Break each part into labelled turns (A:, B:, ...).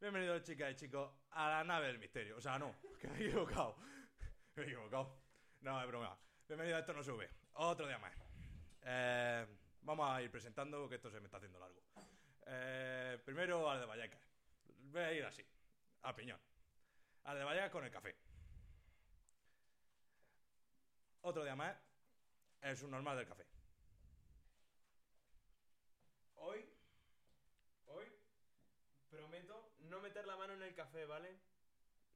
A: Bienvenidos, chicas y chicos, a la nave del misterio. O sea, no, que me he equivocado. Me he equivocado. No, es broma. Bienvenidos a Esto No Sube. Otro día más. Eh, vamos a ir presentando, que esto se me está haciendo largo. Eh, primero, al de Vallecas. Voy a ir así, a piñón. Al de Vallecas con el café. Otro día más, el subnormal del café.
B: Hoy, hoy, prometo no meter la mano en el café, ¿vale?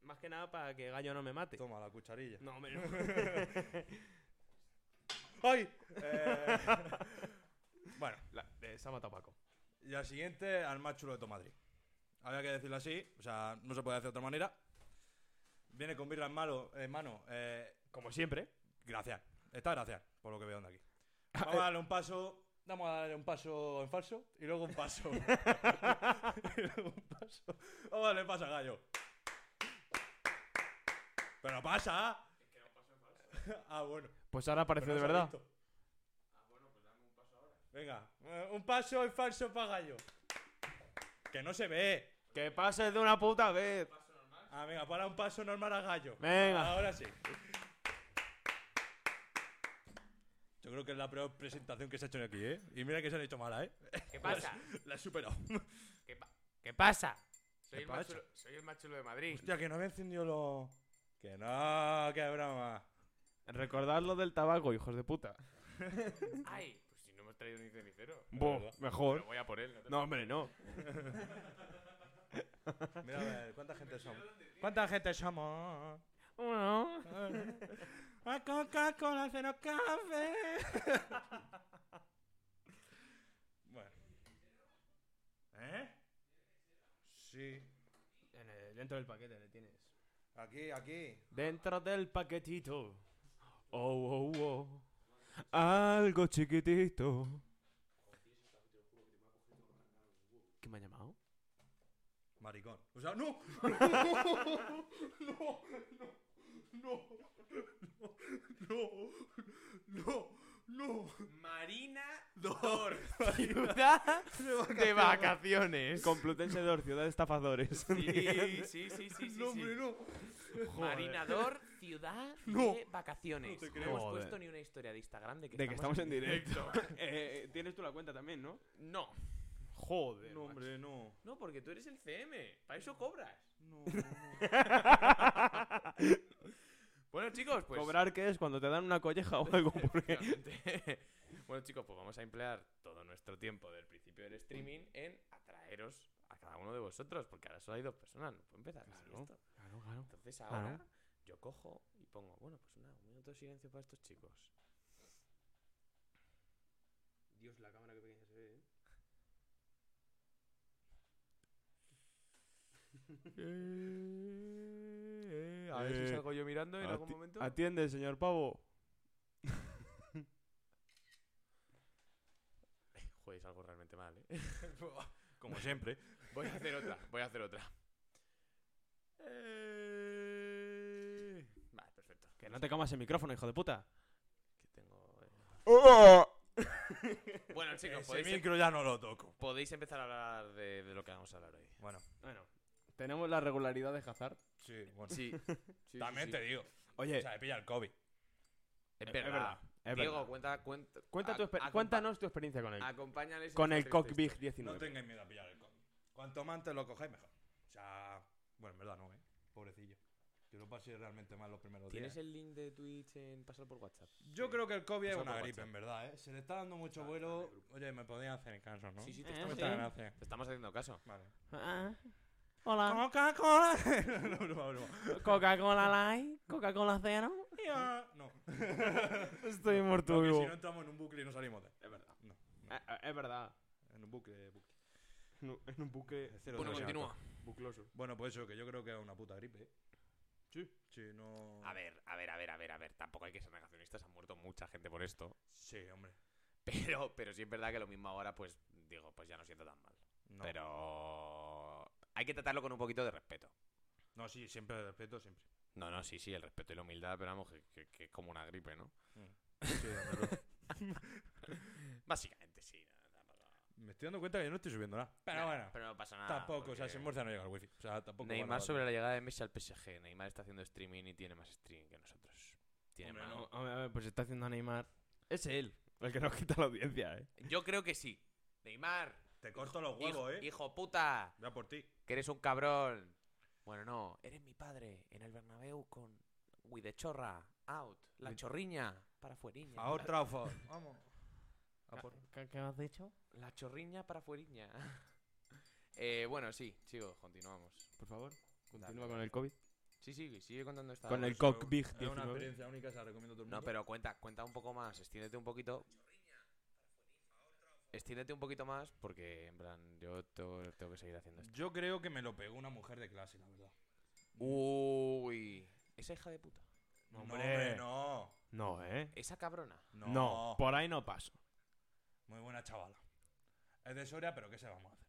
B: Más que nada para que Gallo no me mate.
A: Toma la cucharilla.
B: No, hombre, no.
A: ¡Ay! Eh, bueno,
B: La- eh, se ha matado Paco.
A: y al siguiente, al más chulo de todo Madrid. Había que decirlo así, o sea, no se puede hacer de otra manera. Viene con birra en malo- en mano. eh,
B: Como siempre.
A: gracias. Está gracias, por lo que veo de aquí. Vamos a darle un paso. Ah, eh. Vamos a darle un paso en falso y luego un paso. y luego un paso. Vamos a darle paso a gallo. Pero pasa. Ah, bueno.
B: Pues ahora parece
A: Pero
B: de
A: no se ha
B: verdad.
A: visto. Venga, eh, un paso en falso para Gallo. Que no se ve.
B: ¡Que pases de una puta vez!
A: Ah, venga, para un paso normal a Gallo.
B: Venga.
A: Ahora sí. Yo creo que es la peor presentación que se ha hecho aquí, ¿eh? Y mira que se han hecho mala, ¿eh?
C: ¿Qué pasa?
A: La he superado.
C: ¿Qué, pa- qué pasa?
A: ¿Qué
C: Soy el, más
A: pasa?
C: chulo, soy el más chulo de Madrid.
A: Hostia, que no había encendido los... Que no, que broma.
B: Recordad lo del tabaco, hijos de puta.
C: Ay, pues si no hemos traído ni cenicero.
B: Buah,
C: Pero
B: mejor.
C: voy a por él. No, te-
B: No, hombre, no.
A: Mira, a ver, ¿cuánta gente somos? ¿Cuánta gente somos?
B: Uno.
A: A Coca-Cola cero café. bueno. ¿Eh? Sí.
B: dentro del paquete le tienes.
A: Aquí, aquí.
B: Dentro del paquetito. Oh, oh, oh. Algo chiquitito. ¿Qué me ha llamado?
A: Maricón. O sea, no. No, no, no, no, no,
C: Marina
A: no.
C: Dor.
B: Ciudad
C: De vacaciones.
B: Complutense de Or, ciudad de estafadores.
C: Sí, sí, sí, sí, sí.
A: No, hombre,
C: sí.
A: no.
C: Marina Dor, ciudad
A: No.
C: de vacaciones.
A: No te
C: No,
A: creo.
C: hemos
B: Joder.
C: puesto ni una historia de Instagram de que,
B: De que estamos en directo.
C: directo.
B: Eh, Tienes tú la cuenta también, ¿no?
C: No,
B: Joder.
A: No, hombre, no.
C: no, porque tú eres el CM. Para eso cobras.
A: No, no.
C: Bueno, chicos, pues.
B: ¿Cobrar qué es? Cuando te dan una colleja o algo. Porque...
C: Efectivamente. bueno, chicos, pues vamos a emplear todo nuestro tiempo del principio del streaming en atraeros a cada uno de vosotros, porque ahora solo hay dos personas, no puedo empezar así
B: Claro.
C: esto.
B: Claro, claro.
C: Entonces
B: Claro.
C: ahora yo cojo y pongo, bueno, pues nada, un minuto de silencio para estos chicos.
B: Dios, la cámara que pequeña se ve, ¿eh?
C: Eh, a ver
B: Eh,
C: si salgo yo mirando en
B: ati-
C: algún momento.
B: Atiende, señor pavo.
C: Joder, salgo realmente mal, ¿eh?
A: Como siempre.
C: Voy a hacer otra, voy a hacer otra. Eh, Vale, perfecto.
B: Que no te comas el micrófono, hijo de puta.
C: Que tengo... eh. ¡Oh! bueno, chicos,
A: Ese
C: podéis, em-
A: micro ya no lo toco.
C: podéis empezar a hablar de, de lo que vamos a hablar hoy.
A: Bueno,
B: Bueno, tenemos la regularidad de Hazard.
A: sí, bueno.
C: Sí.
A: También te digo.
B: Oye,
A: O sea, me pilla el COVID.
C: Es
B: es
C: verdad.
B: verdad, es
C: Diego,
B: verdad.
C: cuenta, cuenta,
B: Cuenta tu
C: ac-
B: exper-
C: acompa-
B: cuéntanos tu experiencia con él.
C: Acompáñales. en
B: Con el
C: esta triste
B: Cockbig
C: historia.
A: No
B: 19.
A: tengáis miedo a pillar el COVID. Cuanto más antes lo cojáis, mejor. O sea, bueno, en verdad no, ¿eh? Pobrecillo. Que lo pasé realmente mal los primeros
C: ¿Tienes
A: días.
C: el link de Twitch en pasar por WhatsApp?
A: Yo creo que el COVID es
C: Pasa
A: una
C: por
A: gripe,
C: WhatsApp.
A: en verdad, ¿eh? Se le está dando mucho vuelo. Oye, me podían hacer caso, ¿no?
C: Sí, sí, te,
B: Eh,
C: estamos,
B: sí.
A: Muchas gracias.
C: te estamos haciendo caso.
A: Vale.
D: Ah.
B: hola.
A: Coca-Cola. no, broma, broma.
B: Coca-Cola Light, Coca-Cola Cero.
A: Ya. No.
B: Estoy muerto
A: Porque
B: vivo.
A: si no entramos en un bucle y no salimos de.
B: Es verdad.
A: No.
B: Eh, eh, Es verdad.
A: En un bucle, bucle.
B: En un- en un buque
A: Cero
C: Bueno,
A: de
C: continúa.
B: bucloso.
A: Bueno, pues eso, que yo creo que es una puta gripe, ¿eh?
B: Sí.
A: Sí, no.
C: A ver, a ver, a ver, a ver, a ver. Tampoco hay que ser negacionistas. Han muerto mucha gente por esto.
A: Sí, hombre.
C: Pero, pero sí es verdad que lo mismo ahora, pues digo, pues ya no siento tan mal.
A: No.
C: Pero hay que tratarlo con un poquito de respeto.
A: No, sí, siempre respeto, siempre.
C: No, no, sí, sí, el respeto y la humildad, pero vamos, que, que- que es como una gripe, ¿no?
A: Sí, desde luego.
C: Básicamente sí. no, tampoco-
A: Me estoy dando cuenta que yo no estoy subiendo nada. Pero
C: Nah,
A: bueno,
C: Pero no pasa nada.
A: tampoco, o sea,
C: porque
A: si en Murcia no llega el wifi. O sea, tampoco. vale
C: Neymar
A: la
C: sobre
A: pena.
C: la llegada de Messi al PSG. Neymar está haciendo streaming y tiene más streaming que nosotros. Tiene
B: Hombre,
C: más.
B: no, hombre, a ver, pues está haciendo a Neymar. Es él el que nos quita la audiencia, ¿eh?
C: Yo creo que sí. Neymar,
A: Te corto los
C: hijo,
A: huevos, eh.
C: hijo puta,
A: Ya por ti.
C: que eres un cabrón. Bueno, no, eres mi padre en el Bernabéu con With the chorra, out, la
A: With-
C: chorriña para fueriña.
A: A otra Vamos.
C: A por-
B: ¿Qué, has dicho?
C: La chorriña para fueriña. Eh, bueno, sí, sigo, continuamos.
B: Por favor, continúa
C: Dale.
B: con el COVID.
C: Sí, sí, sigue contando esta.
B: Con el
A: Eso es-
B: Cockbig
A: Es una
B: 19.
A: experiencia única, se la recomiendo a todo el mundo.
C: No, pero cuenta, cuenta un poco más, extiéndete un poquito. Extiéndete un poquito más porque, en plan, yo tengo, tengo que seguir haciendo esto.
A: Yo creo que me lo pegó una mujer de clase, la verdad.
C: Uy, esa hija de puta.
A: No,
B: hombre.
A: hombre, no.
B: No, ¿eh?
C: Esa cabrona.
A: No.
B: No. por ahí no paso.
A: Muy buena chavala. Es de Soria, pero ¿qué se vamos a hacer?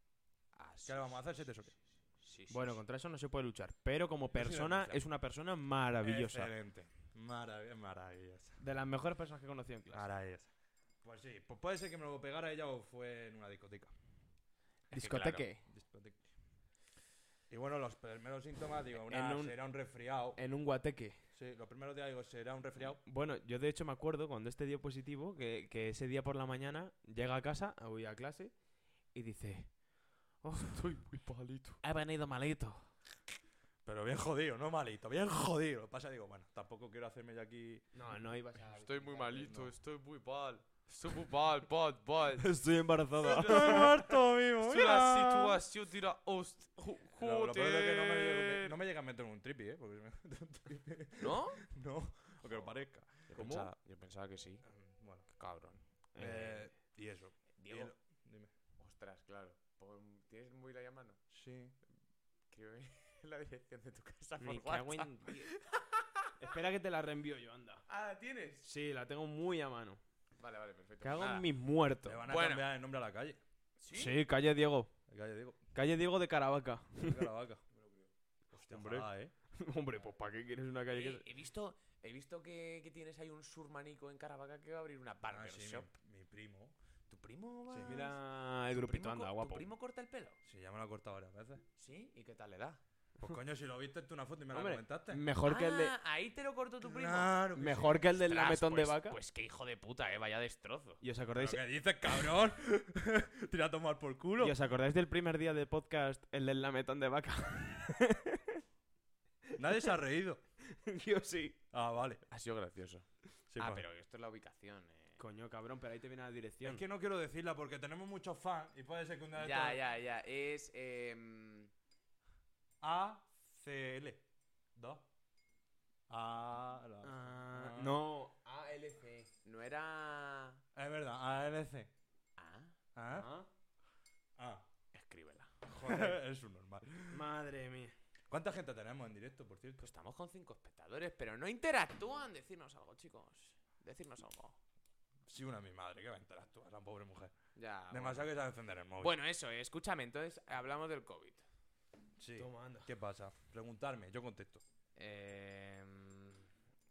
C: Ah, sí,
A: ¿Qué le vamos a hacer
C: sí,
A: si te soque?
C: sí, sí,
B: Bueno,
C: sí.
B: contra eso no se puede luchar. Pero como
A: soy de
B: persona,
A: Murcia.
B: es una persona maravillosa.
A: Excelente. Marav- maravillosa.
B: De las mejores personas que he conocido en clase.
A: Maravillosa. Pues sí, pues puede ser que me lo pegara ella o fue en una discoteca.
C: Es que
B: Discoteque.
A: Discoteca. Y bueno, los primeros síntomas, digo,
B: En
A: una,
B: un-
A: será un resfriado.
B: En un guateque.
A: Sí, los primeros días digo, será un resfriado.
B: Bueno, yo de hecho me acuerdo cuando este dio positivo, que, que ese día por la mañana llega a casa, voy a clase, y dice... "Oh,
D: Estoy muy palito.
B: he venido malito.
A: Pero bien jodido, no malito, bien jodido. Lo que pasa, digo, bueno, tampoco quiero hacerme ya aquí.
B: No, no ibas a...
C: Estoy muy malito,
A: no.
C: estoy muy mal. Estoy muy mal, mal, mal.
B: Estoy embarazada.
A: muerto vivo!
C: Es una situación de la host... jo-
A: Lo, lo peor es que no me, llega-
C: joder.
A: no me llega a meter un tripi, ¿eh? Porque me un tripi.
C: ¿No?
A: No, aunque lo parezca.
C: Yo
A: ¿Cómo? Mm,
C: pensaba, yo pensaba que sí.
A: Bueno,
C: Qué cabrón.
A: eh, y eso. Y
C: Diego,
A: el- dime.
C: ostras, claro. Pon- ¿Tienes muy la mano?
A: Sí.
C: Escribe la dirección de tu casa por
B: Me cago
C: WhatsApp.
B: en... Dios. Espera que te la reenvío yo, anda.
C: Ah, ¿la tienes?
B: Sí, la tengo muy a mano.
C: Vale, vale, perfecto.
B: Cago
C: Nada.
B: en mis muertos.
A: Le van a
C: Bueno.
A: cambiar el nombre a la calle.
C: ¿Sí?
B: ¿Sí? calle Diego.
A: La calle Diego.
B: Calle Diego de Caravaca.
A: Diego la vaca. Hostia,
B: Hombre.
A: ojalá, ¿eh?
B: Hombre, pues ¿para qué quieres una calle
C: Eh,
B: que...
C: he visto, he visto que, que tienes ahí un surmanico en Caravaca que va a abrir una
A: Ah,
C: barber
A: sí,
C: shop.
A: Mi, mi primo.
C: ¿Tu primo va?
A: Sí,
B: Mira el
C: ¿Tu
B: grupito,
C: primo co-
B: anda,
C: ¿Tu
B: guapo.
C: primo corta el pelo?
A: Sí, ya me lo ha cortado varias veces.
C: ¿Sí? ¿Y qué tal le da?
A: Pues coño, si lo viste tú una foto y me la
B: Hombre,
A: comentaste.
B: Mejor que el de...
C: Ah, ahí te lo cortó tu primo.
A: Claro que
B: Mejor que el del
C: Ostras,
B: lametón
C: pues,
B: de vaca.
C: Pues qué hijo de puta, eh, vaya destrozo.
B: ¿Y os
A: sí.
B: acordáis?
A: ¿Pero qué dices, cabrón? Tira a tomar por culo.
B: ¿Y os acordáis del primer día de podcast, el del lametón de vaca?
A: Nadie se ha reído.
B: Yo sí.
A: Ah, vale.
C: Ha sido gracioso.
A: Sí,
C: ah,
A: pues.
C: pero esto es la ubicación, eh.
B: Coño, cabrón, pero ahí te viene la dirección.
A: Es que no quiero decirla porque tenemos muchos fans y puede ser que un día de
C: Ya,
A: estos-
C: ya, ya. Es. em,
A: A, C, L. Dos. A, la-
B: Ah, no.
C: ALC. No era.
A: Es verdad, A, L, C.
C: Ah,
A: Ah,
B: Ah.
A: ah.
C: escríbela.
A: Joder, es un normal.
B: Madre mía.
A: ¿Cuánta gente tenemos en directo, por cierto?
C: Pues estamos con cinco espectadores, pero no interactúan. Decirnos algo, chicos. Decirnos algo.
A: Sí, una mi madre, que va a interactuar la pobre mujer.
C: Ya. Ah, bueno.
A: Demasiado que sabe encender el móvil.
C: Bueno, eso, eh, escúchame, entonces hablamos del COVID.
A: sí.
B: Toma, anda.
A: ¿Qué pasa? Preguntarme, yo contesto.
C: Em,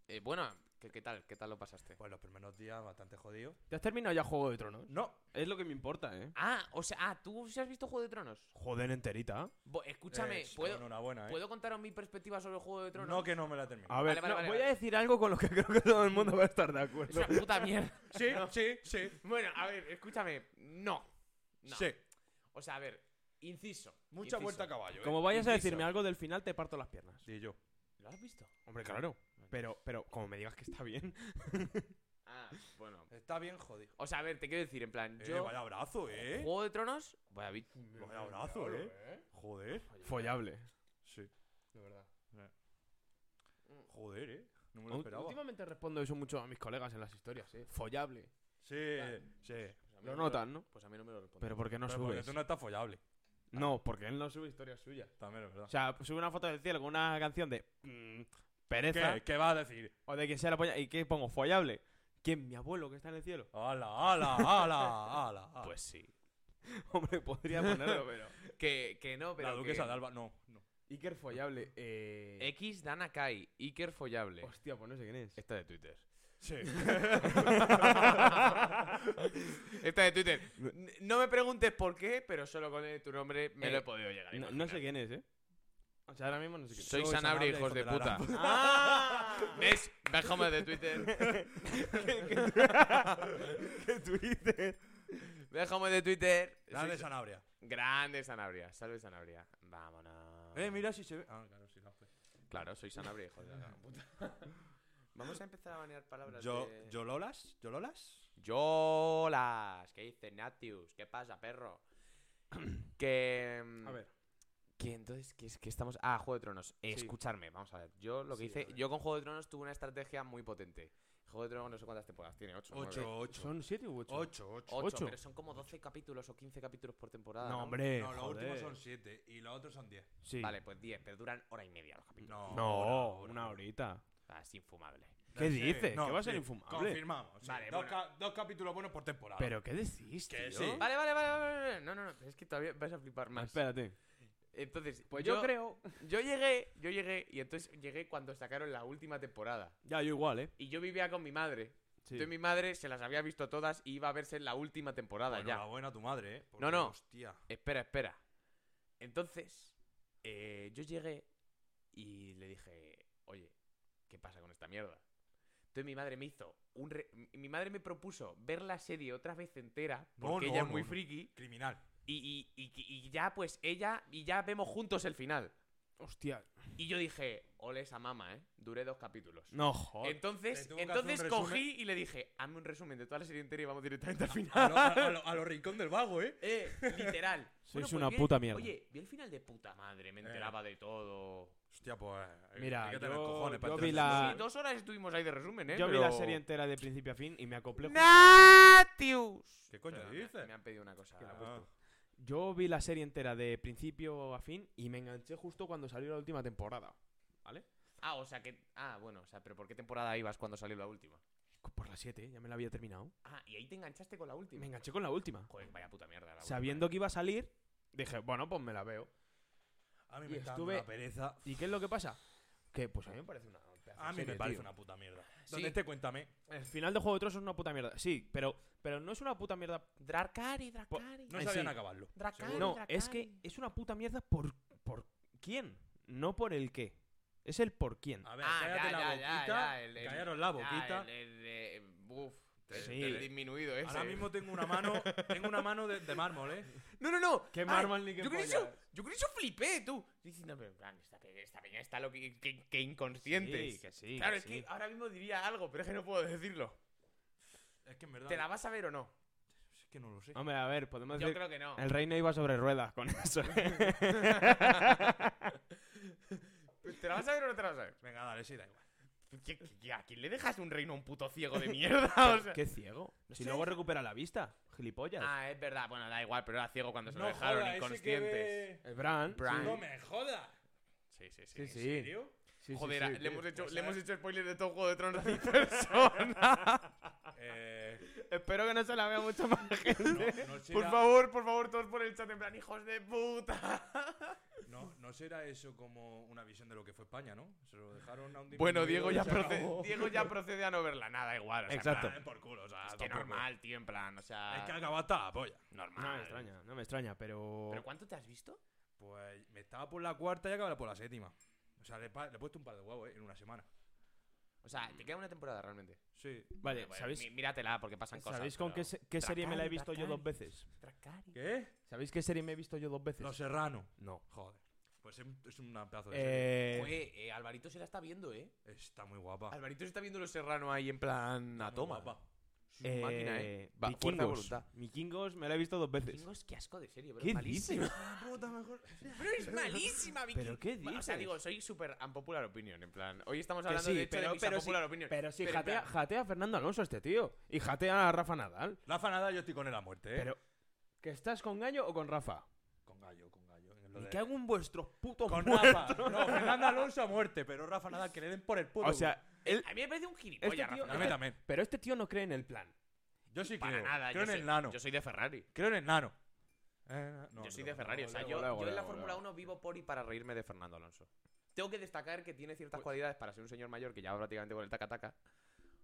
C: eh, bueno, ¿qué, qué tal? ¿Qué tal lo pasaste?
A: Pues los primeros días bastante jodido.
B: ¿Te has terminado ya Juego de Tronos?
A: No,
B: Es lo que me importa, ¿eh?
C: Ah, o sea, ah, tú sí has visto Juego de Tronos.
B: Joder, enterita.
C: Bo- escúchame,
A: Eh, sí,
C: ¿puedo,
A: Enhorabuena, ¿eh?
C: ¿puedo contaros mi perspectiva sobre Juego de Tronos?
A: No, que no me la termino.
B: A ver,
C: Vale, vale,
B: no,
C: vale,
B: voy
C: vale.
B: a decir algo con lo que creo que todo el mundo va a estar de
C: Es
B: acuerdo.
C: una puta mierda.
A: Sí, sí, sí.
C: bueno, a ver, escúchame. No. No.
A: Sí.
C: O sea, a ver, inciso.
A: Mucha
C: inciso.
A: vuelta a caballo. ¿eh?
B: Como vayas a
C: Inciso.
B: decirme algo del final, te parto las piernas.
A: Sí, yo.
C: ¿Lo has visto?
B: Hombre, claro. Pero, pero, como me digas que está bien.
C: Ah, bueno.
A: Está bien jodido.
C: O sea, a ver, te quiero decir, en plan,
A: Eh,
C: yo.
A: vaya abrazo, ¿eh?
C: Juego de Tronos. pues Vaya, vi-
A: Vaya abrazo, ¿eh? Joder.
B: Follable.
A: Sí. Eh.
B: De verdad.
A: Joder, ¿eh? No me lo esperaba.
B: Últimamente respondo eso mucho a mis colegas en las historias, ¿eh. Follable.
A: Sí, sí.
C: Pues a mí
B: Lo
C: no me
B: notan, ¿no?
C: Pues a mí no me lo responde.
B: Pero ¿por qué no
A: Pero porque
B: subes?
A: tú no estás follable.
B: No, porque él no sube historias suyas.
A: También es verdad.
B: O sea, sube una foto del cielo con una canción de mm, pereza
A: ¿Qué? ¿Qué vas a decir?
B: o de que sea la polla. ¿Y qué pongo? Follable. ¿Quién? ¿Mi abuelo que está en el cielo?
A: ¡Hala, hala, hala, hala! hala.
C: Pues sí.
B: Hombre, podría ponerlo, pero.
C: Que, que no, pero.
A: la duquesa
C: que...
A: de Alba. No, no.
B: Iker Follable. Eh...
C: X Dana Kai, Iker Follable.
B: Hostia, pues no sé quién es.
C: Esta de Twitter.
A: Sí.
C: Esta de Twitter. "N- No me preguntes por qué, pero solo con eh, tu nombre me
B: Eh,
C: lo he podido llegar.
B: No,
C: a
B: no
C: imaginar".
B: sé quién es, ¿eh? O sea, ahora mismo no sé quién es.
C: Soy
A: Soy
C: Sanabria,
A: Sanabria,
C: hijos de
A: hijo de la
C: puta.
A: gran
B: ¡Ah!
C: ¿Ves? Déjame de Twitter.
B: ¿Qué Twitter?
C: Déjame de Twitter.
A: Dale
C: Soy-
A: Sanabria.
C: Grande Sanabria. Salve Sanabria. Vámonos.
A: Eh, mira si se ve. Ah, claro, sí, la fe.
C: Claro, soy Sanabria, hijo de la gran puta. Vamos a empezar a banear palabras
A: Yo,
C: de...
A: Yololas, Yololas.
C: Yolas. ¿Qué dice Natius? ¿Qué pasa, perro? que... mm,
B: A ver.
C: Que entonces, que es que estamos. Ah, Juego de Tronos. Eh,
B: Sí.
C: Escucharme, vamos a ver. Yo lo
B: Sí,
C: que
B: a
C: hice.
B: ver.
C: Yo con Juego de Tronos tuve una estrategia muy potente. Juego de Tronos no sé cuántas temporadas tiene, 8.
A: 8, 8.
B: ¿Son 7 u 8?
A: 8, 8.
C: 8,
B: ocho.
C: pero son como 12 capítulos o 15 capítulos por temporada.
B: Ah, No,
C: No,
B: hombre.
A: No, los
B: Eh, joder.
A: últimos son 7 y los otros son 10.
B: Sí.
C: Vale, pues 10, pero duran hora y media los capítulos.
A: No.
B: No,
A: hora,
B: una
A: hora.
B: horita.
C: O sea, es infumable.
B: ¿Qué
A: En serio.
B: dices? ¿Que va a ser infumable?
A: Confirmamos. sí.
C: Vale,
A: dos,
C: bueno.
A: ca- dos capítulos buenos por temporada.
B: ¿Pero qué decís,
A: Ah. Que
B: tío? Ah,
A: sí.
C: Vale, vale, vale, vale, vale, vale. No, no, no, pero es que todavía vas a flipar más.
B: Espérate.
C: Entonces,
B: Pues yo, creo...
C: Yo llegué, yo llegué, y entonces llegué cuando sacaron la última temporada.
B: Ya, yo igual, ¿eh?
C: Y yo vivía con mi madre.
B: Sí.
C: Entonces mi madre se las había visto todas y iba a verse la última temporada ya.
A: Enhorabuena a tu madre, eh. porque,
C: No, no.
A: Hostia.
C: Espera, espera. Entonces, eh, yo llegué y le dije, oye, ¿qué pasa con esta mierda? Entonces mi madre me hizo un... re- mi- Mi madre me propuso ver la serie otra vez entera,
A: No,
C: porque
A: no,
C: ella es
A: no,
C: muy
A: no.
C: friki,
A: Criminal.
C: y, y- y- y ya pues ella, y ya vemos juntos el final.
B: Hostia.
C: Y yo dije, ole esa mama, ¿eh? Duré dos capítulos.
B: No, joder.
A: Le
C: Entonces,
A: tuvo que hacer un
C: entonces
A: resumen.
C: cogí y le dije, hazme un resumen de toda la serie entera y vamos directamente al
A: A
C: final.
A: lo, a, a lo- a lo rincón del vago, eh.
C: Eh, literal.
B: Sois
C: pues
B: una
C: vi-
B: puta mierda.
C: Oye, vi el final de puta madre, me enteraba de todo.
A: Hostia, pues. hay-
B: Mira,
A: hay que tener
B: yo-
A: cojones para eh. enterarse
B: yo vi
A: de
B: la-
C: Sí, dos horas estuvimos ahí de resumen, ¿eh?
B: Yo vi
C: Pero-
B: la serie entera de principio a fin y me acoplé... justo-
C: ¡Natius!
A: ¿Qué coño
C: Perdón, me-
A: dices?
C: Me han pedido una cosa.
A: eso. Ah,
B: Yo vi la serie entera de principio a fin y me enganché justo cuando salió la última temporada.
C: Ah, o sea que. Ah, bueno, o sea, pero ¿por qué temporada ibas cuando salió la última?
B: Por la 7, ya me la había terminado.
C: Ah, y ahí te enganchaste con la
B: Y
C: última.
B: me enganché con la última.
C: Joder, vaya puta mierda. la última,
B: Sabiendo
C: eh.
B: que iba a salir, dije, bueno, pues me la veo.
A: A mí
B: Y
A: me está dando
B: estuve-
A: una pereza.
B: ¿Y qué es lo que pasa? Que pues a mí me parece una. pedazo de
A: A mí
B: serie,
A: Ah, me parece
B: tío.
A: una puta mierda.
C: Sí.
A: Donde esté, cuéntame.
B: El final de Juego de Tronos es una puta mierda. Sí, pero, pero no es una puta mierda.
C: Dracari,
B: Po-
C: Dracari.
A: No
B: Ay,
A: sabían
B: sí.
A: acabarlo.
C: Dracari,
A: seguro.
B: No,
C: Dracari.
B: es que es una puta mierda por, por quién, no por el qué. Es el por quién.
A: A ver,
C: Ah,
A: cállate
C: ya,
A: la
C: ya,
A: boquita.
C: ya, ya, el- el-
A: Callaros la
C: Ya,
A: boquita.
C: el- el- eh, buf, te-
B: Sí.
C: te he disminuido ese.
A: Ahora mismo tengo una mano, tengo una mano de, de mármol, eh.
C: No, no, no.
B: Qué
C: Ay,
B: mármol ni qué
C: Yo con
B: pollas.
C: eso, yo con eso flipé, tú. Diciendo, pero en plan, esta, pe- esta peña está lo que, que, que inconsciente.
B: Sí, que sí.
C: claro,
B: que
C: es
B: sí.
C: que ahora mismo diría algo, pero es que no puedo decirlo.
A: Es que en verdad.
C: ¿Te la vas a ver o no?
A: Es que no lo sé.
B: Hombre, a ver, podemos
C: Yo
B: decir.
C: creo que no.
B: El reino iba sobre ruedas con eso. ¿eh?
C: ¿Te la vas a ver o no te la vas a ver?
A: Venga, dale, sí, da igual.
C: ¿Qué- qué- qué- ¿A quién le dejas un reino a un puto ciego de mierda? O sea-
B: Qué ciego. Si
C: sé.
B: luego recupera la vista, gilipollas.
C: Ah, es verdad. Bueno, da igual, pero era ciego cuando se lo dejaron inconscientes.
B: El Bran.
C: Bran.
A: No me jodas.
C: Sí, sí, sí.
B: Sí,
A: ¿En
B: sí.
A: serio?
B: Sí, sí,
C: Joder,
B: sí, eh.
C: a- le,
B: tío.
C: hemos hecho,
A: pues
C: le
A: a ver.
C: hemos hecho spoiler de todo Juego de Tronos a mi persona.
A: Eh,
B: Espero que no se la vea mucho más gente.
A: no, no
C: por
A: será,
C: favor, por favor, todos por el chat en plan, hijos de puta.
A: no, no será eso como una visión de lo que fue España, ¿no? Se lo dejaron a un
C: Bueno,
A: disminuido
C: Diego
A: y
C: ya,
A: se
C: procede,
A: acabó.
C: Diego ya procede a no verla, nada igual. o sea, en
B: Exacto.
C: plan,
A: Ah, por culo, o sea,
C: es que
A: tampoco.
C: normal, tío, en plan, o sea.
A: Es que acabó hasta la polla.
B: No
C: normal.
B: me extraña, no me extraña, pero.
C: ¿Pero cuánto te has visto?
A: Pues me estaba por la cuarta y acabé por la séptima. O sea, le, he pa- le he puesto un par de huevos, eh, en una semana.
C: O sea, te queda una temporada realmente.
A: Sí.
B: Vale,
C: Bueno,
B: ¿sabéis,
C: mí- míratela porque pasan cosas.
B: ¿sabéis con
C: pero-
B: qué, se- qué serie me la he visto yo dos
C: Dracarys,
B: veces?
C: Dracarys.
A: ¿Qué?
B: ¿Sabéis qué serie me he visto yo dos veces?
A: Los Serrano.
B: No.
A: Joder. Pues es un- es una pedazo de serie.
B: Eh,
C: Joder, eh, Alvarito se la está viendo, ¿eh?
A: Está muy
B: Ah.
A: guapa.
C: Alvarito se está viendo los serrano ahí en plan. A
A: Muy
C: toma.
A: guapa.
C: Es una máquina, ¿eh? Va, fuerza de
B: Vikingos.
C: voluntad.
B: Vikingos me la he visto dos veces.
C: Vikingos, qué asco de serio, bro.
B: ¿Qué
C: malísima.
B: dices?
A: Puta, mejor.
C: Pero es malísima, Viking.
B: ¿Pero qué
C: O sea,
B: dices?
C: digo, soy súper unpopular opinion, en plan. Hoy estamos
B: Que
C: hablando
B: sí,
C: de hecho
B: pero-
C: de mis
B: pero
C: unpopular opinion.
B: Pero sí,
C: en
B: jatea,
C: plan, ¿Eh?
B: jatea a Fernando Alonso este tío. Y jatea a Rafa Nadal.
A: Rafa Nadal, yo estoy con él a muerte, ¿eh?
B: Pero, ¿que estás con Gallo o con Rafa?
A: Con gallo, con gallo. en lo
B: ¿Y
A: de-
B: qué hago en vuestros putos
A: Con
B: muertos?
A: Rafa. No, Fernando Alonso a muerte, pero Rafa Nadal, que le den por el puto.
B: O sea, él...
C: A mí me parece un
B: Este
C: gilipollas,
B: tío-
C: Rafa
A: A mí
C: Nadal.
A: también.
B: Pero este tío no cree en el plan.
A: Yo sí
C: Para
A: creo.
C: nada,
A: creo
C: yo
A: en
C: soy,
A: el nano.
C: Yo soy de Ferrari.
A: Creo en el nano. Eh, no,
C: yo soy
A: no,
C: de
A: no,
C: Ferrari.
A: no,
C: o sea,
A: no,
C: yo,
B: luego,
C: yo en la
B: luego,
C: Fórmula
B: luego.
C: 1 vivo por y para reírme de
B: Pues-
C: Fernando Alonso. Tengo que destacar que tiene ciertas cualidades para ser un señor mayor que ya va prácticamente con el taca-taca.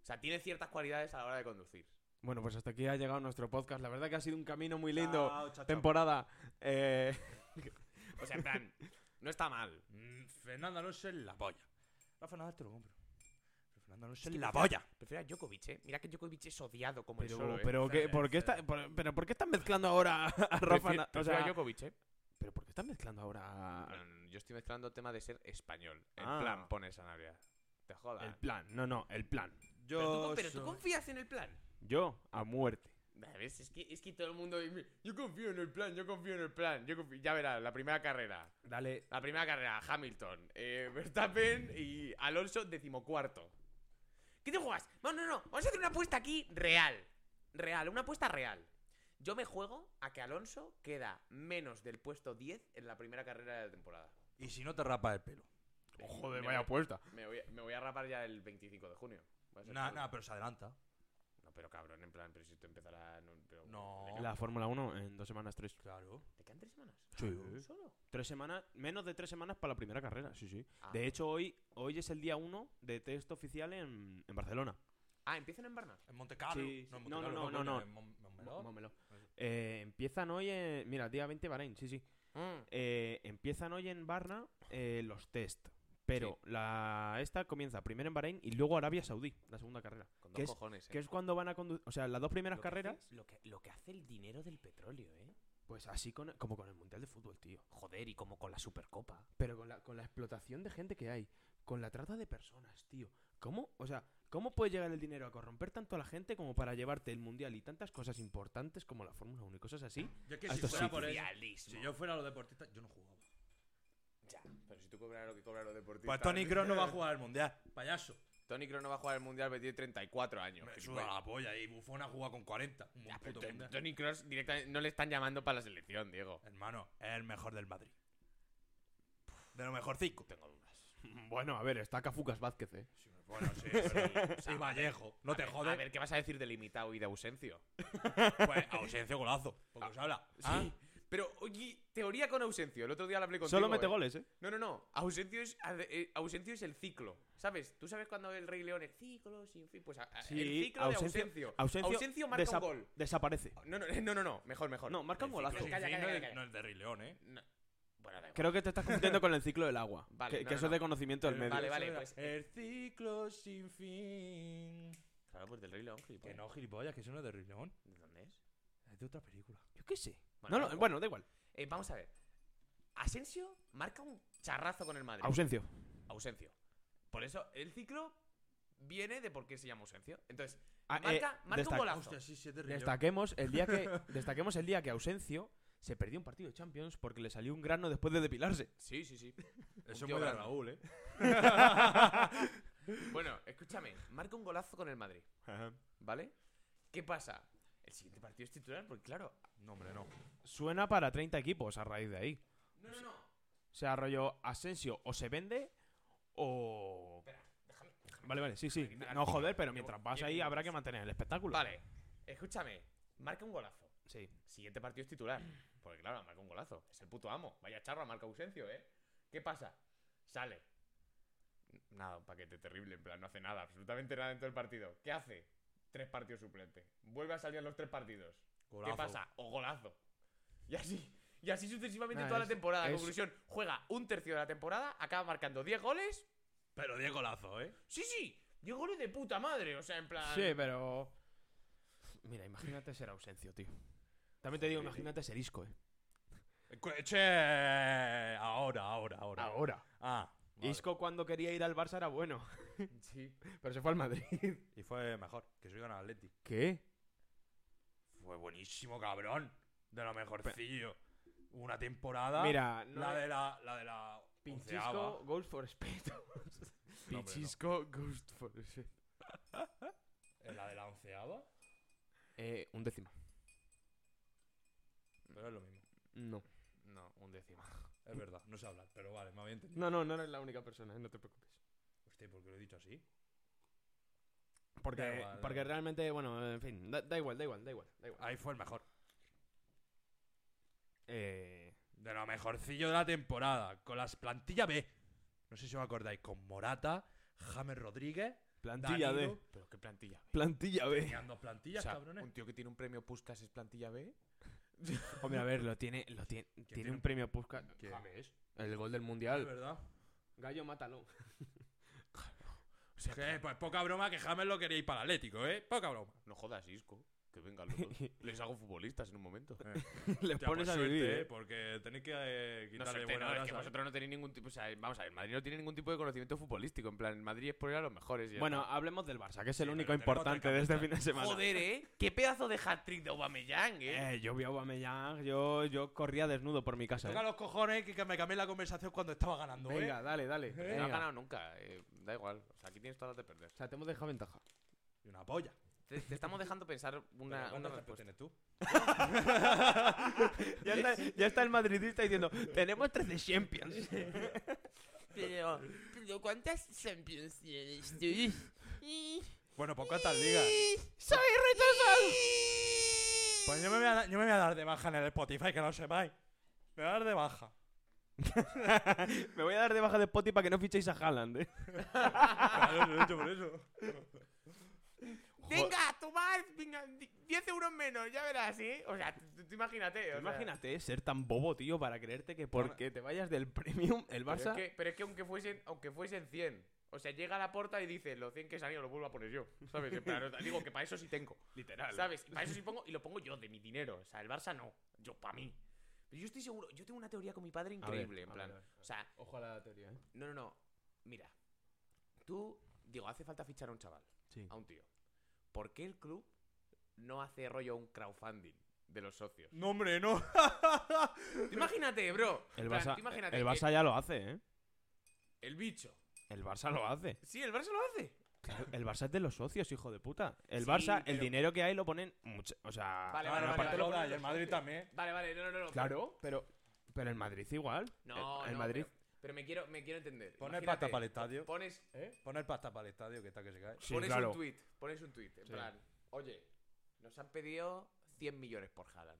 C: O sea, tiene ciertas cualidades a la hora de conducir.
B: Bueno, pues hasta aquí ha llegado nuestro podcast. La verdad que ha sido un camino muy lindo.
C: Ah,
A: Chao, chao, chao.
B: Temporada. Eh,
C: O sea, en plan, no está mal.
A: Mm, Fernando Alonso es la polla. Rafa Nadal te lo compro. Pero Fernando Alonso es
C: que
A: la
C: prefiero-
A: polla.
C: Prefiero a Djokovic, ¿eh? Mira que Djokovic es odiado como el
B: pero,
C: solo, ¿eh?
B: pero, ¿qué- ¿por qué está, por- pero ¿por qué están mezclando ahora a Rafa?
C: Prefi-
B: Na- o
C: prefiero
B: sea,
C: a Djokovic, ¿eh?
B: ¿Pero por qué están mezclando ahora
C: No, no, no, yo estoy mezclando el tema de ser español. En
B: Ah.
C: plan, pones a Navidad. Te jodas.
B: el plan? No, no, el plan.
A: Yo
C: Pero, tú, con- pero tú
A: soy-
C: confías en el plan.
B: Yo, a muerte.
C: A ver, es que, es que todo el mundo... dice, Yo confío en el plan, yo confío en el plan. Yo confío-". Ya verás, la primera carrera.
B: Dale.
C: La primera carrera, Hamilton, eh, Verstappen y Alonso decimocuarto. ¿Qué te juegas? No, no, no. Vamos a hacer una apuesta aquí real. Real, una apuesta real. Yo me juego a que Alonso queda menos del puesto 10 en la primera carrera de la temporada.
A: Y si no te rapas el pelo.
C: Me voy-
B: apuesta.
C: Me voy, a, me voy a rapar ya el 25 de junio. Voy a ser
A: Nah,
C: calvo.
A: nah, pero se adelanta.
C: No, pero cabrón, en plan, pero si te empezará... No. pero-
A: No.
C: ¿Te quedan-
B: La Fórmula 1 en dos semanas, tres.
A: Claro.
C: ¿Te quedan tres semanas?
A: Sí.
C: ¿Solo?
B: Tres semanas, menos de tres semanas para la primera carrera, sí, sí.
C: Ah.
B: De hecho, hoy, hoy es el día 1 de test oficial en, en Barcelona.
C: Ah, ¿empiezan en Barna?
A: En Monte Carlo.
B: Sí,
A: No, en Monte
B: sí. No,
A: Carlo,
B: no,
A: coño,
B: no, no.
A: en Mon- Montmeló.
B: Mo- Mómelo. Eh, empiezan hoy en... Mira, día 20 Bahrein, sí, sí.
A: Mm.
B: Eh, empiezan hoy en Barna eh, los test. Pero la esta comienza primero en Bahrein y luego Arabia Saudí, la segunda carrera.
C: Con
B: ¿Qué
C: dos
B: es-
C: cojones, ¿eh?
B: Que es cuando van a conducir... O sea, las dos primeras
C: Lo que hace-
B: carreras...
C: lo, que, lo que hace el dinero del petróleo, ¿eh?
B: Pues así con, como con el Mundial de Fútbol, tío.
C: Joder, y como con la Supercopa.
B: Pero con la, con la explotación de gente que hay, con la trata de personas, tío. ¿Cómo? O sea, ¿cómo puede llegar el dinero a corromper tanto a la gente como para llevarte el mundial y tantas cosas importantes como la Fórmula 1 y cosas así?
A: Yo es que si
B: Ah, esto
A: fuera
B: sí.
A: por eso.
C: Realismo.
A: Si yo fuera los deportistas, yo no jugaba.
C: eh. Ya, pero si tú cobras lo que cobran los deportistas...
A: Pues Tony Kroos no va a jugar al mundial. Payaso.
C: Tony Kroos no va a jugar el Mundial, pero tiene 34 años.
A: Me
C: gilipollas.
A: suda la polla. Y Buffon ha jugado con 40. Un
C: Ya, pues, pero
A: puto
C: Tony-
A: mundial.
C: Tony Kroos directamente no le están llamando para la selección, Diego.
A: Hermano, es el mejor del Madrid. De lo mejor cinco.
C: Tengo dudas.
B: Bueno, a ver, está Cafucas Vázquez, ¿eh?
A: Sí, Bueno, sí, pero- sí, Vallejo. No te
C: A
A: jodes.
C: ver, ¿qué vas a decir de limitado y de ausencio?
A: Pues ausencia golazo. Porque os habla. Ah,
C: Sí. Pero, oye, teoría con ausencio. El otro día la hablé contigo.
B: Solo mete
C: ¿eh?
B: goles, ¿eh?
C: No, no, no. Ausencio es, ad- eh, ausencio es el ciclo. ¿Sabes? Tú sabes cuando el Rey León es ciclo, sin fin. Pues a- a-
B: Sí,
C: el ciclo
B: ausencio-
C: de ausencio.
B: ausencio
C: marca
B: desa-
C: un gol.
B: Desaparece.
C: No, no, no, no, no. Mejor, mejor.
B: No, marca un
C: El
B: golazo.
C: ciclo-
A: sí,
C: Calla,
A: sí,
C: calla,
A: no,
C: calla,
A: es,
C: calla.
A: no es de Rey León, ¿eh?
C: No. Bueno, da igual.
B: Creo que te estás confundiendo con el ciclo del agua.
C: Vale,
B: que
C: no,
B: que
C: no,
B: eso es
C: no.
B: de conocimiento del medio.
C: Vale,
A: Eso
C: vale,
A: era
C: pues, eh.
A: El ciclo sin fin.
C: Claro, pues del Rey León,
A: Que
C: gilipollas.
A: no, gilipollas, que eso no es de Rey León.
C: ¿De dónde es?
A: Es de otra película.
B: Yo qué sé. Bueno,
C: Bueno, da
B: no, lo-
C: igual.
B: bueno da igual.
C: Eh, vamos a ver. Asensio marca un charrazo con el Madrid.
B: Ausencio.
C: ausencio. Por eso el ciclo viene de por qué se llama ausencio. Entonces,
B: Ah, eh,
C: marca, marca un
B: destaca-
C: golazo.
A: Hostia, sí, sí, es de Rey León.
B: Destaquemos el día que destaquemos el día que Ausencio se perdió un partido de Champions porque le salió un grano después de depilarse.
C: Sí, sí, sí.
A: Eso
C: Un
A: es
C: tío
A: muy de
C: grande.
A: Raúl, ¿eh?
C: Bueno, escúchame. Marca un golazo con el Madrid, ¿vale? ¿Qué pasa? El siguiente partido es titular porque, claro...
A: No, hombre, no.
B: Suena para 30 equipos a raíz de ahí.
C: No, no, no.
B: O sea, rollo Asensio o se vende o
C: Déjame-
B: Vale, vale, sí, sí.
C: Déjame-
B: No joder, pero mientras vas ahí habrá que mantener el espectáculo.
C: Vale, escúchame. Marca un golazo.
B: Sí.
C: Siguiente partido es titular. Porque, claro, ha marcado un golazo. Es el puto amo. Vaya charra, marca ausencio, ¿eh? ¿Qué pasa? Sale. Nada, un paquete terrible. En plan, no hace nada. Absolutamente nada dentro del partido. ¿Qué hace? Tres partidos suplente. Vuelve a salir en los tres partidos.
A: Golazo.
C: ¿Qué pasa? O golazo. Y así. Y así sucesivamente
B: Nah,
C: toda
B: es-
C: la temporada.
B: es-
C: Conclusión, juega un tercio de la temporada, acaba marcando 10 goles.
A: Pero Diego Lazo, ¿eh?
C: Sí, sí, 10 goles de puta madre. O sea, en plan...
B: Sí, pero Mira, imagínate ser Ausencio, tío. También te digo,
C: Joder.
B: imagínate ser Isco, eh.
A: Cu- Che, ahora, ahora, ahora.
B: Ahora.
A: Ah, vale.
B: Isco cuando quería ir al Barça era bueno,
C: Sí.
B: pero se fue al Madrid.
A: Y fue mejor, que soy ganado Atleti.
B: ¿Qué?
A: Fue buenísimo, cabrón. De lo mejorcillo. Una temporada.
B: Mira, no
A: la
B: hay-
A: de la. La de la. onceava.
B: Pinchisco goes for speed.
A: No, hombre,
B: Pinchisco goes for speed.
A: no. La de la onceava.
B: Eh, un décimo.
A: Pero es lo mismo.
B: No.
C: No, un décimo.
A: Es verdad, no sé hablar, pero vale, me había entendido.
B: No, no, no eres la única persona, eh, no te preocupes.
A: Hostia, ¿por qué lo he dicho así?
B: Porque,
A: Da igual, da
B: porque
A: igual.
B: realmente, bueno, en fin, da, da igual, da igual, da igual, da igual.
A: Ahí fue el mejor.
B: Eh,
A: De lo mejorcillo de la temporada. Con las plantillas B. No sé si os acordáis. Con Morata, James Rodríguez,
B: Plantilla
A: Danilo,
B: D.
C: Pero qué plantilla B.
B: Plantilla B.
A: tenían dos plantillas,
C: O sea,
A: cabrones.
C: un tío que tiene un premio Puskas es plantilla B.
B: Hombre, a ver, lo tiene, lo tiene, tiene
A: tiene
B: un
A: un-
B: premio Puskas.
A: ¿Quién?
B: James. El gol del
A: Es
B: mundial.
A: verdad.
B: Gallo, mátalo.
C: O sea,
A: Que, pues poca broma que James lo queréis para el Atlético, ¿eh? Poca broma.
C: no jodas, Isco. Que vengan los dos. Les hago futbolistas en un momento.
B: Le
A: Hostia,
B: pones
A: pues
B: a
A: suerte,
B: vivir.
A: ¿eh? Porque tenéis que eh,
C: No,
A: quitarle
C: suerte,
A: buena
C: no, es
A: grasa.
C: que vosotros no tenéis ningún tipo. O sea, vamos a ver, Madrid no tiene ningún tipo de conocimiento futbolístico. En plan, el Madrid es por ir a los mejores. y ya
B: Bueno,
C: está.
B: hablemos del Barça, que es el
A: Sí,
B: único
A: pero tenemos
B: importante
A: otra
B: de este
A: cabeza.
B: fin de semana.
C: joder, ¿eh? Qué pedazo de hat-trick de Aubameyang, ¿eh?
B: Eh, yo vi a Aubameyang, yo, yo corría desnudo por mi casa.
A: Toca
B: ¿eh?
A: los cojones que, que me cambié la conversación cuando estaba ganando, ¿eh?
B: Venga, dale, dale.
A: Eh.
C: No ha
B: Venga.
C: ganado nunca. eh, da igual. O sea, aquí tienes todas las de perder.
B: O sea, te hemos dejado ventaja.
A: Y una polla.
C: Te, te estamos dejando pensar
A: Pero
C: una,
A: ¿cuántas
C: una
A: te
C: respuesta.
A: tienes tú?
B: Ya está, ya está el madridista diciendo, tenemos 13 Champions.
D: Pero, pero ¿cuántas champions tienes tú?
A: Bueno, pues ¿cuántas ligas?
D: ¡Soy retrasado!
A: Pues yo me, voy a, da- yo me voy a dar de baja en el Spotify, que no sepáis. Me voy a dar de baja.
B: Me voy a dar de baja de Spotify para que no fichéis a Haaland, ¿eh?
A: Claro, lo he hecho por eso.
C: Venga, tomar 10 euros menos, ya verás, ¿eh? O sea, tú, tú imagínate. o sea.
B: Imagínate ¿eh? ser tan bobo, tío, para creerte que porque te vayas del Premium, el
C: Pero es,
B: Barça...
C: que, pero es que aunque fuesen, aunque fuesen 100, o sea, llega a la puerta y dice, los 100 que se han ido los vuelvo a poner yo. ¿Sabes? En plan, digo que para eso sí tengo.
B: Literal.
C: ¿Sabes? Y para eso sí pongo, y lo pongo yo, de mi dinero. O sea, el Barça no. Yo, para mí. Pero yo estoy seguro, yo tengo una teoría con mi padre
B: A ver,
C: increíble, en
B: a
C: plan.
B: ver, a ver.
C: O sea,
B: Ojo a la teoría, ¿eh?
C: no, no, no. Mira, tú, digo, hace falta fichar a un chaval,
B: Sí.
C: a un tío. ¿Por qué el club no hace rollo un crowdfunding de los socios?
A: No, hombre, no.
C: Tú Imagínate, bro.
B: El
C: En plan,
B: Barça,
C: tú imagínate
B: el
C: que
B: Barça ya lo hace, ¿eh?
C: el bicho.
B: El Barça lo hace.
C: Sí, el Barça lo hace.
B: El Barça es de los socios, hijo de puta. El
C: Sí,
B: Barça, el
C: pero-
B: dinero que hay lo ponen... mucho- o sea...
C: Vale,
A: Claro,
C: vale,
A: para
C: vale.
A: toda,
C: vale.
A: y el Madrid también.
C: Vale, vale, no, no, no. no,
B: Claro, pero... Pero el Madrid igual.
C: pero- No,
B: el, el
C: no,
B: Madrid...
C: Pero, pero me, quiero, me quiero entender.
A: Poner
C: Imagínate,
A: pata para el estadio.
C: Pones,
A: Poner pasta para el estadio, que está que se cae.
B: Sí,
C: pones
B: claro.
C: un tweet. Pones un tweet. En
B: Sí.
C: plan, oye, nos han pedido 100 millones por Haaland.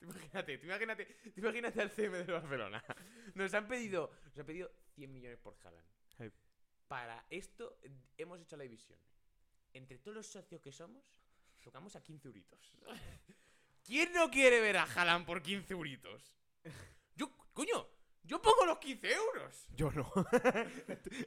C: Tú Imagínate, tú imagínate, tú imagínate al CM de Barcelona. Nos han pedido, nos han pedido 100 millones por Haaland.
B: Sí.
C: Para esto eh, hemos hecho la división. Entre todos los socios que somos, tocamos a 15 euritos. ¿Quién no quiere ver a Haaland por 15 euritos? Yo, coño, yo pongo los 15 euros.
B: Yo no.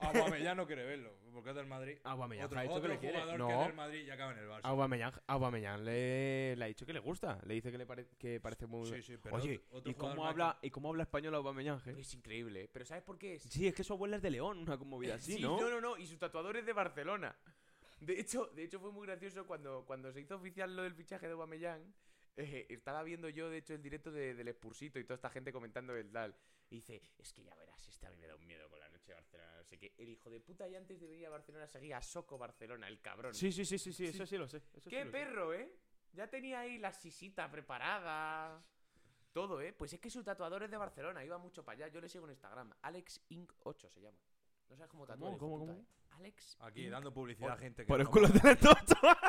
A: Aguamellán Ah, no quiere verlo, porque es del Madrid.
B: Aubameyang
A: otro
B: ha dicho que
A: otro
B: le quiere.
A: jugador que es
B: No, Ah,
A: del Madrid y acaba en el Barça.
B: Aubameyang, Aubameyang le, le ha dicho que le gusta. Le dice que le pare- que parece muy...
A: Sí, sí, pero
B: Oye,
A: otro- otro
B: ¿y, cómo
A: jugador
B: habla,
A: más Pues
B: ¿y cómo habla español Aubameyang, eh?
C: Pero es increíble, ¿eh? Pero ¿sabes por qué es?
B: Sí, es que su abuela es de León, una conmovida así,
C: Sí,
B: ¿no?
C: no, no, no, Y su tatuador es de Barcelona. De hecho, de hecho fue muy gracioso cuando, cuando se hizo oficial lo del fichaje de Aubameyang. eh, estaba viendo yo, de hecho, el directo de- del Expursito y toda esta gente comentando el tal. Y dice, es que ya verás, este a mí me da un miedo con la noche de Barcelona. No sé qué. El hijo de puta y antes de venir a Barcelona seguía a Soco Barcelona, el cabrón.
B: Sí, sí, sí, sí, sí, eso sí lo sé. eso
C: ¡Qué
B: sí lo sé.
C: perro, eh! Ya tenía ahí la sisita preparada. Todo, ¿eh? Pues es que su tatuador es de Barcelona, iba mucho para allá. Yo le sigo en Instagram. Alex Inc 8 se llama. No sabes cómo
B: ¿Cómo,
C: tatuar. hijo
B: cómo,
C: puta,
B: cómo?
C: ¿eh? Alex.
A: Aquí,
C: Inc.
A: dando publicidad a gente que...
B: Por el
A: no-
B: culo de la tocha.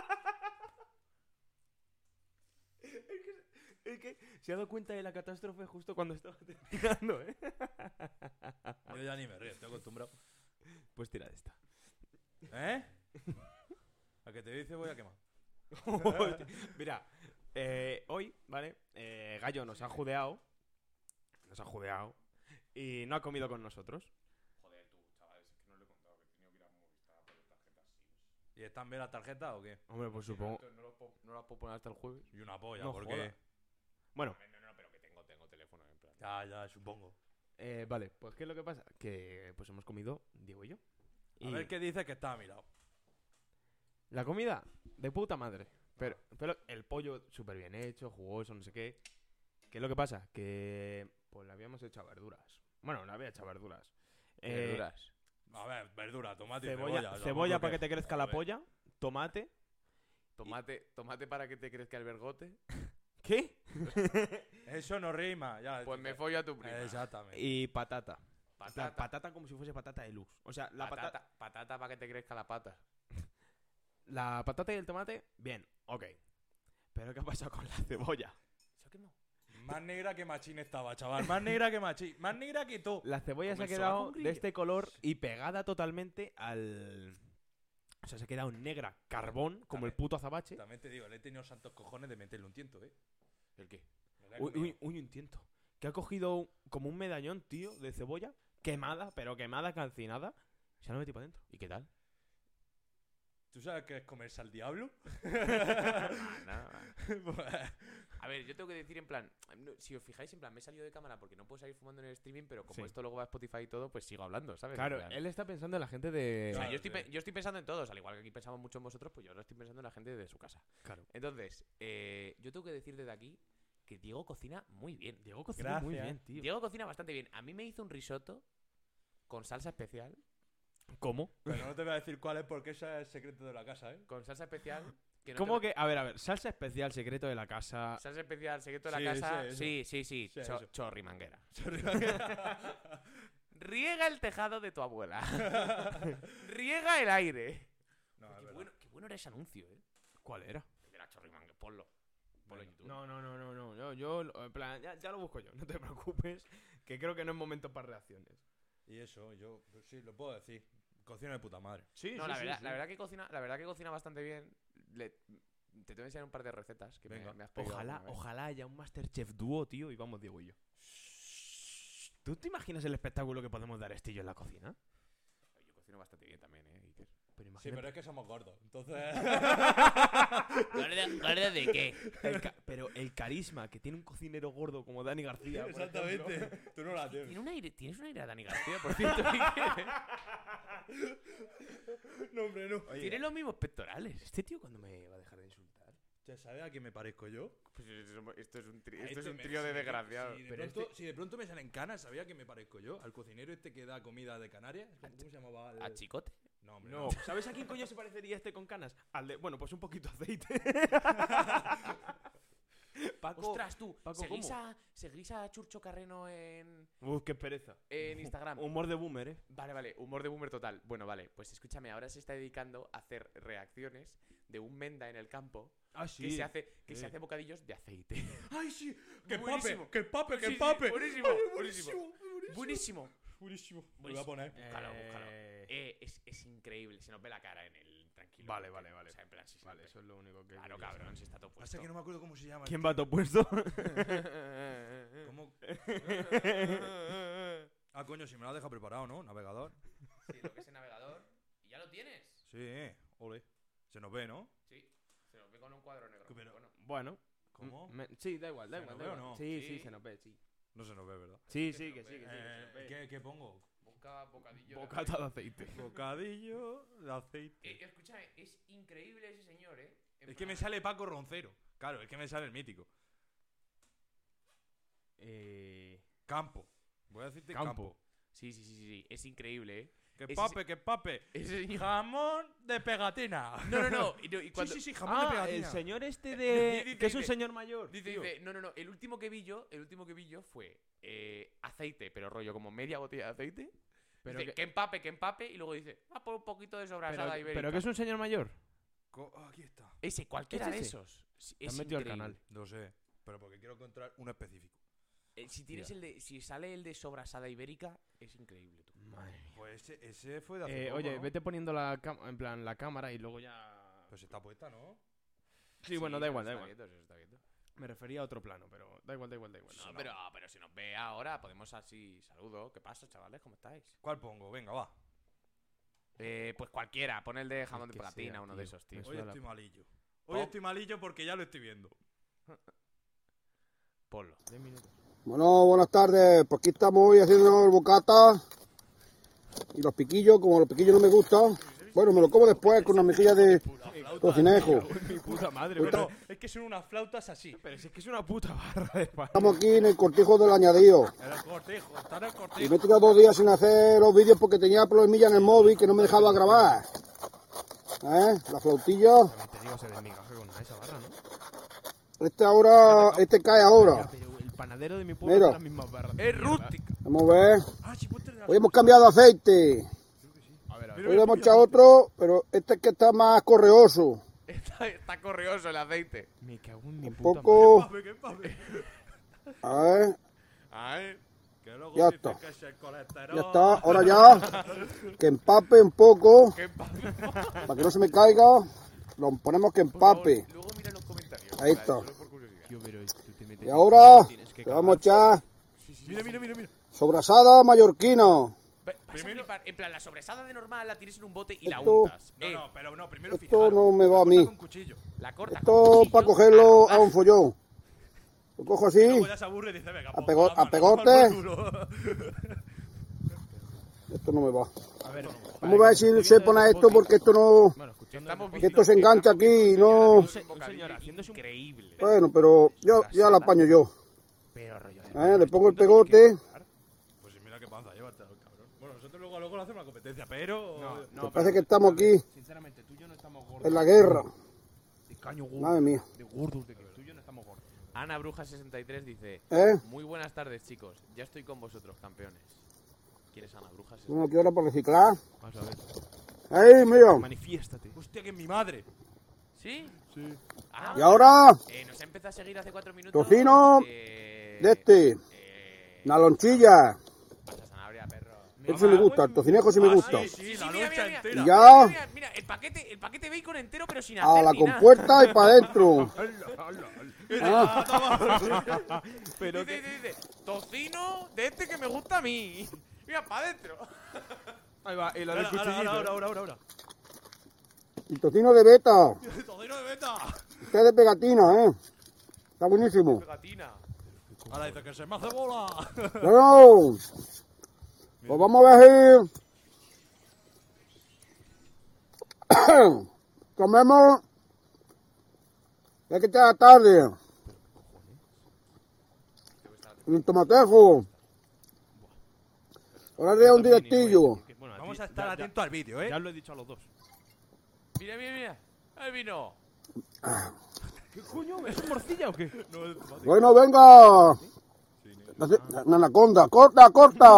B: Es que se ha dado cuenta de la catástrofe justo cuando estaba terminando, ¿eh?
A: Yo ya ni me río, estoy acostumbrado.
B: Pues tira de esta.
A: ¿Eh? A que te dice voy a quemar.
B: Mira, eh, hoy, ¿vale? Eh, Gallo nos ha judeado. Nos ha judeado. Y no ha comido con nosotros.
C: Joder, tú, chavales, es que no le he contado que he tenido que ir a Movistar por las tarjetas.
A: ¿Y están bien las tarjetas o qué?
B: Hombre, pues supongo.
C: No, las puedo, no las puedo poner hasta el jueves.
A: Y una polla,
B: No
A: porque...
B: jodas. Bueno,
C: No, no, no, pero que tengo, tengo teléfono en plan.
A: Ya, ya, supongo.
B: eh, vale, pues ¿qué es lo que pasa? Que pues hemos comido, Diego y yo.
A: A
B: Y-
A: ver qué dice que está a mi lado.
B: La comida, de puta madre. Pero, pero el pollo súper bien hecho, jugoso, no sé qué. ¿Qué es lo que pasa? Que pues le habíamos hecho a verduras. Bueno, no había hecho a verduras. Eh,
C: Verduras.
A: A ver, verdura, tomate y
B: Cebolla,
A: cebolla.
B: cebolla,
A: o sea, tampoco
B: para que te crezca
A: a
B: la
A: ver.
B: polla. Tomate.
C: Tomate, tomate para que te crezca el vergote.
B: ¿Qué?
A: Eso no rima, ya. Eh,
C: Pues me follo a tu prima.
A: Exactamente.
B: Y patata.
C: Patata.
B: La patata como si fuese patata de luz. O sea, la patata.
C: patata, patata para que te crezca la pata.
B: La patata y el tomate, bien, ok. Pero ¿qué ha pasado con la cebolla?
C: ¿Se ha quemado?
A: Más negra que machín estaba, chaval. Más negra que machín. Más negra que todo.
B: La cebolla se ha este
C: Comenzó la
B: quedado
C: congrillo.
B: de este color y pegada totalmente al, O sea, se ha quedado negra, carbón, como el
A: También.
B: puto azabache.
A: También te digo, le he tenido santos cojones de meterle un tiento, ¿eh?
C: ¿El qué?
A: Me la he
B: Uy, uy,
A: comido.
B: uy, un tiento. Que ha cogido como un medallón, tío, de cebolla, quemada, pero quemada, calcinada, y se lo ha metido para adentro.
C: ¿Y qué tal?
A: ¿Tú sabes qué es comerse al diablo?
C: Nada. A ver, yo tengo que decir en plan, no, si os fijáis, en plan, me he salido de cámara porque no puedo salir fumando en el streaming, pero como
B: Sí.
C: esto luego va a Spotify y todo, pues sigo hablando, ¿sabes? En
B: Claro,
C: plan,
B: él está pensando en la gente de.
C: o sea, yo,
A: Claro,
C: estoy,
A: sí.
C: pe- yo estoy pensando en todos, al igual que aquí pensamos mucho en vosotros, pues yo ahora estoy pensando en la gente de su casa.
B: Claro.
C: Entonces, eh, yo tengo que decir desde aquí que Diego cocina muy bien.
B: Diego cocina muy
A: Gracias.
B: bien, tío.
C: Diego cocina bastante bien. A mí me hizo un risotto con salsa especial.
B: ¿Cómo?
A: Pero no te voy a decir cuál es porque ese es el secreto de la casa, ¿eh?
C: Con salsa especial. Que no
B: ¿Cómo
C: te-
B: que? A ver, a ver, salsa especial, secreto de la casa.
C: Salsa especial, secreto de
A: Sí,
C: la casa.
A: sí, eso.
C: Sí, sí, sí.
A: Sí,
C: cho-
A: eso.
C: chorrimanguera.
A: Sorry.
C: Riega el tejado de tu abuela. Riega el aire.
A: no,
C: Qué
A: es
C: bueno, qué bueno era ese anuncio, ¿eh?
B: ¿Cuál era?
C: El de la chorrimanguera. Ponlo. Ponlo en YouTube.
B: No, no, no, no, no. Yo, yo en plan, ya, ya lo busco yo, no te preocupes, que creo que no es momento para reacciones.
A: Y eso, yo pues sí, lo puedo decir. Cocina de puta madre.
B: Sí,
C: No, la, verdad, la verdad que cocina, la verdad que cocina bastante bien. Le- te tengo que enseñar un par de recetas que me-
A: Venga.
C: me, has pedido
B: Ojalá,
C: alguna vez.
B: ojalá haya un Masterchef dúo, tío, y vamos Diego y yo. ¿Tú te imaginas el espectáculo que podemos dar este y yo en la cocina?
C: Yo cocino bastante bien también, eh, Iker.
B: Pero
A: Sí,
B: imagínate.
A: pero es que somos gordos. Entonces.
D: ¿Gorda, gorda de qué?
B: el ca- pero el carisma que tiene un cocinero gordo como Dani García. por ejemplo.
A: Exactamente. Tú no la
C: Tiene
A: tienes.
C: un aire- tienes un aire a Dani García, por cierto. Iker.
A: No, hombre, no.
C: Tiene los mismos pectorales.
B: Este tío, cuando me va a dejar de insultar?
A: ¿Ya sabes a quién me parezco yo?
C: Pues esto, es- esto es un, tri-
A: A
C: esto es
A: este
C: un
A: me-
C: trío de
A: si-
C: desgraciados.
A: Si de,
B: Pero
A: pronto,
C: este
A: si de pronto me salen canas, ¿sabía a quién me parezco yo? Al cocinero este que da comida de Canarias. ¿Cómo, cómo se llamaba? el-
C: ¿A chicote?
A: No, hombre.
B: No. ¿Sabes a quién coño se parecería este con canas? Al de. Bueno, pues un poquito aceite. Paco.
C: Ostras, tú,
B: Paco,
C: seguís,
B: ¿cómo?
C: a, seguís a Churcho Carreno en,
B: Uf, qué pereza.
C: en Instagram.
B: Humor de boomer, eh.
C: Vale, vale, humor de boomer total. Bueno, vale, pues escúchame, ahora se está dedicando a hacer reacciones de un menda en el campo
B: Ah,
C: que se hace, que
B: sí.
C: se hace bocadillos de aceite.
A: ¡Ay, sí! ¡Que
C: Buenísimo.
A: pape! ¡Que pape! ¡Que
C: Sí, sí,
A: pape!
C: buenísimo,
A: Ay,
C: buenísimo.
A: buenísimo.
C: Buenísimo.
A: Buenísimo. Lo voy a
B: pues
A: poner.
C: Búscalo, búscalo.
B: Eh,
C: Eh, es, es increíble, se nos ve la cara en el tranquilo.
B: Vale,
C: porque,
B: vale, vale.
C: O sea, en plan, sí, se
B: Vale,
C: nos ve.
B: eso es lo único que.
C: Claro,
B: quería
C: cabrón, si está todo puesto.
A: Hasta que no me acuerdo cómo se llama.
B: saber. ¿Quién va a tu puesto?
A: ¿Cómo? Ah, coño, si me lo has dejado preparado, ¿no? Navegador.
C: Sí, lo que es el navegador. Y ya lo tienes.
A: Sí, ole. Se nos ve, ¿no?
C: Sí, se nos ve con un cuadro negro.
A: Pero-
C: Bueno,
B: bueno. mm,
A: ¿Cómo?
B: me- sí, da igual, da
A: ¿Se nos
B: igual. da
A: ve o
B: igual.
A: no?
B: Sí, sí,
C: Sí.
B: se nos ve, sí.
A: No se nos ve, ¿verdad?
B: Sí,
C: se
B: sí,
C: nos
B: que sí,
C: ve.
B: que sí.
A: Eh,
B: que se nos ve.
A: ¿qué, qué pongo?
C: boca, bocadillo. de
B: Bocata de aceite.
A: Bocadillo de aceite.
C: Eh, escúchame, es increíble ese señor, ¿eh? En
A: Es que me
C: plan-
A: sale Paco Roncero. Claro, es que me sale el mítico.
B: Eh.
A: Campo. Voy a decirte campo.
B: Campo.
C: Sí, sí, sí, sí, sí, es increíble, ¿eh?
A: Que
C: Ese
A: pape, que pape.
C: Ese señor...
A: Jamón de pegatina.
C: No, no, no. Y, no, y cuando...
A: Sí, sí, sí, jamón de
B: Ah, el
A: pegatina.
B: señor este
C: Dice,
B: de. que es un
C: dice.
B: señor mayor.
C: Dice,
B: tío.
C: dice, no, no, no. El último que vi yo, el último que vi yo fue eh, aceite, pero rollo como media botella de aceite.
B: Pero
C: dice, que...
B: que-
C: empape, que empape. Y luego dice, ah, por un poquito de sobrasada
B: Pero,
C: ibérica.
B: pero que es un señor mayor.
A: Co- ah, aquí está.
C: Ese, cualquiera
B: ¿Es
C: de
B: ese?
C: esos. Sí,
B: Te
C: Es
B: has metido al
C: increíble.
B: canal.
A: No sé. Pero porque quiero encontrar uno específico.
C: Eh, si tienes el de, si sale el de sobrasada ibérica, es increíble tú.
B: Madre mía.
A: Pues ese, ese fue de hace
B: Eh,
A: poco,
B: oye,
A: ¿no?
B: vete poniendo la cam- en plan la cámara y luego ya.
A: Pues está puesta, ¿no?
B: sí, bueno, da
C: se
B: igual, da
C: está
B: igual.
C: viendo, se está viendo.
B: Me refería a otro plano, pero da igual, da igual, da igual.
C: No, pero, pero si nos ve ahora, podemos así. Saludo, ¿qué pasa, chavales? ¿Cómo estáis?
A: ¿Cuál pongo? Venga, va.
C: Eh, pues cualquiera, pon el de jamón de
B: que sea,
C: pegatina, uno de
B: tío.
C: esos, tío.
B: Eso
A: Hoy
B: da la-
A: estoy malillo. Hoy
C: Pop.
A: estoy malillo porque ya lo estoy viendo.
C: Ponlo.
B: Diez minutos.
E: Bueno, buenas tardes. Pues aquí estamos hoy haciendo el bocata y los piquillos, como los piquillos no me gustan. Bueno, me lo como después con una mejilla de cocinejo.
B: Mi puta madre,
A: Pero
B: pero,
A: es que son unas flautas así.
B: pero si Pues es que es una puta barra de pan.
E: Estamos aquí en el cortijo del añadido.
A: En el cortejo, están en el
E: Y
A: cortejo.
E: me he tirado dos días sin hacer los vídeos porque tenía problemillas en el móvil que no me dejaba grabar. ¿Eh? La flautilla.
B: También te digo, se desmigaja con esa barra, ¿no?
E: Este ahora, este cae ahora.
B: Pero el panadero de mi pueblo
E: Mira.
B: tiene las mismas barras. de
C: ¡Es
B: mierda.
C: rústico!
E: Vamos a ver.
A: Ah, sí, ponte de la-
E: Hoy hemos cambiado aceite.
B: A ver, a ver.
E: Hoy le hemos echado otro, pero este es que está más correoso.
C: Está, está correoso el aceite.
B: Me cago en mi
E: Un
B: puta
E: poco.
A: Pape, que pape.
E: A ver.
C: Ay,
A: Que luego
E: Ya
A: dice
E: está.
A: que es el colesterol.
E: Ya está, ahora ya, que empape un poco, para que no se me caiga, lo ponemos que empape.
C: Luego mira los comentarios.
E: Ahí está.
C: Solo por curiosidad.
E: Y ahora, le vamos a echar
A: Mira, mira, mira, mira.
E: sobrasada mallorquina.
C: Ve- vas a
A: Primero-
C: flipar. En plan, la sobresada de normal la tienes en un bote y la
E: Esto-
C: untas.
A: No,
C: Eh,
A: no, pero no, primero
E: esto
A: fijaros,
E: no me va
A: la
E: a mí.
A: corta con cuchillo.
C: La corta. con
E: Esto
C: cuchillo,
E: para cogerlo a
C: arrugas.
E: un follón. Lo cojo así,
A: Luego ya se aburre y dice, venga, pues,
E: pego-
A: vámonos,
E: a pegote.
A: por culo.
E: esto no me va.
F: A ver,
E: Vamos a ver si se pone esto porque esto no...
F: Bueno, escuchando.
C: Estamos
E: Que esto se engancha aquí y no...
C: Increíble.
E: Bueno, pero yo ya la apaño yo.
C: Pero rollo.
E: ¿eh? Le pongo el pegote.
A: Pues sí, mira qué panza lleva este cabrón. Bueno, nosotros luego, luego le hacemos la competencia, pero...
F: No,
E: Parece que estamos aquí
F: sinceramente, tú y yo no estamos gordos.
E: en la guerra.
F: De caño gordo.
E: Madre mía.
F: De gordos, de que tú y yo no estamos gordos.
C: Ana Bruja 63 dice:
E: ¿Eh?
C: Muy buenas tardes, chicos. Ya estoy con vosotros, campeones. ¿Quieres Ana Bruja 63?
E: Uno que ahora para reciclar.
B: Vamos a ver.
E: Ahí, mira.
B: Manifiéstate.
A: Hostia, que es mi madre.
C: ¿Sí?
A: Sí.
C: Ah,
E: Y ahora,
C: eh, nos ha empezado a seguir hace cuatro minutos.
E: Tocino
C: Eh,
E: de este.
C: eh,
E: Nalonchilla.
C: pasa zanahoria, perro.
E: Eso me gusta. El tocinejo sí me
A: Ah,
E: gusta.
A: Sí, sí, la
C: mira,
A: lucha
C: mira, mira.
A: entera.
C: Mira,
E: Ya.
C: mira, mira, el paquete, el paquete bacon entero, pero sin hacer
E: A la
C: ni nada.
E: compuerta y para adentro. Ah.
C: Dice, dice, dice, tocino de este que me gusta a mí. Mira, para adentro.
B: Ahí va, y lo
A: Ahora, ahora,
B: del cuchillito.
A: ahora, ahora, ahora, ahora.
E: El tocino de beta.
A: Tocino de beta.
E: Este es de pegatina, ¿eh? Está buenísimo.
C: Pegatina.
A: Ahora dice que se me hace bola.
E: Bueno, pues vamos a ver si comemos. Es que está tarde. Un tomatejo. Ahora de un directillo.
B: Bueno, a
A: Vamos
B: ti-
A: a estar
B: ya-
A: atentos al vídeo,
B: Ya,
A: ¿eh?
B: ya os lo he dicho a los dos.
C: Mira, mira, mira. Ahí vino.
B: ¿Qué coño? ¿Es un morcilla o qué?
A: No, es tomate.
E: Bueno, venga. Una anaconda, corta, corta.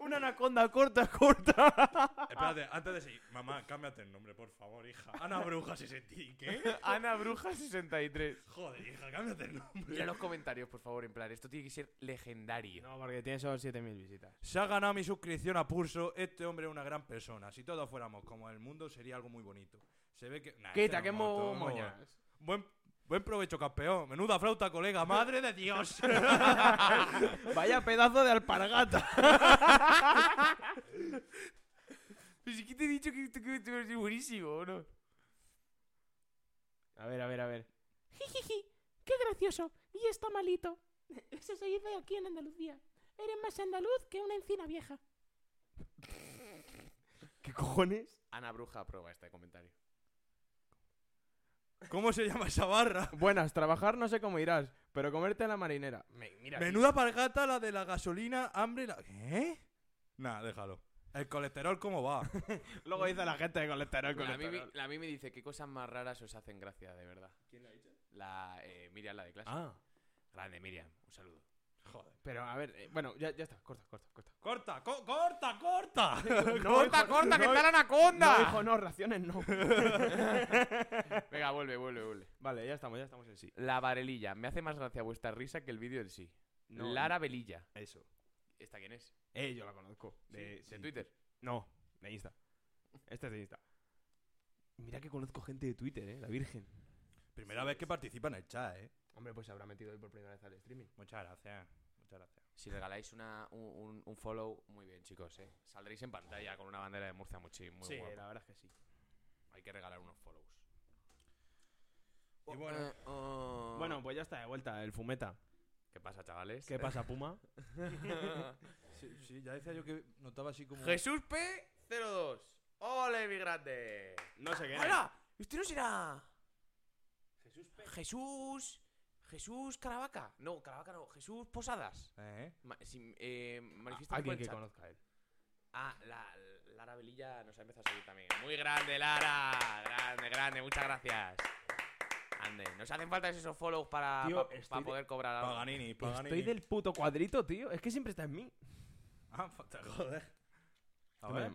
B: Una anaconda corta, corta.
A: Espérate, antes de seguir. Mamá, cámbiate el nombre, por favor, hija. Ana Bruja 60. ¿Qué?
C: Ana Bruja 63.
A: Joder, hija, cámbiate el nombre.
C: Mira los comentarios, por favor, en plan, esto tiene que ser legendario.
B: No, porque tiene solo 7.000 visitas.
A: Se ha ganado mi suscripción a Pulso. Este hombre es una gran persona. Si todos fuéramos como el mundo, sería algo muy bonito. Se ve que. Nah,
C: Quita,
A: este
C: que
A: no es moto,
C: mo-
A: no es
C: moñas.
A: moto. Buen, buen provecho, campeón. Menuda flauta, colega. Madre de Dios.
B: Vaya pedazo de alpargata.
C: Pero si que te he dicho que esto que esto es buenísimo, ¿o no?
B: A ver, a ver, a ver.
G: Jijiji, qué gracioso. Y está malito. Eso se dice aquí en Andalucía. Eres más andaluz que una encina vieja.
B: ¿Qué cojones?
C: Ana Bruja aprueba este comentario.
A: ¿Cómo se llama esa barra?
B: Buenas, trabajar no sé cómo irás, pero comerte a la marinera.
C: Me- mira,
A: Menuda pargata la de la gasolina, hambre y la. ¿Eh? Nah, déjalo. El colesterol, ¿cómo va?
B: Luego dice la gente de colesterol,
C: la
B: colesterol.
C: Mimi, la Mimi dice, ¿qué cosas más raras os hacen gracia, de verdad? ¿Quién la ha dicho? La eh, Miriam, la de clase.
A: ah,
C: Grande, Miriam. Un saludo.
A: joder.
B: Pero a ver, eh, bueno, ya, ya está, corta, corta,
A: ¡Corta,
B: corta.
A: co- corta, corta!
B: hijo, no,
C: la anaconda!
B: No, hijo, no, raciones no.
C: Venga, vuelve, vuelve, vuelve.
B: vale, ya estamos, ya estamos en sí.
C: La varelilla. Me hace más gracia vuestra risa que el vídeo en sí.
B: No,
C: Lara Velilla.
B: Eso.
C: ¿Esta quién es?
B: Eh, yo la conozco. De,
C: Sí,
B: sí.
C: ¿De Twitter?
B: No, de Insta. Esta es de Insta. Mira que conozco gente de Twitter, eh, la virgen.
A: Primera vez que participa en el chat, ¿eh?
B: Hombre, pues se habrá metido hoy por primera vez al streaming.
A: Muchas gracias. Muchas gracias.
C: Si regaláis una, un, un- un follow, muy bien, chicos, ¿eh? Saldréis en pantalla con una bandera de Murcia muy, chi- muy
B: sí,
C: guapa.
B: la verdad es que sí.
C: Hay que regalar unos follows.
A: Y bueno.
C: Eh, oh.
B: Bueno, pues ya está de vuelta, el fumeta.
C: ¿Qué pasa, chavales?
B: ¿Qué pasa, Puma?
A: Sí, sí, ya decía yo que notaba así como.
C: Jesús P02. ¡Ole, mi grande!
B: No sé qué.
C: ¡Hola! ¿Usted no será? Jesús Jesús. Jesús Caravaca. No, Caravaca no. Jesús Posadas.
A: ¿Eh?
C: Ma- si- eh, manifiesta
B: Alguien
C: por el
B: que
C: chat.
B: conozca a él.
C: Ah, la, Lara Velilla nos ha empezado a seguir también. Muy grande, Lara. Grande, grande. Muchas gracias. Ande, nos hacen falta esos follows para,
B: Tío,
C: pa-
B: estoy
C: pa
B: de-
C: poder cobrar
A: Ah,
C: algo.
A: Paganini, Paganini.
B: Estoy del puto cuadrito, tío. Es que siempre está en mí.
A: Ah, te joder. A
B: Hombre,
A: ver.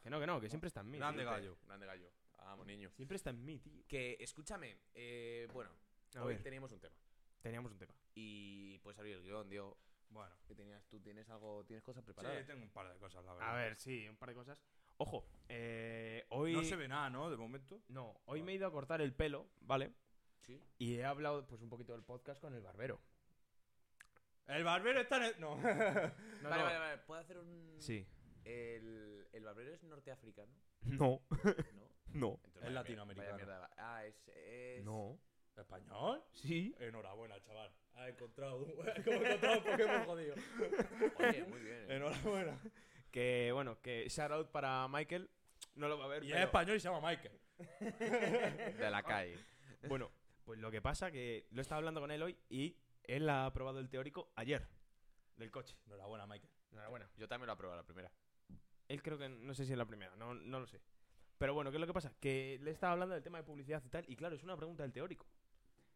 B: Que no, que no, que siempre está en mí.
A: Grande
B: tío.
A: gallo.
C: Grande gallo. Vamos, niño.
B: Siempre está en mí, tío.
C: Que, escúchame, eh, bueno,
B: A
C: hoy
B: ver.
C: teníamos un tema.
B: Teníamos un tema.
C: Y puedes abrir el guión, Diego.
A: Bueno,
C: Que tenías, tú tienes algo, tienes cosas
A: sí,
C: preparadas.
A: tengo un par de cosas, la verdad.
B: A ver, sí, un par de cosas. Ojo, eh, hoy.
A: No se ve nada, ¿no? De momento.
B: No, hoy me he ido a cortar el pelo, ¿vale?
C: Sí.
B: Y he hablado, pues, un poquito del podcast con el barbero.
A: El barbero está en el... No.
B: No,
C: vale,
B: no.
C: vale, vale. ¿Puedo hacer un.
B: Sí.
C: El, el barbero es norteafricano,
B: No,
C: ¿no?
B: no,
C: Entonces,
A: Es
C: vaya mier-
A: latinoamericano.
C: vaya mierda va. Ah, es. es-
B: no.
A: ¿Español?
B: Sí.
A: Enhorabuena, chaval. Ha encontrado un... Como he encontrado un Pokémon jodido.
C: Oye, muy bien. ¿eh?
A: Enhorabuena.
B: Que, bueno, que shout out para Michael. No lo va a ver,
A: Y es
B: pero-
A: español y se llama Michael.
C: De la calle.
B: Bueno, pues lo que pasa que lo he estado hablando con él hoy y él ha aprobado el teórico ayer del coche.
A: Enhorabuena, Michael.
B: Enhorabuena.
C: Yo también lo he probado la primera.
B: Él creo que, no sé si es la primera, no, no lo sé. Pero bueno, ¿qué es lo que pasa? Que le estaba hablando del tema de publicidad y tal, y claro, es una pregunta del teórico.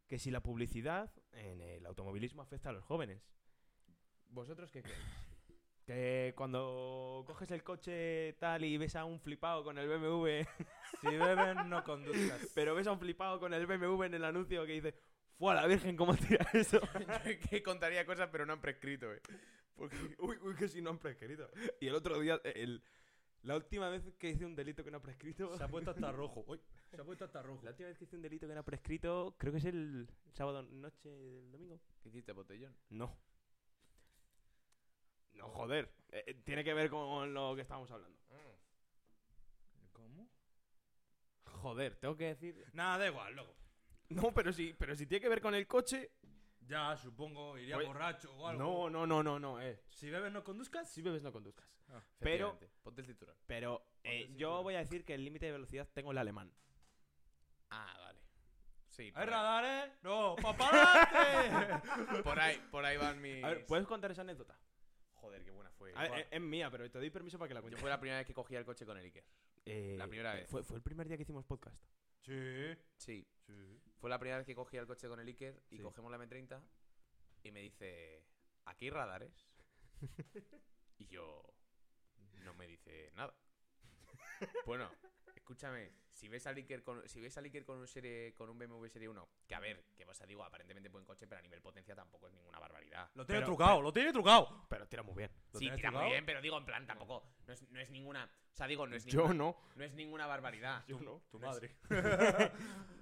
B: Que si la publicidad en el automovilismo afecta a los jóvenes. ¿Vosotros qué creéis? que cuando coges el coche tal y ves a un flipado con el BMW,
A: Si beben, no conduzcas.
B: pero ves a un flipado con el BMW en el anuncio que dice, ¡fua la virgen, cómo tira eso!
C: que contaría cosas, pero no han prescrito, eh.
B: Porque, uy, uy, que si no han prescrito. Y el otro día, eh, el, la última vez que hice un delito que no ha prescrito.
A: Se ha puesto hasta rojo. Uy, se ha puesto hasta rojo.
B: La última vez que hice un delito que no ha prescrito, creo que es el sábado noche del domingo.
C: ¿Qué hiciste, botellón?
B: No. No, joder. Eh, eh, tiene que ver con lo que estábamos hablando.
A: ¿Cómo?
B: Joder, tengo que decir.
A: Nada, da igual, loco.
B: No, pero sí, pero si tiene que ver con el coche.
A: Ya, supongo, iría
B: Oye,
A: borracho o algo.
B: No, no, no, no, no. Eh.
A: Si bebes, no conduzcas.
B: Si bebes, no conduzcas.
A: Ah,
B: pero,
C: Efectivamente. Ponte el cinturón.
B: pero eh, yo voy a decir que el límite de velocidad tengo el alemán.
C: Ah, vale. Sí,
A: ¿Hay
C: por ahí,
A: radares? No, papá.
C: por ahí, por ahí van mis.
B: A ver, ¿puedes contar esa anécdota?
C: Joder, qué buena fue.
B: A ver,
C: Buah.
B: es, es mía, pero te doy permiso para que la
C: Yo
B: cuentes.
C: eh, fue la primera vez que cogía el coche con el Iker.
B: Eh,
C: la primera vez.
B: Fue, fue el primer día que hicimos podcast.
A: sí,
C: Sí.
A: sí.
C: Fue la primera vez que cogía el coche con el Iker y
B: Sí.
C: cogemos la M30 y me dice, ¿aquí hay radares? y yo, no me dice nada. bueno, escúchame, si ves al Iker con, si ves al Iker con un serie, con un BMW Serie 1, que a ver, que vas a digo, aparentemente buen coche, pero a nivel potencia tampoco es ninguna barbaridad.
A: Lo tiene
B: Pero-
A: trucado, lo tiene trucado.
B: Pero tira muy bien.
A: ¿Lo
C: Sí,
A: tienes
C: tira muy
A: trucado?
C: bien, pero digo, en plan, tampoco, no es, no es ninguna, o sea, digo, no es
B: Yo
C: ninguna,
B: no.
C: no es ninguna barbaridad.
B: Yo no.
A: Tu madre.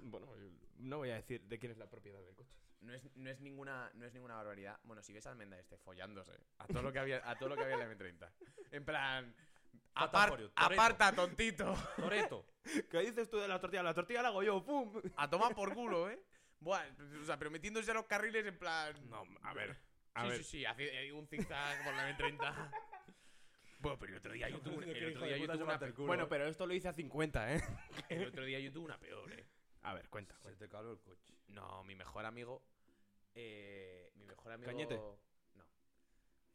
B: Bueno, yo no voy a decir de quién es la propiedad del coche.
C: No es, no es ninguna no es ninguna barbaridad. Bueno, si ves a Almenda este follándose a todo lo que había a todo lo que había en la M30. En plan
A: Fata
C: apar-
A: Forio, Toretto.
C: aparta tontito,
A: Toreto.
B: ¿Qué dices tú de la tortilla? La tortilla la hago yo, ¡pum!
C: a tomar por culo, ¿eh? Buah, o sea, pero metiéndose a los carriles en plan
B: No, a ver.
C: Sí, sí, sí, hace eh, un zigzag por la M30. Bueno, pero el otro día yo tuve una- el otro día yo tuve una pe-
B: Bueno, pero esto lo hice a 50, ¿eh?
C: el otro día yo tuve una peor, ¿eh?
B: A ver, cuenta.
A: Se te caló el coche.
C: No, mi mejor amigo. Eh, mi mejor amigo.
B: Cañete.
C: No.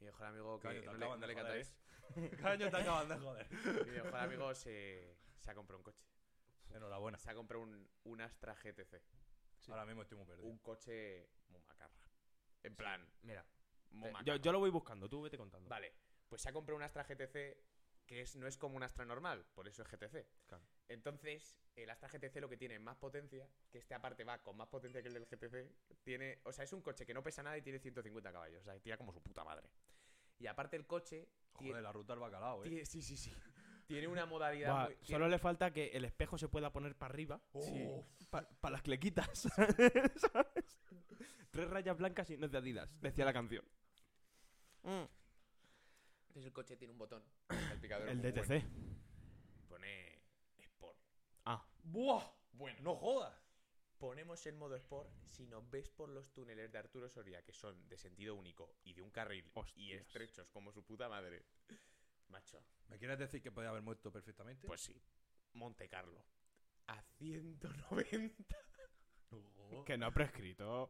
C: Mi mejor amigo que
A: Caño, te
C: no le,
A: acaban
C: no
A: de
C: le
A: joder, ¿eh?
C: cantáis.
A: Caño, te acaban de joder.
C: Mi mejor amigo se, se ha comprado un coche.
A: Enhorabuena.
C: Se ha comprado un, un Astra GTC.
A: Ahora mismo estoy muy perdido.
C: Un coche muy macarra. En plan,
B: Mira,
C: muy
B: Eh, yo,
C: macarra.
B: yo lo voy buscando, tú vete contando.
C: Vale, pues se ha comprado un Astra GTC que es, no es como un Astra normal, por eso es GTC.
B: Claro.
C: Entonces, el Astra GTC lo que tiene es más potencia, que este aparte va con más potencia que el del GTC, tiene, o sea, es un coche que no pesa nada y tiene 150 caballos, o sea, tira como su puta madre. Y aparte el coche tiene,
A: Joder, la ruta al bacalao, eh.
C: tiene- sí, sí, sí. Tiene una modalidad
B: Buah,
C: muy- tiene-
B: solo le falta que el espejo se pueda poner para arriba.
A: Oh.
B: Para las clequitas. ¿Sabes? Tres rayas blancas y no es de Adidas, decía la canción.
D: Mm.
C: Entonces el coche tiene un botón. El picador.
B: El
C: muy
B: DTC.
C: bueno. Pone Sport.
B: Ah.
A: ¡Buah!
C: Bueno,
A: ¡No jodas!
C: ponemos en modo Sport. Si nos ves por los túneles de Arturo Soria, que son de sentido único y de un carril y
B: Hostias.
C: estrechos como su puta madre. Macho,
A: ¿Me quieres decir que podía haber muerto perfectamente?
C: pues sí. Monte Carlo. A 190.
A: No.
B: Que no ha prescrito.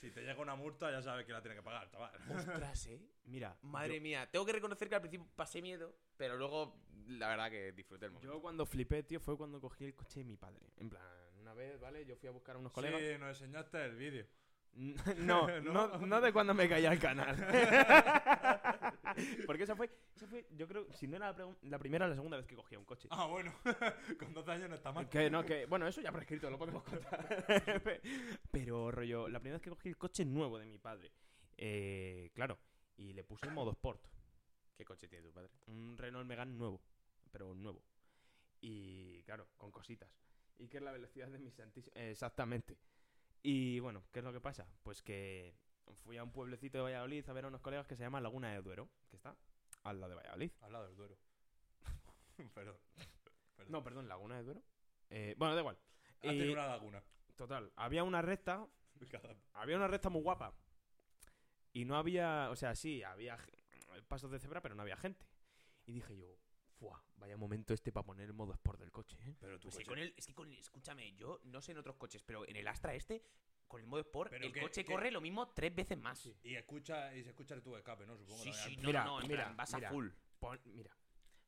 A: Si te llega una multa, ya sabes que la tienes que pagar, chaval.
C: Ostras, eh.
B: Mira,
C: Madre mía, tengo que reconocer que al principio pasé miedo, pero luego la verdad que disfruté el momento.
B: Yo cuando flipé, tío, fue cuando cogí el coche de mi padre. En plan, una vez, ¿vale? Yo fui a buscar a unos colegas.
A: Sí, nos enseñaste el vídeo.
B: No, no,
A: ¿No?
B: no, de cuando me caía el canal. Porque esa fue, esa fue, yo creo, si no era la, pregun- la primera, la segunda vez que cogía un coche.
A: Ah, bueno. Con 12 años no está mal.
B: Que no, que, bueno, eso ya prescrito, lo podemos contar. Pero, rollo, la primera vez que cogí el coche nuevo de mi padre, eh, claro, y le puse el modo sport.
C: ¿Qué coche tiene tu padre?
B: un Renault Megane nuevo, pero nuevo. Y claro, con cositas. Y que es la velocidad de mi santísimo. Exactamente. Y bueno, ¿qué es lo que pasa? Pues que fui a un pueblecito de Valladolid a ver a unos colegas que se llama Laguna de Duero, que está al lado de Valladolid.
A: Al lado del duero. Perdón. Perdón.
B: No, perdón, Laguna de Duero. Eh, bueno, da igual.
A: Ha tenido
B: Y-
A: una laguna.
B: Total, había una recta
A: Cada-
B: había una recta muy guapa. Y no había, o sea, sí, había ge- pasos de cebra, pero no había gente. Y dije yo, fuah, vaya momento este para poner el modo sport del coche, ¿eh?
A: Pero tu
C: Pues
A: coche-
C: sí, con el, es que con el- escúchame, yo no sé en otros coches, pero en el Astra este, con el modo Sport,
A: Pero
C: el
A: que-
C: coche
A: que-
C: corre lo mismo tres veces más.
B: Ah, Sí.
A: Y escucha, y se escucha tu escape, ¿no? Supongo.
C: Sí,
A: también.
C: sí, no,
B: Mira,
C: no, no, en
B: mira,
C: plan, vas a
B: mira.
C: full.
B: Pon- mira,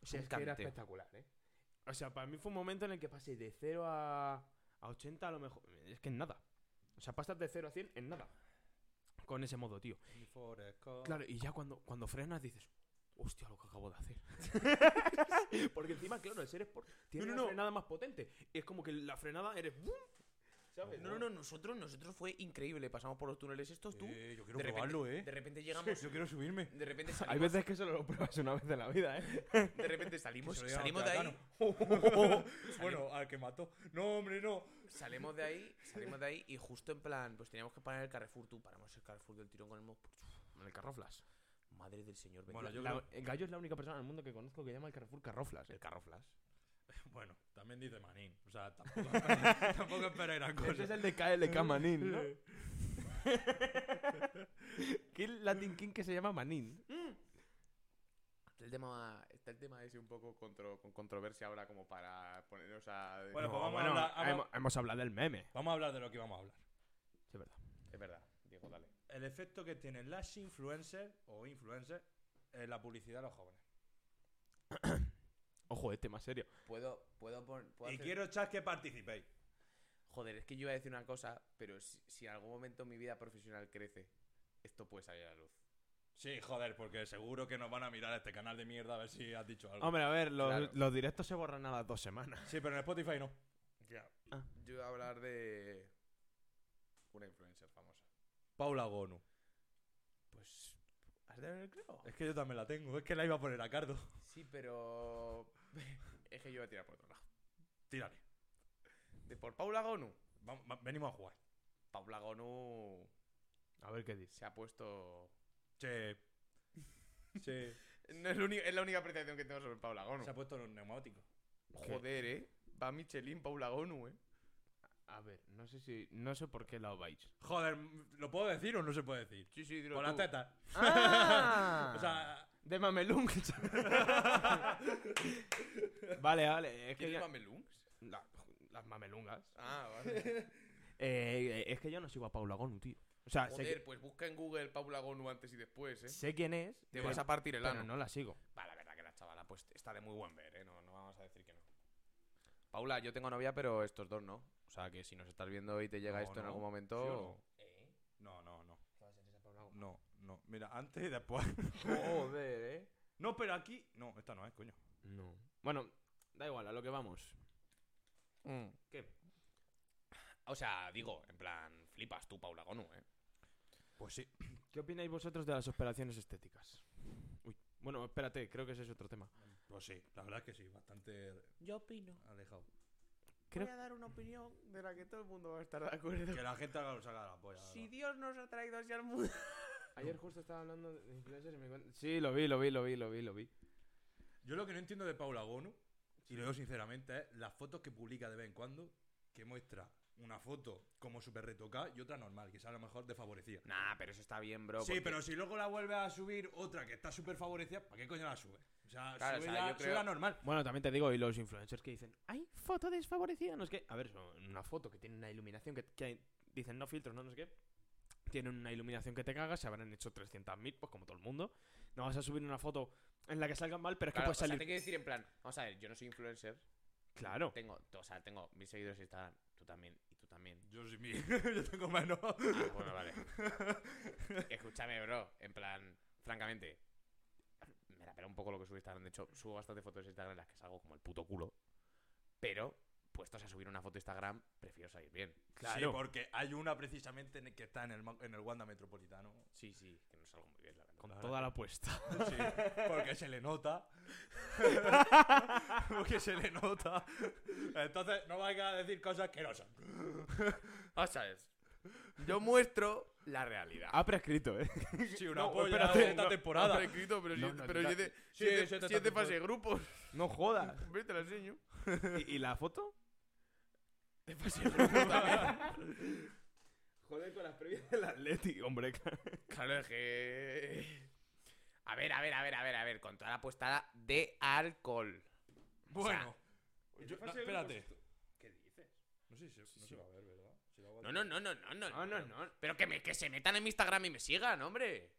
B: o sea,
C: Un
B: es que era
C: canteo.
B: espectacular, ¿eh? O sea, para mí fue un momento en el que pasé de 0 a, a 80 a lo mejor, es que en nada. O sea, pasas de 0 a 100 en nada. Con ese modo, tío.
A: Mi Forest Gump.
B: Claro, y ya cuando, cuando frenas dices, hostia, lo que acabo de hacer. Porque encima, claro, el ser Sport tiene
A: No, no,
B: una
A: no.
B: frenada más potente. Y es como que la frenada eres ¡bum! ¿Sabes?
C: No, no, no, nosotros, nosotros fue increíble. Pasamos por los túneles estos, tú.
A: Eh, yo quiero
C: de repente-
A: probarlo, ¿eh?
C: De repente llegamos.
A: Yo quiero subirme.
C: De repente
B: Hay
C: salimos,
B: veces que solo lo pruebas una vez en la vida, ¿eh?
C: de repente salimos,
A: Que se lo
C: Pues salimos de
A: digan a
C: ahí,
A: bueno, al que mató. No, hombre, no.
C: salimos de ahí, salimos de ahí y justo en plan, pues teníamos que parar en el Carrefour, tú paramos el Carrefour del tirón con el mo-
B: En el Carroflas.
C: Madre del señor,
A: Bueno,
C: bendito.
A: yo
B: La- el Gallo es la única persona en el mundo que conozco que llama el Carrefour Carroflas. ¿eh?
C: el Carroflas.
A: Bueno, también dice Manín. O sea, tampoco, tampoco esperé gran
B: Ese
A: cosa.
B: Pues es el de KLK Manin, ¿no? ¿Qué Latin King que se llama Manin?
C: Está el tema, está el tema ese un poco contro- con controversia ahora como para ponernos a...
A: Bueno, pues
B: No,
A: vamos a
B: bueno,
A: hablar- vamos-
B: hemos, hemos hablado del meme.
A: Vamos a hablar de lo que vamos a hablar.
B: Sí, es verdad.
C: Es verdad, Diego, dale.
A: El efecto que tienen las influencers o influencers en la publicidad de los jóvenes.
B: Ojo, este más serio.
C: Puedo, puedo, pon- puedo
A: Y
C: hacer-
A: quiero, chas, que participéis.
C: Joder, es que yo iba a decir una cosa, pero si, si en algún momento mi vida profesional crece, esto puede salir a la luz.
A: Sí, joder, porque seguro que nos van a mirar este canal de mierda a ver si has dicho algo.
B: Hombre, a ver, los,
C: Claro.
B: los directos se borran a las dos semanas.
A: Sí, pero en Spotify no.
C: Ya.
B: Ah.
C: Yo iba a hablar de una influencer famosa.
A: Paula Gonu.
C: Pues... ¿Has dado en el clavo?
A: Es que yo también la tengo. Es que la iba a poner a Cardo.
C: Sí, pero... es que yo iba a tirar por otro lado.
A: Tírale.
C: De por Paula Gonu.
A: Vamos- va- venimos a jugar.
C: Paula Gonu
B: A ver qué dice.
C: se ha puesto...
A: Sí. Sí.
C: No es, lo único- es la única apreciación que tengo sobre Paula Gonu.
A: Se ha puesto los neumáticos.
C: Joder, eh. Va Michelin, Paula Gonu, eh.
B: A ver, no sé si. No sé por qué lado vais.
A: Joder, ¿lo puedo decir o no se puede decir?
C: Sí, sí, dilo
A: Por las tetas.
B: ¡Ah!
A: O sea,
B: de Mamelung. vale, vale. Es que
C: ¿Quieres
B: ya-
C: mamelungs?
B: la- las Mamelungas.
C: Ah, vale.
B: Eh, eh, es que yo no sigo a Paula Gonu, tío. O sea, Ah, sé,
C: Joder, pues busca en Google Paula Gonu antes y después,
B: que-
C: ¿eh?
B: sé quién es.
C: Te
B: pero-
C: vas a partir el
B: pero
C: ano.
B: no la sigo.
C: Va, la verdad que la chavala pues está de muy buen ver, ¿eh? No, no vamos a decir que no. Paula, yo tengo novia, pero estos dos no. O sea, que si nos estás viendo y te llega
A: No,
C: esto en
A: no.
C: algún
A: ¿Sí o
C: momento... Eh,
A: no? No, no, no. No, no. Mira, antes y después.
C: Joder, ¿eh?
A: No, pero aquí. No, esta no es, coño.
B: No. Bueno, da igual, a lo que vamos. ¿Qué?
C: O sea, digo, en plan, flipas tú, Paula Gonu, ¿eh?
A: Pues sí.
B: ¿Qué opináis vosotros de las operaciones estéticas? Uy, bueno, espérate, creo que ese es otro tema.
A: Pues sí, la verdad es que sí, bastante
D: Yo opino.
A: alejado.
B: Creo-
D: Voy a dar una opinión.
C: De la que todo el mundo va a estar de acuerdo.
A: Que la gente haga lo saca de la polla. la
D: Si
A: verdad.
D: Dios nos ha traído así al mundo.
B: Ayer justo estaba hablando de influencers y me cuen- Sí, lo vi, lo vi, lo vi, lo vi, lo vi.
A: Yo lo que no entiendo de Paula Gonu, y lo digo sinceramente, es las fotos que publica de vez en cuando, que muestra una foto como súper retocada y otra normal, que sea a lo mejor desfavorecida.
C: Nah, pero eso está bien, bro.
A: Sí,
C: porque-
A: pero si luego la vuelve a subir otra que está súper favorecida, ¿para qué coño la sube? O sea,
C: Claro, o
A: sube,
C: sea,
A: la,
C: yo creo-
A: sube la normal.
B: Bueno, también te digo, y los influencers que dicen, ¡ay, foto desfavorecida! No es que. A ver, son una foto que tiene una iluminación que, que hay- dicen no filtros, no, no sé qué. Tienen una iluminación que te cagas, se habrán hecho 300.000, pues como todo el mundo. No vas a subir una foto en la que salgan mal, pero es
C: Claro,
B: que puede salir.
C: O sea, te quiero decir en plan, vamos a ver, yo no soy influencer,
B: Claro.
C: tengo, o sea, tengo mis seguidores en Instagram, tú también, y tú también.
A: Yo sí, mi- yo tengo menos.
C: Ah, bueno, vale. Escúchame, bro. En plan, francamente, me la pela un poco lo que sube Instagram. De hecho, subo bastantes fotos de Instagram en las que salgo como el puto culo. Pero, puestos a subir una foto a Instagram, prefiero salir bien.
A: Sí, porque hay una precisamente en el que está en el, ma- en el Wanda Metropolitano.
C: Sí, sí, que no salgo muy bien, la verdad.
A: Con
B: Toda la apuesta.
A: Sí, porque se le nota. porque se le nota. Entonces, no vaya a decir cosas que no son.
C: O sea, es- yo muestro la realidad.
B: Ha prescrito, ¿eh?
A: Sí, una
C: No,
A: polla
C: espérate,
A: de esta
C: no,
A: temporada.
C: Hombre, escrito, pero si,
B: No, no,
C: pero
B: diga-
C: si es de,
A: Sí,
C: si es de-
A: sí, esta
C: si es de
A: temporada.
C: fase de grupos.
B: No jodas.
C: Hombre, te la enseño.
B: ¿Y, y la foto?
C: De fase de grupos también.
B: Joder, con las previas del Atleti, hombre. claro.
C: Claro, es que... A ver, a ver, a ver, a ver, a ver. Con toda la apuestada de alcohol.
A: Bueno. yo- no,
F: fase de grupos
A: espérate.
F: ¿Qué dices?
A: No sé si no se va a ver, ¿verdad? Si lo hago
C: No,
A: al-
C: no, no, no, no, Ah, no.
B: No, no, no.
C: Pero que, me, que se metan en mi Instagram y me sigan, hombre.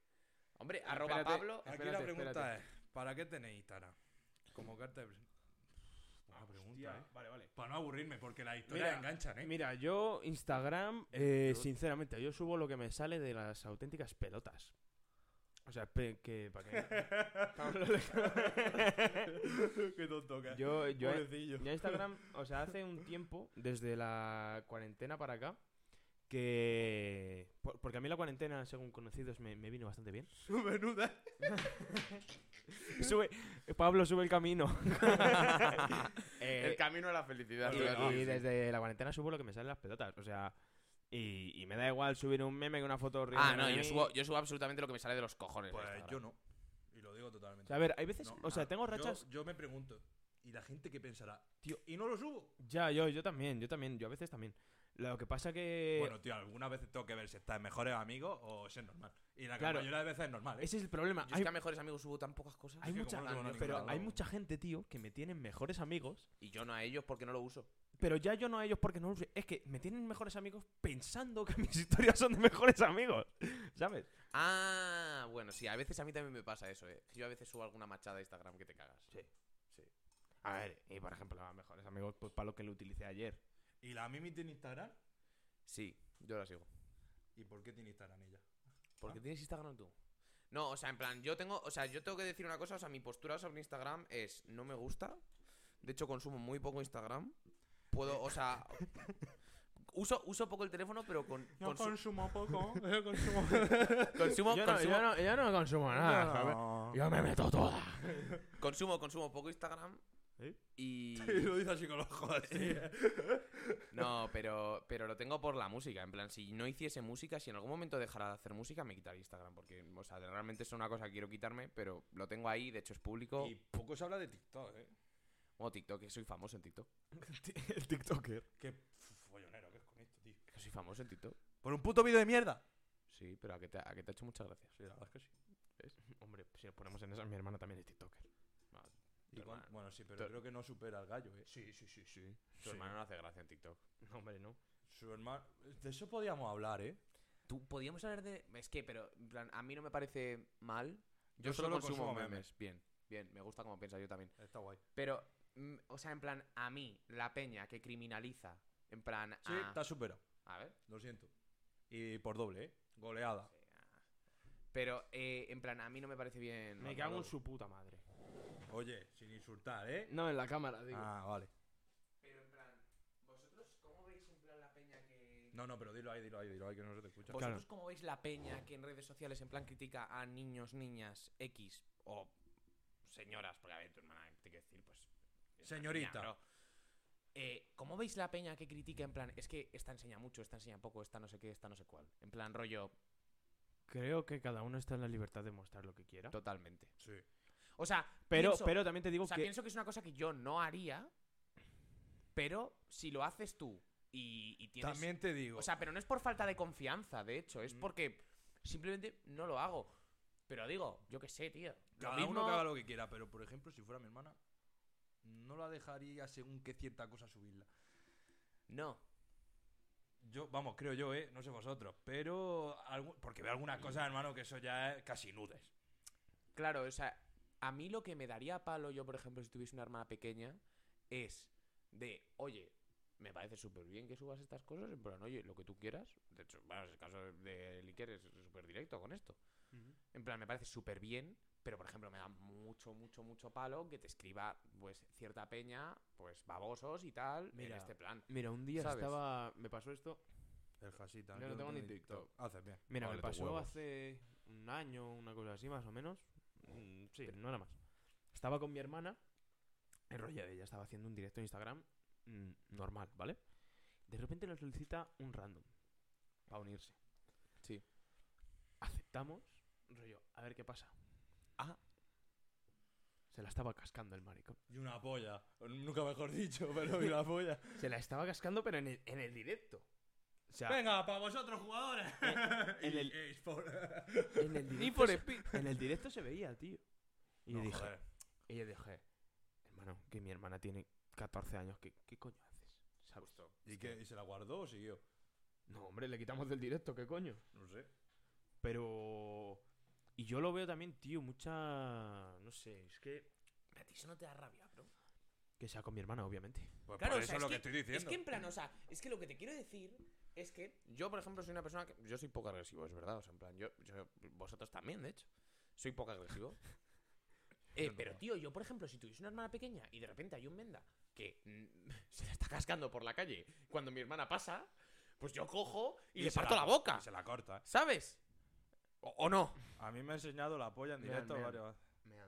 C: Hombre, arroba
B: Espérate.
C: Pablo.
A: Aquí la
B: Espérate,
A: pregunta
B: espérate.
A: es, ¿para qué tenéis Instagram? Como carta de... pres- Buena pregunta,
F: Hostia,
A: ¿eh?
F: vale, vale.
A: Para no aburrirme, porque las historias
B: Mira,
A: enganchan, ¿eh?
B: Mira, yo Instagram, eh, sinceramente, yo subo lo que me sale de las auténticas pelotas. O sea, pe- que... ¿para qué?
A: qué tonto que es.
B: yo, yo, eh,
A: Pobrecillo.
B: Yo a Instagram, o sea, hace un tiempo, desde la cuarentena para acá, que... por- porque a mí la cuarentena, según conocidos, me, me vino bastante bien.
A: Menuda.
B: Sube, Pablo, sube el camino. Eh,
C: El camino a la felicidad.
B: y,
C: Claro,
B: y
C: sí.
B: desde la cuarentena subo lo que me salen las pelotas, o sea... Y, y me da igual subir un meme que una foto riéndome
C: Ah, no,
B: de
C: yo
B: mí.
C: subo, yo subo absolutamente lo que me sale de los cojones. en
A: Pues
C: Instagram.
A: yo no. Y lo digo totalmente.
B: O sea, a ver, hay veces,
A: No,
B: o sea,
A: nada.
B: tengo
A: Yo-
B: rachas...
A: Yo, me pregunto, ¿y la gente qué pensará? Tío, ¿y no lo subo?
B: Ya, yo, yo también, yo también, yo a veces también. Lo que pasa que...
A: Bueno, tío, algunas veces tengo que ver si está en mejores amigos o si es normal. Y la
B: Claro.
A: mayoría de veces es normal, ¿eh?
B: ese es el problema.
C: Yo es
B: Hay-
C: que a mejores amigos subo tan pocas cosas.
B: Hay
A: que
B: mucha,
A: como no tengo
B: ah,
A: ningún
B: pero
A: catálogo.
B: hay mucha gente, tío, que me tienen mejores amigos,
C: Y yo no a ellos porque no lo uso.
B: pero ya yo no a ellos porque no los sé. Es que me tienen mejores amigos pensando que mis historias son de mejores amigos, ¿sabes?
C: Ah, bueno, sí, a veces a mí también me pasa eso, eh. Yo a veces subo alguna machada de Instagram que te cagas.
B: A ver, y por ejemplo, a mejores amigos, pues para lo que lo utilicé ayer.
A: ¿Y la Mimi tiene Instagram?
C: Sí, yo la sigo.
A: ¿Y por qué tiene Instagram ella?
C: ¿Por qué tienes Instagram tú? No, o sea, en plan, yo tengo, o sea, yo tengo que decir una cosa, o sea, mi postura sobre Instagram es no me gusta. De hecho, consumo muy poco Instagram. Puedo, o sea, uso, uso poco el teléfono, pero con, consu-
A: consumo poco. Yo consumo
C: consumo,
B: Yo no,
C: consumo-
B: yo no, yo no consumo
A: Ah,
B: nada, ¿sabes? Yo me meto toda.
C: consumo, consumo poco Instagram.
B: ¿Eh?
C: Y
A: lo dice así con los ojos. ¿eh? así.
C: no, pero, pero lo tengo por la música. En plan, si no hiciese música, si en algún momento dejara de hacer música, me quitaría Instagram. Porque, o sea, realmente es una cosa que quiero quitarme, pero lo tengo ahí, de hecho es público.
A: Y poco se habla de TikTok, ¿eh?
C: O TikTok, que soy famoso en TikTok.
B: El TikToker.
A: Qué f- follonero que es con esto, tío.
C: Que soy famoso en TikTok.
A: Por un puto vídeo de mierda.
C: Sí, pero a que te, a que te ha hecho muchas gracias.
A: Sí, la verdad es que sí.
B: Hombre, si nos ponemos en esas, mi hermana también es TikToker.
A: Y
C: Tu
A: cuan-
C: hermano.
A: Bueno, sí, pero
C: Tu-
A: creo que no supera al gallo, ¿eh? Sí, sí, sí, sí.
C: Tu hermano no hace gracia en TikTok.
B: No, hombre, no.
A: Su hermano. De eso podíamos hablar, ¿eh?
C: Tú, podíamos hablar de... Es que, pero, en plan, a mí no me parece mal. Yo,
A: Yo
C: solo,
A: solo
C: consumo,
A: consumo
C: memes. Bien, bien. Me gusta como piensa yo también.
A: Está guay.
C: Pero, mm, o sea, en plan, a mí, la peña que criminaliza, en plan,
A: Sí,
C: a...
A: te has superado.
C: A ver.
A: Lo siento. Y por doble, ¿eh? Goleada.
C: Pero, eh, en plan, a mí no me parece bien...
B: Me
C: valorado.
B: cago en su puta madre.
A: Oye, sin insultar, ¿eh?
B: No, en la cámara, digo.
A: Ah, vale.
C: Pero, en plan, ¿vosotros cómo veis, en plan, la peña que...
A: No, no, pero dilo ahí, dilo ahí, dilo ahí, que no se te escucha.
C: ¿Vosotros
B: Claro.
C: cómo veis la peña que en redes sociales en plan critica a niños, niñas, X o señoras? Porque a ver, tu hermana te quiero decir, pues. es una
A: Señorita.
C: niña, bro. Eh, ¿Cómo veis la peña que critica en plan, es que esta enseña mucho, esta enseña poco, esta no sé qué, esta no sé cuál? En plan, rollo,
B: Creo que cada uno está en la libertad de mostrar lo que quiera.
C: totalmente.
A: Sí.
C: O sea,
B: Pero,
C: pienso-
B: pero también te digo
C: o sea,
B: que
C: pienso que es una cosa que yo no haría, pero si lo haces tú y, y tienes.
A: También te digo.
C: O sea, pero no es por falta de confianza, de hecho, es
A: Mm.
C: porque simplemente no lo hago. Pero digo, yo qué sé, tío. Lo
A: cada
C: mismo,
A: uno que haga lo que quiera, pero por ejemplo, si fuera mi hermana, no la dejaría según qué cierta cosa subirla.
C: No.
A: Yo, vamos, creo yo, ¿eh? No sé vosotros, pero. algu- Porque veo algunas cosas, hermano, que eso ya es casi nudes.
C: Claro, o sea, a mí lo que me daría palo yo, por ejemplo, si tuviese una hermana pequeña, es de, oye, me parece súper bien que subas estas cosas, en plan, oye, lo que tú quieras. De hecho, bueno, el caso de Liker es súper directo con esto. En plan, me parece súper bien, pero por ejemplo, me da mucho, mucho, mucho palo que te escriba, pues, cierta peña, pues, babosos y tal,
B: Mira,
C: en este plan.
B: Mira, un día
C: ¿Sabes?
B: estaba. Me pasó esto.
A: El hasita.
C: Yo no tengo ni TikTok.
A: Haces bien.
B: Mira,
C: Ábrete
B: me pasó
C: huevos.
B: hace un año, una cosa así, más o menos. Mm, Sí, no era más. Estaba con mi hermana. El rollo de ella estaba haciendo un directo en Instagram mm, normal, ¿vale? De repente nos solicita un random para unirse.
C: Sí.
B: Aceptamos. Rollo, a ver qué pasa. Ah. Se la estaba cascando el maricón.
A: Y una polla. Nunca mejor dicho, pero y una polla.
B: Se la estaba cascando, pero en el, en el directo. O sea,
A: Venga, para vosotros, jugadores.
B: en el-
A: Y- y por-
B: en el directo.
C: for
B: se- En el directo se veía, tío. Y yo
A: No,
B: dije,
A: joder.
B: Y yo dije, hermano, que mi hermana tiene 14 años, ¿qué, qué coño haces? ¿Sabes?
A: ¿Y, qué? ¿Y se la guardó o siguió?
B: No, hombre, le quitamos del directo, ¿qué coño?
A: No sé.
B: Pero... Y yo lo veo también, tío, mucha... No sé, es que...
D: A ti eso no te da rabia, bro.
B: Que sea con mi hermana, obviamente.
A: Pues
D: Claro,
A: por
D: o
A: eso es
D: sea, es
A: lo que,
D: que-
A: estoy diciendo.
D: Es que en plan, o sea, es que lo que te quiero decir es que.
C: Yo, por ejemplo, soy una persona que. Yo soy poco agresivo, es verdad. O sea, en plan, yo. yo- vosotros también, de hecho. Soy poco agresivo. Eh, pero, tío, yo, por ejemplo, si tuviese una hermana pequeña y de repente hay un menda que mm, se la está cascando por la calle cuando mi hermana pasa, pues yo cojo y, le
A: se
C: parto la, boca.
A: y se la corta. ¿eh?
C: ¿Sabes? O, o no.
A: A mí me ha enseñado la polla en
C: Vean,
A: directo
C: vean.
A: varias veces.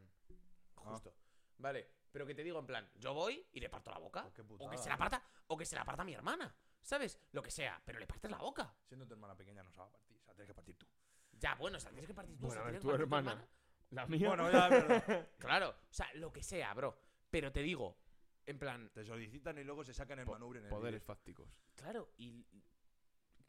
A: Ah.
C: Justo. Vale. Pero que te digo, en plan, yo voy y le parto la boca.
A: Pues qué
C: o que
A: putada,
C: se la
A: ¿no?
C: parta. O que se la parta a mi hermana. ¿Sabes? Lo que sea, pero le partes la boca.
A: Siendo tu hermana pequeña no se va a partir, se la tienes que partir tú.
C: Ya, bueno, o sea, tienes que partir tú.
B: Bueno,
C: o sea,
B: a ver,
C: tienes
B: tu
C: que partir
B: hermana. La mía...
A: Bueno, ya, es verdad.
C: Claro, o sea, lo que sea, bro. Pero te digo, en plan,
A: Te solicitan y luego se sacan el
C: Po-
A: manubrio en el
B: Poderes
A: directo.
B: fácticos.
C: claro, y.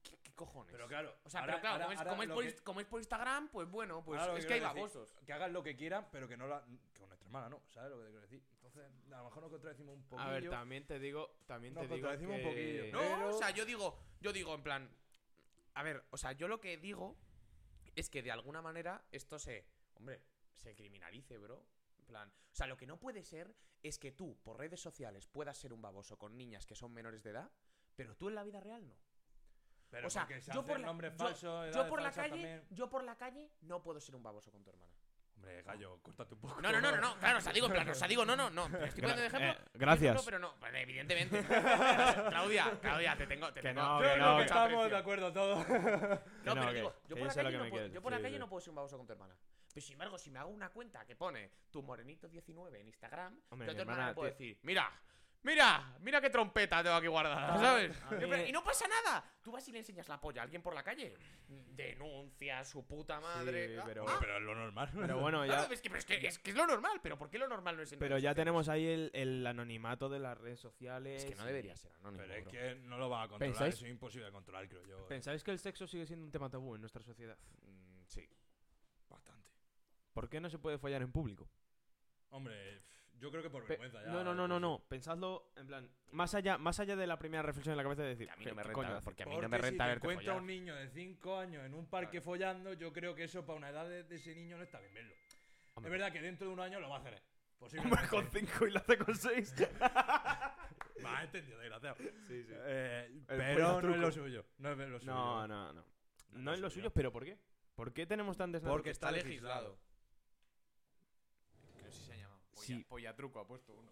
C: ¿Qué, qué cojones?
A: Pero claro,
C: o sea,
A: ahora-
C: pero claro,
A: ahora-
C: como, es,
A: ahora
C: como es
A: lo
C: por,
A: que-
C: inst- como es por Instagram, pues bueno, pues
A: Ahora lo
C: es
A: que
C: que hay
A: quiero decir-
C: babosos.
A: que hagan lo que quieran, pero que no la. con nuestra hermana, no, ¿sabes lo que te quiero decir? Entonces, a lo mejor nos contradecimos un poquillo.
B: A ver, también te digo... También
A: Nos
B: te digo que... Eh,
A: contradecimos un poquillo.
C: No,
A: Pero-
C: o sea, yo digo, yo digo, en plan. A ver, o sea, yo lo que digo es que de alguna manera esto se. Hombre, se criminalice, bro. En plan. O sea, lo que no puede ser es que tú, por redes sociales, puedas ser un baboso con niñas que son menores de edad, pero tú en la vida real no.
A: Pero
C: o sea,
A: porque se
C: yo
A: hace
C: por la-
A: nombre
C: yo-
A: falso,
C: Yo
A: edades
C: por la
A: falsas
C: calle,
A: también.
C: yo por la calle no puedo ser un baboso con tu hermana.
A: Hombre, gallo, córtate un poco.
C: No, no, no, no, no, claro, o sea, digo en plan, o sea, digo, no, no, no, pero estoy poniendo de ejemplo.
B: eh,
C: de ejemplo,
B: gracias.
C: pero no, bueno, evidentemente. Claudia, Claudia, te tengo, te
B: Que
C: tengo.
B: no,
C: te
B: que
A: Yo creo
C: tengo
B: no,
A: que
C: mucho
A: estamos
C: aprecio.
A: de acuerdo todos.
C: No,
B: Que no,
C: pero
B: que-
C: digo, yo
B: que
C: por
B: yo
C: la
B: sé lo
C: calle,
B: que me
C: no puedo,
B: quieres
C: yo por la
B: decir,
C: calle
B: sí.
C: no puedo ser un baboso con tu hermana. Pero sin embargo, si me hago una cuenta que pone tu morenito 19 en Instagram,
B: Hombre,
C: yo a
B: mi
C: tu hermana
B: hermana
C: le puedo
B: tie-
C: decir, mira, mira, mira qué trompeta tengo aquí guardada, ¿sabes? Y pre- Y no pasa nada. Tú vas y le enseñas la polla a alguien por la calle. Denuncia a su puta madre.
B: Sí,
C: Ah,
B: pero,
A: Hombre, pero es lo normal.
B: pero bueno,
C: Claro,
B: ya...
C: es que, pero es, que, es que es lo normal, pero ¿por qué lo normal no es
B: Pero ya
C: entonces?
B: tenemos ahí el, el anonimato de las redes sociales.
C: Es que no
B: y-
C: debería ser anónimo.
A: Pero es
C: bro.
A: que no lo van a controlar,
B: ¿Pensáis?
A: eso es imposible de controlar, creo yo. eh.
B: ¿Pensáis que el sexo sigue siendo un tema tabú en nuestra sociedad?
C: Mm, sí.
A: Bastante.
B: ¿Por qué no se puede follar en público?
A: Hombre, pff, yo creo que por
B: Pe-
A: Pues vergüenza ya.
B: no, no, no,
A: de
B: no,
A: por sí.
B: no. Pensadlo en plan. Más allá, más allá de la primera reflexión en la cabeza de decir.
C: Que a mí
B: ¿qué-
C: no me
B: qué
C: renta,
B: coño hace?
C: porque a mí
A: Porque
C: no me renta
A: si te
C: verte
A: encuentra
C: follar.
A: un niño de 5 años en un parque follando, yo creo que eso para una edad de, de ese niño no está bien verlo.
B: Hombre.
A: Es verdad que dentro de un año lo va a hacer. eh. Posiblemente.
B: Hombre, con 5 y la hace con 6.
A: Va, he entendido, desgraciado.
B: sí, sí.
A: Eh,
B: follatruco.
A: pero no es lo suyo. No es lo suyo.
B: No, no, no. No es lo
A: suyo.
B: suyo, pero ¿por qué? ¿Por qué tenemos tan desnaturalizado?
A: Porque está legislado.
C: Creo que sí se ha llamado.
B: Polla- Sí.
C: truco ha puesto uno.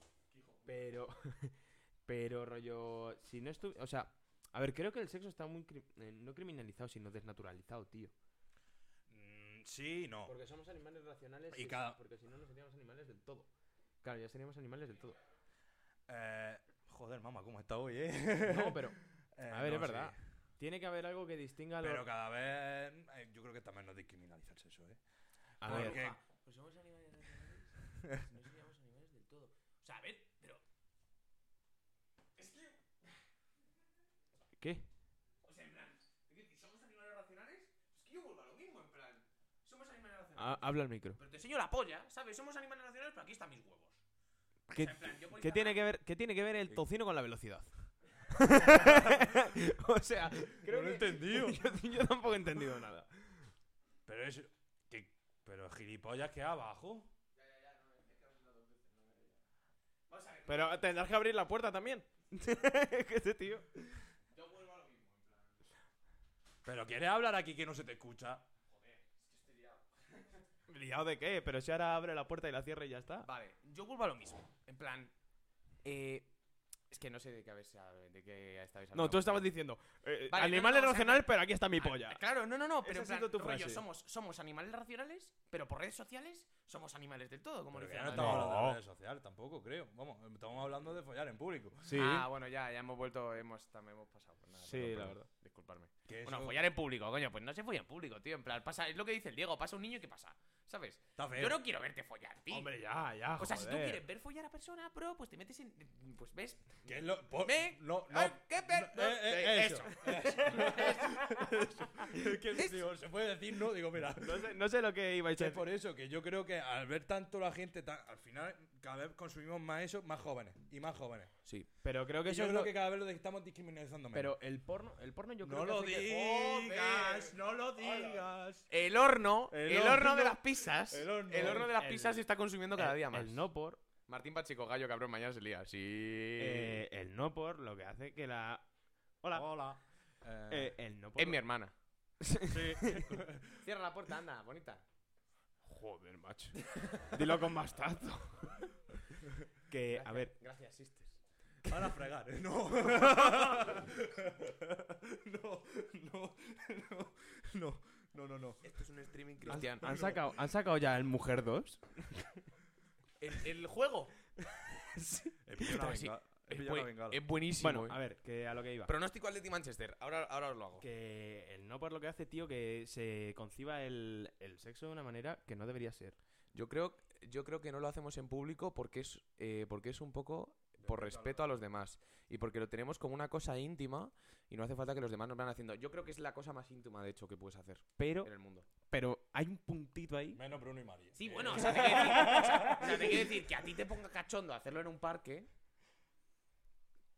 B: Pero. Pero, rollo. Si no estuviera. O sea. A ver, creo que el sexo está muy. cri- eh, no criminalizado, sino desnaturalizado, tío.
A: Mm, sí, y no.
B: Porque somos animales racionales.
A: Y que- cada-
B: Porque si no, no seríamos animales del todo. Claro, ya seríamos animales del todo.
A: Eh, joder, mamá, ¿cómo está hoy, eh?
B: No, pero.
A: Eh,
B: A ver,
A: no,
B: es verdad.
A: sí.
B: Tiene que haber algo que distinga a los.
A: Pero cada vez. eh, yo creo que también no descriminalizarse eso, eh.
B: A ver,
A: Porque-
D: Pues somos animales racionales, si no seríamos animales del todo. O sea, a ver, pero. Es que.
B: ¿qué?
D: O sea, en plan. ¿Somos animales racionales? Es que yo vuelvo a lo mismo, en plan. Somos animales racionales.
B: Ha- Ah, habla el micro.
D: Pero te enseño la polla, ¿sabes? Somos animales racionales, pero aquí están mis huevos.
B: ¿Qué,
D: sea, en plan, yo por
B: qué
D: Instagram-
B: tiene que ver, qué tiene que ver el tocino con la velocidad? o sea, creo
A: No lo he
B: que-
A: entendido.
B: yo, yo tampoco he entendido nada.
A: Pero es. que- pero gilipollas que abajo.
B: Pero tendrás que abrir la puerta también. que este tío.
A: Pero quieres hablar aquí que no se te escucha.
B: ¿Liado de qué? Pero si ahora abre la puerta y la cierra y ya está.
C: Vale, yo vuelvo a lo mismo. En plan, eh, es que no sé de qué habéis, de qué estabais hablando.
B: No, tú estabas diciendo. eh,
C: Vale,
B: animales
C: no, no, o sea,
B: racionales,
C: no.
B: pero aquí está mi
C: Ah,
B: polla.
C: Claro, no, no, no,
B: Esa
C: pero en
B: ha
C: plan,
B: sido tu
C: rollo,
B: frase.
C: somos, somos animales racionales, pero por redes sociales somos animales del todo, como
A: Pero que
C: dice
A: ya no
C: la
A: estamos
C: madre.
A: hablando de
B: No.
A: redes sociales tampoco, creo. Vamos, estamos hablando de follar en público.
B: Sí.
C: Ah, bueno, ya, ya hemos vuelto, hemos, también hemos pasado. Pues nada,
B: Sí,
C: perdón,
B: la
C: perdón,
B: verdad.
C: Disculparme.
A: Que eso
C: Bueno, follar en público, coño, pues no se folla en público, tío. En plan, pasa, es lo que dice el Diego, pasa un niño y qué pasa, ¿sabes?
A: Está feo.
C: Yo no quiero verte follar, tío.
B: Hombre, ya, ya.
C: o sea, si tú
B: Ah, joder.
C: quieres ver follar a persona, bro, pues te metes en. Pues ves.
A: Que es lo- po-
C: Me-
A: No, no.
C: ¡Ay, qué per-
A: no, eh, eh, eso. eso. Es que,
C: Eso.
A: digo, se puede decir, no, digo, mira.
B: No sé, no sé lo que ibais a
A: Es
B: decir.
A: por eso que yo creo que al ver tanto la gente, tan- al final cada vez consumimos más eso, más jóvenes y más jóvenes.
C: Sí.
B: Pero creo que
A: Y
B: eso
A: yo
B: es
A: creo
B: lo-
A: que cada vez lo estamos discriminando menos.
B: Pero el porno, el porno yo creo
A: no
B: que
A: lo
B: hace que-
A: digas, no lo digas.
C: El horno,
A: El
C: el, horno,
A: horno-
C: de las pizzas.
A: el
C: El
A: horno.
C: horno, de las
B: El-
C: pizzas se está consumiendo cada
B: el-
C: día más.
B: eh, El no por,
C: Martín Pachico Gallo, cabrón, mañana se lía. Sí.
B: eh, el no por lo que hace que la Hola.
A: Hola. Eh,
B: Eh, el no por.
C: es mi hermana.
A: sí.
C: Cierra la puerta, anda, bonita.
B: Joder, macho. Dilo con más tacto. que a ver,
C: Gracias, sisters.
A: Ahora a fregar. eh, No. no, no, no, no, no, no, no.
C: Esto es un streaming
B: han,
C: cristiano.
B: han sacado, han sacado ya el Mujer 2.
C: El, el juego.
A: He pillado una
C: Ostras, sí.
A: bengala- he
C: Es,
A: pillado una
C: buen-
A: bengala.
C: es buenísimo.
B: Bueno, a
C: eh.
B: ver, que a lo que iba.
C: Pronóstico Atleti Manchester. Ahora, ahora os lo hago.
B: Que el no por lo que hace, tío, que se conciba el, el sexo de una manera que no debería ser.
C: Yo creo, yo creo que no lo hacemos en público porque es, eh, porque es un poco por respeto a los demás y porque lo tenemos como una cosa íntima y no hace falta que los demás nos vayan haciendo. Yo creo que es la cosa más íntima, de hecho, que puedes hacer
B: Pero,
C: en el mundo.
B: pero hay un puntito ahí.
A: Menos Bruno y María.
C: Sí,
A: Eh,
C: bueno, o sea, te quiero decir, o sea, o sea, te quiero decir que a ti te ponga cachondo hacerlo en un parque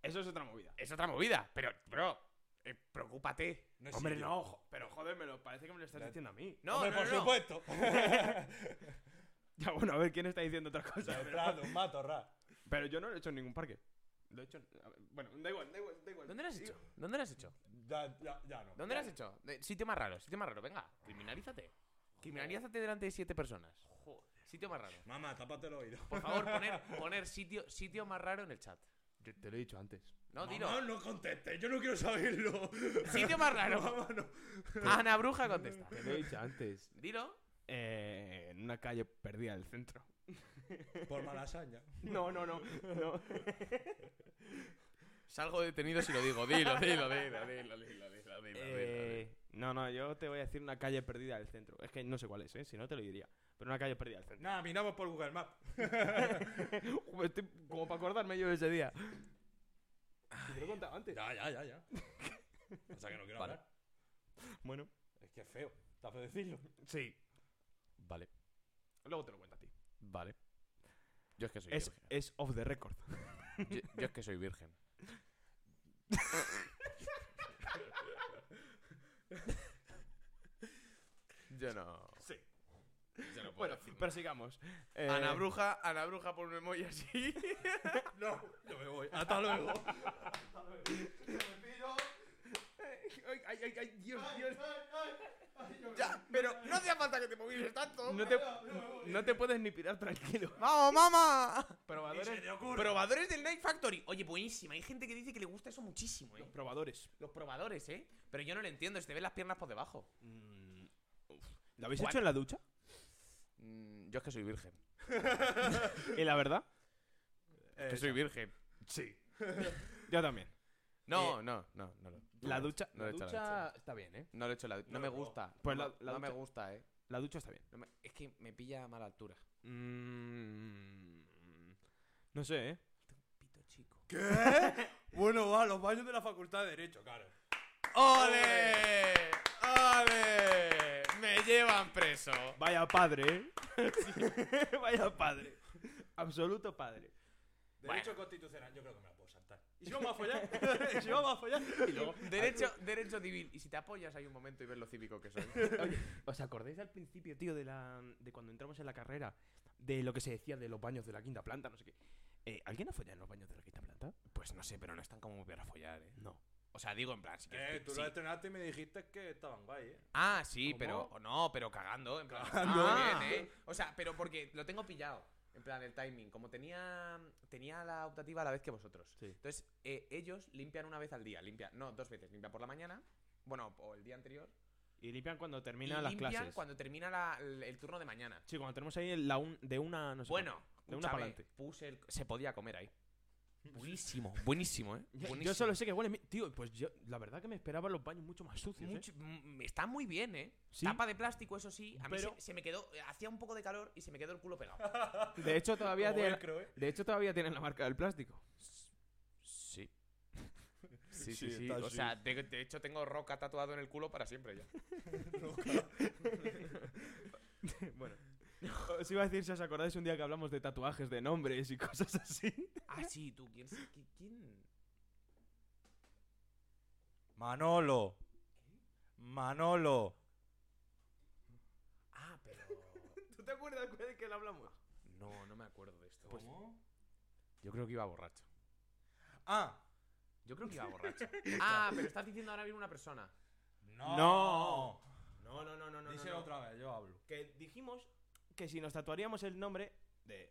B: Eso es otra movida.
C: es otra movida, pero, bro, eh, preocúpate.
A: no es
B: Hombre,
A: sitio.
B: no, jo- pero joder, me lo parece que me lo estás
A: Ya-
B: diciendo a mí.
C: No,
A: Hombre,
C: no,
A: por
C: no, no.
A: supuesto.
B: Ya, bueno, a ver, ¿quién está diciendo otra cosa?
A: Detrás de un mato, ra.
B: Pero yo no lo he hecho en ningún parque. Lo he hecho. en- a ver, bueno, da igual, da igual, da igual.
C: ¿Dónde lo has hecho? ¿Dónde lo has hecho?
A: Ya, ya, ya no.
C: ¿Dónde lo has hecho? De- sitio más raro, sitio más raro, venga, criminalízate. Criminalízate delante de siete personas. Sitio más raro.
A: Mamá, tápate el oído.
C: Por favor, poner, poner sitio, sitio más raro en el chat.
F: Te lo he dicho antes.
C: No, dilo.
A: Mamá, no conteste, yo no quiero saberlo.
C: Sitio más raro.
A: Mamá, no.
C: Ana Bruja contesta.
B: Te lo he dicho antes.
C: Dilo.
B: Eh, en una calle perdida del centro.
A: Por malasaña.
B: No, no, no. no.
C: Salgo detenido si lo digo. Dilo, dilo, dilo, dilo, dilo, dilo, dilo,
B: Eh, no, no, yo te voy a decir una calle perdida del centro. Es que no sé cuál es, ¿eh? Si no te lo diría. Pero una calle perdida del centro.
A: Nada, miramos por Google Maps.
B: Joder, Estoy como para acordarme yo de ese día. Si Te lo he contado antes.
A: Ya, ya, ya, ya. O sea que no quiero
C: Vale.
A: hablar.
B: Bueno,
A: Es que es feo. Está feo decirlo.
B: sí.
C: Vale,
B: Luego te lo cuento a ti.
C: vale. Yo es que soy
B: Es,
C: virgen.
B: es off the record.
C: Yo, yo es que soy virgen. yo no. Sí. Yo no puedo.
B: Bueno, pero sigamos. Eh,
C: Ana Bruja, Ana Bruja, ponme muy así.
A: No, yo me voy. Hasta luego.
F: Ay, ay, ay, ay, Dios, Dios.
C: ya, pero no hacía falta que te movieses tanto.
B: No te, no te puedes ni pirar tranquilo.
C: ¡Vamos, mamá!
B: Probadores.
C: Probadores del Night Factory. Oye, buenísima. Hay gente que dice que le gusta eso muchísimo, ¿eh?
B: Probadores.
C: Los probadores, ¿eh? Pero yo no lo entiendo. Se te ven las piernas por debajo.
B: ¿Lo habéis hecho en la ducha?
C: Mm, yo es que soy virgen.
B: ¿Y la verdad?
A: Eh,
C: Es que soy virgen.
B: Sí. Yo también.
A: Eh,
C: No, no, no, no. lo-
B: La ducha.
C: No lo he hecho, la
B: está bien, ¿eh?
C: No lo he hecho la... No me gusta.
B: Pues
C: no,
B: la- la
C: no me
B: ducha-
C: gusta, ¿eh?
B: La ducha está bien.
C: No me- Es que me pilla a mala altura.
B: Mm, no sé, ¿eh?
C: Pito chico.
A: ¿Qué? Bueno, va, los baños de la facultad de Derecho, claro.
C: ¡Ole! ¡Ole! Me llevan preso.
B: Vaya padre, ¿eh? Vaya padre. Absoluto padre.
A: Derecho constitucional, yo creo que me la puedo saltar. ¿Y si vamos a follar? ¿Y si vamos a follar?
B: Y luego,
C: Derecho, derecho civil. Y si te apoyas hay un momento y ves lo cívico que soy.
B: Oye, ¿os acordáis al principio, tío, de, la, de cuando entramos en la carrera? De lo que se decía de los baños de la quinta planta, no sé qué. Eh, ¿Alguien ha follado en los baños de la quinta planta? pirata?
C: Pues no sé, pero no están como muy para follar, ¿eh?
B: No.
C: O sea, digo en plan, si quieres
A: Eh,
C: pi-
A: tú
C: sí.
A: lo estrenaste y me dijiste que estaban guay, ¿eh?
C: Ah, sí,
B: ¿Cómo?
C: pero. No, pero cagando. En plan,
A: Cagando.
C: ah, bien, ¿eh? O sea, pero porque lo tengo pillado. En plan, el timing. Como tenía, tenía la optativa a la vez que vosotros.
B: Sí.
C: Entonces, eh, ellos limpian una vez al día. Limpia, no, dos veces. Limpia por la mañana. Bueno, o el día anterior.
B: Y limpian cuando
C: Y
B: terminan las
C: limpian
B: clases.
C: cuando termina la- el, el turno de mañana.
B: Sí, cuando tenemos ahí la un- de una, no sé
C: Bueno,
B: De una
C: escúchame,
B: pa'lante.
C: puse el- se podía comer ahí. Buenísimo, buenísimo, ¿eh?
B: Yo,
C: Buenísimo.
B: yo solo sé que huele. mi- Tío, pues yo, la verdad que me esperaba los baños mucho más sucios. ¿eh?
C: Mucho- mm, Está muy bien, ¿eh?
B: Sí.
C: Tapa de plástico, eso sí. A mí
B: Pero-
C: se, se me quedó. Hacía un poco de calor y se me quedó el culo pegado.
B: De hecho, todavía
A: Como
B: tienen,
A: velcro, ¿eh?
B: de hecho, todavía tienen la marca del plástico.
C: Sí. Sí,
A: Sí,
C: sí, sí.
A: está
C: O
A: así.
C: sea, de, de hecho tengo roca tatuado en el culo para siempre ya.
B: bueno. Os iba a decir si os acordáis un día que hablamos de tatuajes de nombres y cosas así.
C: Ah, sí, tú, ¿quién? se- qui- quién?
A: Manolo. Manolo.
C: Ah, pero.
B: ¿Tú te acuerdas de que le hablamos?
C: No, no me acuerdo de
B: Pues
C: esto.
A: ¿Cómo?
C: yo creo que iba borracho.
A: Ah.
C: Yo creo que iba borracho. ah, pero estás diciendo ahora viene una persona.
A: No.
B: No. No, no, no, no, no.
A: Díselo otra vez, yo hablo.
B: Que dijimos que si nos tatuaríamos el nombre de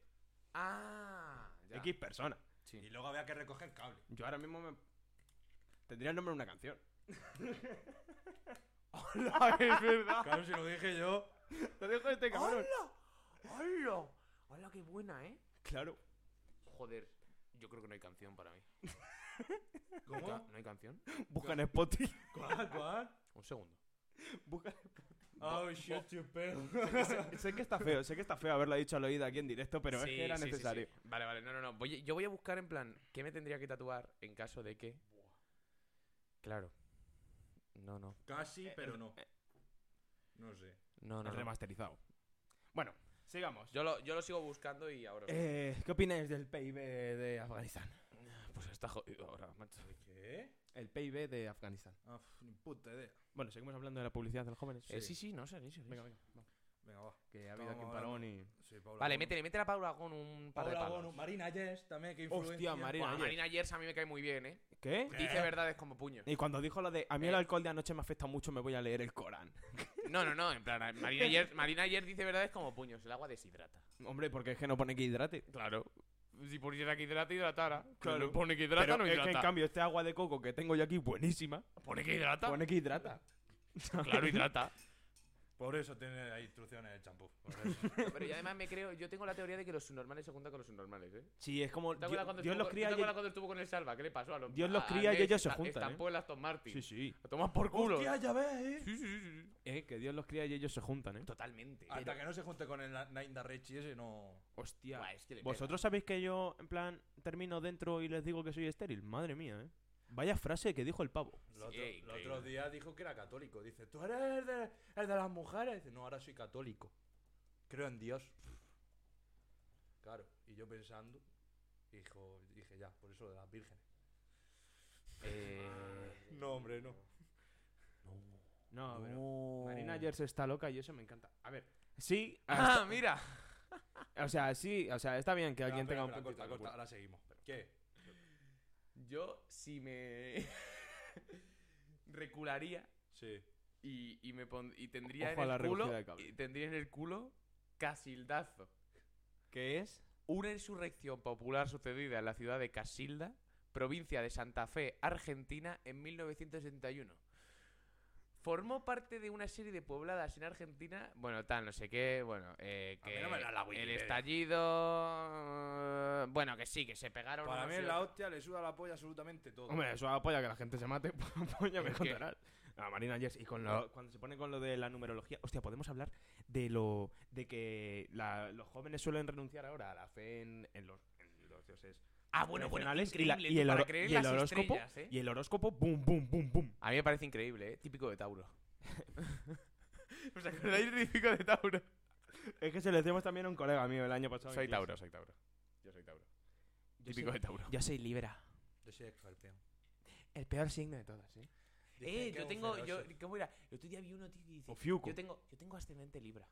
C: Ah, ya.
B: X persona.
A: Y luego había que recoger cable.
B: Yo ahora mismo me. Tendría el nombre de una canción. ¡Hola! ¡Es verdad!
A: Claro, si lo dije yo.
B: ¡Lo dejo este cabrón!
C: ¡Hola! ¡Hola, qué buena, eh!
B: Claro.
C: Joder, yo creo que no hay canción para mí.
A: ¿Cómo?
C: Ca- ¿No hay canción?
B: Busca en Spotify.
A: ¿Cuál? ¿Cuál?
C: Un segundo.
B: Busca-
A: Oh, shit, you pelo.
B: sé, sé que está feo, sé que está feo haberla dicho al oído aquí en directo, pero es
C: Sí,
B: que era
C: sí, sí, sí.
B: necesario.
C: Vale, vale, no, no, no. Voy- yo voy a buscar en plan, ¿qué me tendría que tatuar en caso de que. Claro. No, no.
A: Casi, pero no. No sé.
C: No, no.
B: El
C: no.
B: Remasterizado. Bueno, sigamos.
C: Yo, lo, yo lo sigo buscando y ahora. os digo.
B: Eh, ¿Qué opináis del PIB de Afganistán?
C: Pues está jodido ahora, macho.
A: ¿Qué?
B: El PIB de Afganistán.
A: Ah, pf, ni puta idea.
B: Bueno, seguimos hablando de la publicidad de los jóvenes.
C: Eh, Sí, sí, no, seréis.
B: Venga, venga. vamos.
A: Venga, va.
B: Que ha habido aquí un
A: Estamos
B: parón y.
A: Sí, Paula
C: Vale,
A: Gono.
C: métele, métele a Paula con un par de
A: Paula
C: palos.
A: Gono. Marina Yes también, que influencia.
B: Hostia, Marina.
C: Bueno,
B: Ayer.
C: Marina Yers a mí me cae muy bien, ¿eh?
B: ¿Qué?
A: ¿Qué?
C: Dice verdades como puño.
B: Y cuando dijo lo de a mí el
C: Eh.
B: alcohol de anoche me afecta mucho, me voy a leer el Corán.
C: No, no, no, en plan, a- Marina Yers, Marina Yers dice verdades como puños. El agua deshidrata.
B: Hombre, porque es que no pone que hidrate.
C: Claro. Si pusiera que hidrata, hidratara.
B: Claro.
C: Claro. Pone que hidrata,
B: Pero
C: no
B: es
C: hidrata.
B: que en cambio este agua de coco que tengo yo aquí buenísima,
C: Pone que hidrata.
B: pone que hidrata.
C: Claro, hidrata.
A: Por eso tiene ahí instrucciones el champú. Por eso.
C: Pero yo además me creo, yo tengo la teoría de que los subnormales se juntan con los subnormales, ¿eh?
B: Sí, es como
C: ¿Te acuerdas
B: Dios,
C: cuando
B: Dios
C: estuvo,
B: los
C: con-
B: cría
C: ¿te
B: y
C: acuerdas cuando estuvo con el Salva? ¿Qué le pasó? A los,
B: Dios los
C: a- a
B: cría y
C: Ness,
B: ellos se
C: esta-
B: juntan, ¿eh?
C: Estampó el Aston Martin.
B: Sí, sí.
C: Lo tomas por culo.
A: Hostia,
C: ¿eh?
A: ya ves, eh.
C: Sí, sí, sí, sí.
B: Eh, que Dios los cría y ellos se juntan, ¿eh?
C: Totalmente.
A: Hasta que no se junte con el Ninda Richie ese, no.
B: Hostia.
C: Buah, es que le pega.
B: ¿Vosotros sabéis que yo, en plan, termino dentro y les digo que soy estéril? Madre mía, ¿eh? Vaya frase que dijo el pavo.
A: El otro,
C: eh,
A: el otro
C: increíble.
A: día dijo que era católico. Dice, tú eres el de, el de las mujeres. Dice, no, ahora soy católico. Creo en Dios. Claro, y yo pensando, dijo, dije ya, por eso de las vírgenes. Ah,
C: Eh,
A: No, hombre, no.
C: Ah,
B: No, pero... Marina Gers está loca y eso me encanta. A ver, sí, hasta-
C: Ah, mira.
B: o sea, sí, o sea, está bien que alguien
A: Espera,
B: tenga un
A: espera,
B: puntito
A: corta,
B: de
A: corta,
B: locura.
A: ahora seguimos. ¿Qué?
C: Yo si me recularía
A: Sí.
C: y, y me pon- y tendría
B: Ojo a
C: en
B: la
C: el culo
B: recogida de cable.
C: y tendría en el culo casildazo.
B: ¿Qué es?
C: Una insurrección popular sucedida en la ciudad de Casilda, provincia de Santa Fe, Argentina, en 1961. Formó parte de una serie de pobladas en Argentina, bueno, tal, no sé qué, bueno, eh,
A: A mí
C: que
A: no me la la
C: el
A: Wikipedia.
C: estallido, eh, bueno, que sí, que se pegaron.
A: Para
C: unos
A: mí
C: y
A: en la
C: otros.
A: hostia le suda la polla absolutamente todo.
B: Hombre, eso apoya que la gente se mate, polla me
C: Es que-
B: contarás. Ah, Marina Gers, y con lo- cuando se pone con lo de la numerología, hostia, podemos hablar de lo de que la- los jóvenes suelen renunciar ahora a la fe en, en los, en los dioses
C: Ah, bueno, bueno,
B: tradicionales y, la-
C: increíble,
B: y
C: tú,
B: el,
C: para
B: horo-
C: creer en
B: y el
C: las
B: horóscopo
C: estrellas, ¿eh?
B: y el horóscopo boom boom boom boom.
C: A mí me parece increíble, ¿eh? Típico de Tauro. ¿Os acordáis de típico de Tauro?
B: Es que se lo decíamos también a un colega mío el año pasado. en
C: Soy
B: clase.
C: Tauro, soy Tauro. Yo soy Tauro. Típico de Tauro.
B: Yo soy Libra,
A: Yo soy escorpión.
B: el peor signo de todos, ¿eh?
A: Dicen
C: Eh,
A: que
C: yo
A: es
C: tengo.
A: un
C: Yo,
A: feroz.
C: ¿Cómo era? El otro día vi uno, tío, que dice.
B: O Fiuco.
C: Yo tengo, yo tengo ascendente Libra.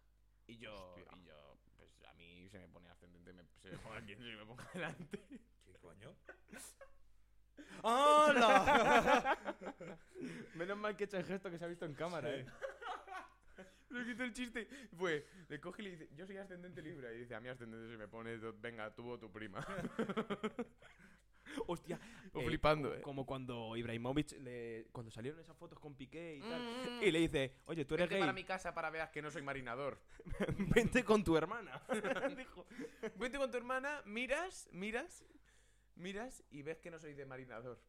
C: Y yo,
B: Hostia.
C: y yo, pues a mí se me pone ascendente, me, se me pone aquí, se me pone delante.
A: ¿Qué coño? ¡Hala!
C: Menos mal que he hecho el gesto que se ha visto en cámara,
A: Sí.
C: eh. Lo que hizo el chiste fue, le coge y le dice, yo soy ascendente libre. Y dice, a mí ascendente se me pone, do- venga, tú o tu prima.
B: Hostia,
C: O
B: eh,
C: flipando, eh.
B: como cuando Ibrahimovic, le, cuando salieron esas fotos con Piqué y tal, y le dice, oye, tú eres
C: Vete
B: gay,
C: para mi casa para veas que no soy marinador.
B: vente con tu hermana. Dijo,
C: Vente con tu hermana, miras, miras, miras y ves que no soy de marinador.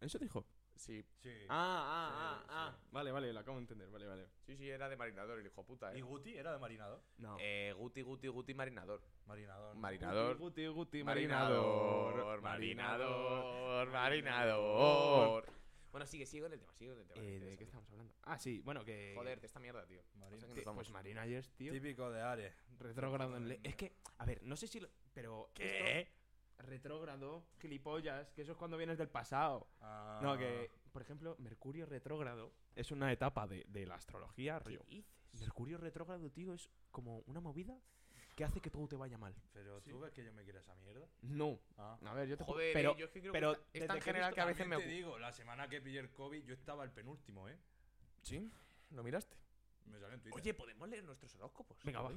B: ¿Eso dijo?
C: Sí,
A: Sí.
B: Ah, ah,
A: Sí,
B: ah, ah. Vale, vale, lo acabo de entender, vale, vale.
C: sí, sí, era de marinador el hijo de puta,
A: ¿Y
C: eh.
A: Guti era de marinador?
B: No.
C: Eh, Guti, Guti, Guti, marinador.
A: Marinador.
C: Marinador.
B: Guti, guti, Eh,
C: Marinador, marinador, marinador. Bueno, sigue, sigue con el tema, sigue con el tema. que
B: Eh,
C: te
B: ¿De qué
C: desvío.
B: estamos hablando? Ah, sí, bueno, que...
C: Joder, de esta mierda, tío.
A: Marin-
C: Pasa que nos
B: Te-
C: vamos.
B: pues Mariners, tío.
A: Típico de Ares.
B: Retrógrado en... le- Es que, a ver, no sé si... lo- Pero... ¿Qué? Retrógrado, gilipollas, que eso es cuando vienes del pasado.
A: Ah.
B: No, que, por ejemplo, Mercurio retrógrado es una etapa de, de la astrología, rollo. Mercurio retrógrado, tío, es como una movida que hace que todo te vaya mal.
A: Pero tú ves que yo me quiero esa mierda.
B: No.
A: Ah.
B: A ver, yo te
C: Joder, eh,
B: pero,
C: yo es que creo
B: pero
C: que es tan- es
B: desde
C: tan
B: que he
C: general
B: visto-
C: que a veces me
A: También te
C: ocu-
A: digo, la semana que pillé el COVID yo estaba el penúltimo, ¿eh?
C: ¿Sí? ¿Lo miraste?
A: Me salió en Twitter.
C: Oye, ¿podemos leer nuestros horóscopos?
B: Venga, va.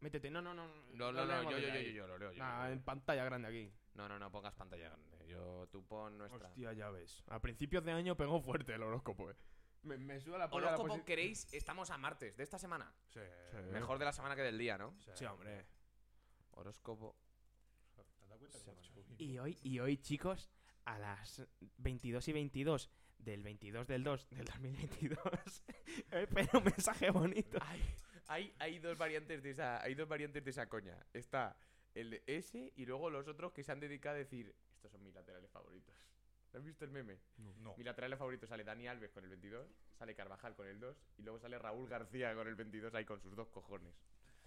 B: Métete. No, no, no.
C: No, no, no,
B: leemos
C: yo, yo,
B: desde
C: yo,
B: ahí.
C: yo, yo, lo leo yo.
B: Nah,
C: lo
B: en
C: leo.
B: pantalla grande aquí.
C: No, no, no pongas pantalla grande. Yo, tú pon nuestra.
B: Hostia, ya ves. A principios de año pegó fuerte el horóscopo, eh. Me, me suda la polla la
C: Horóscopo,
B: posi-
C: queréis, estamos a martes de esta semana.
A: Sí.
C: Mejor de la semana que del día, ¿no?
B: Sí, hombre.
C: Horóscopo.
A: ¿Te has dado cuenta que hemos hecho COVID?
B: Y hoy, y hoy, chicos, a las 22 y 22 del 22 del 2 del 2022, espero un mensaje bonito.
C: Hay, hay, hay dos variantes de esa, hay dos variantes de esa coña. Está el de ese y luego los otros que se han dedicado a decir, estos son mis laterales favoritos. ¿Has visto el meme?
A: No.
C: Mi lateral favorito sale Dani Alves con el 22, sale Carvajal con el 2 y luego sale Raúl García con el 22 ahí con sus dos cojones.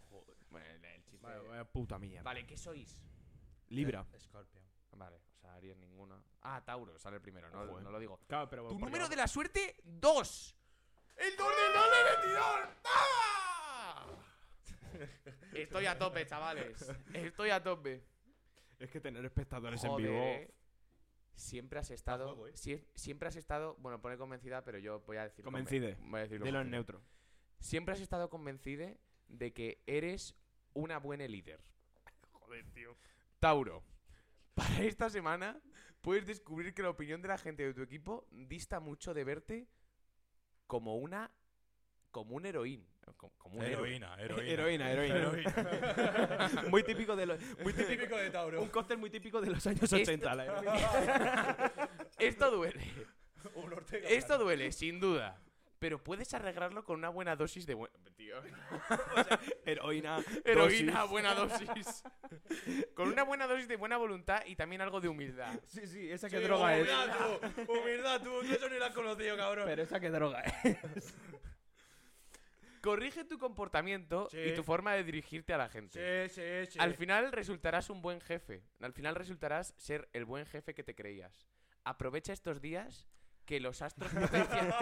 C: Joder. Bueno, el, el chiste.
B: Vale,
C: Vale,
B: vaya puta mierda.
C: ¿qué sois?
B: Libra.
A: Scorpion.
C: Vale, o sea, Aries ninguna. Ah, Tauro, sale el primero, no,
B: Joder.
C: no lo digo.
B: Claro, pero
C: Tu número de la suerte, 2. El 2 del 2 del 22. ¡Ah! Estoy a tope, chavales. Estoy a tope.
B: Es que tener espectadores
C: Joder,
B: en vivo.
C: eh. Siempre has estado.
A: juego, eh.
C: sie- siempre has estado. Bueno, pone convencida, pero yo voy a decir. conven-
B: Convencide.
C: Voy a decirlo
B: De los
C: convencida.
B: neutros.
C: Siempre has estado convencida de que eres una buena líder. Joder, tío. Tauro, para esta semana puedes descubrir que la opinión de la gente de tu equipo dista mucho de verte como una. como un heroín. Como, como un héroe.
A: Heroína, heroína.
B: Heroína, heroína. muy típico de los. Muy típico,
A: Típico de Tauro.
B: un cóctel muy típico de los años
C: Esto-
B: 80. la heroína.
C: Esto duele.
A: Un Ortega.
C: Esto duele, sin duda. Pero puedes arreglarlo con una buena dosis de. buen- Tío.
B: heroína.
C: Heroína,
B: dosis.
C: buena dosis. Con una buena dosis de buena voluntad y también algo de humildad.
B: Sí, sí, esa
A: Sí,
B: que droga es.
A: humildad, tú. Humildad, tú. Tú eso ni la has conocido, cabrón.
B: Pero esa que droga es.
C: Corrige tu comportamiento
A: Sí.
C: y tu forma de dirigirte a la gente.
A: Sí, sí, sí.
C: Al final resultarás un buen jefe. Al final resultarás ser el buen jefe que te creías. Aprovecha estos días que los astros potencian...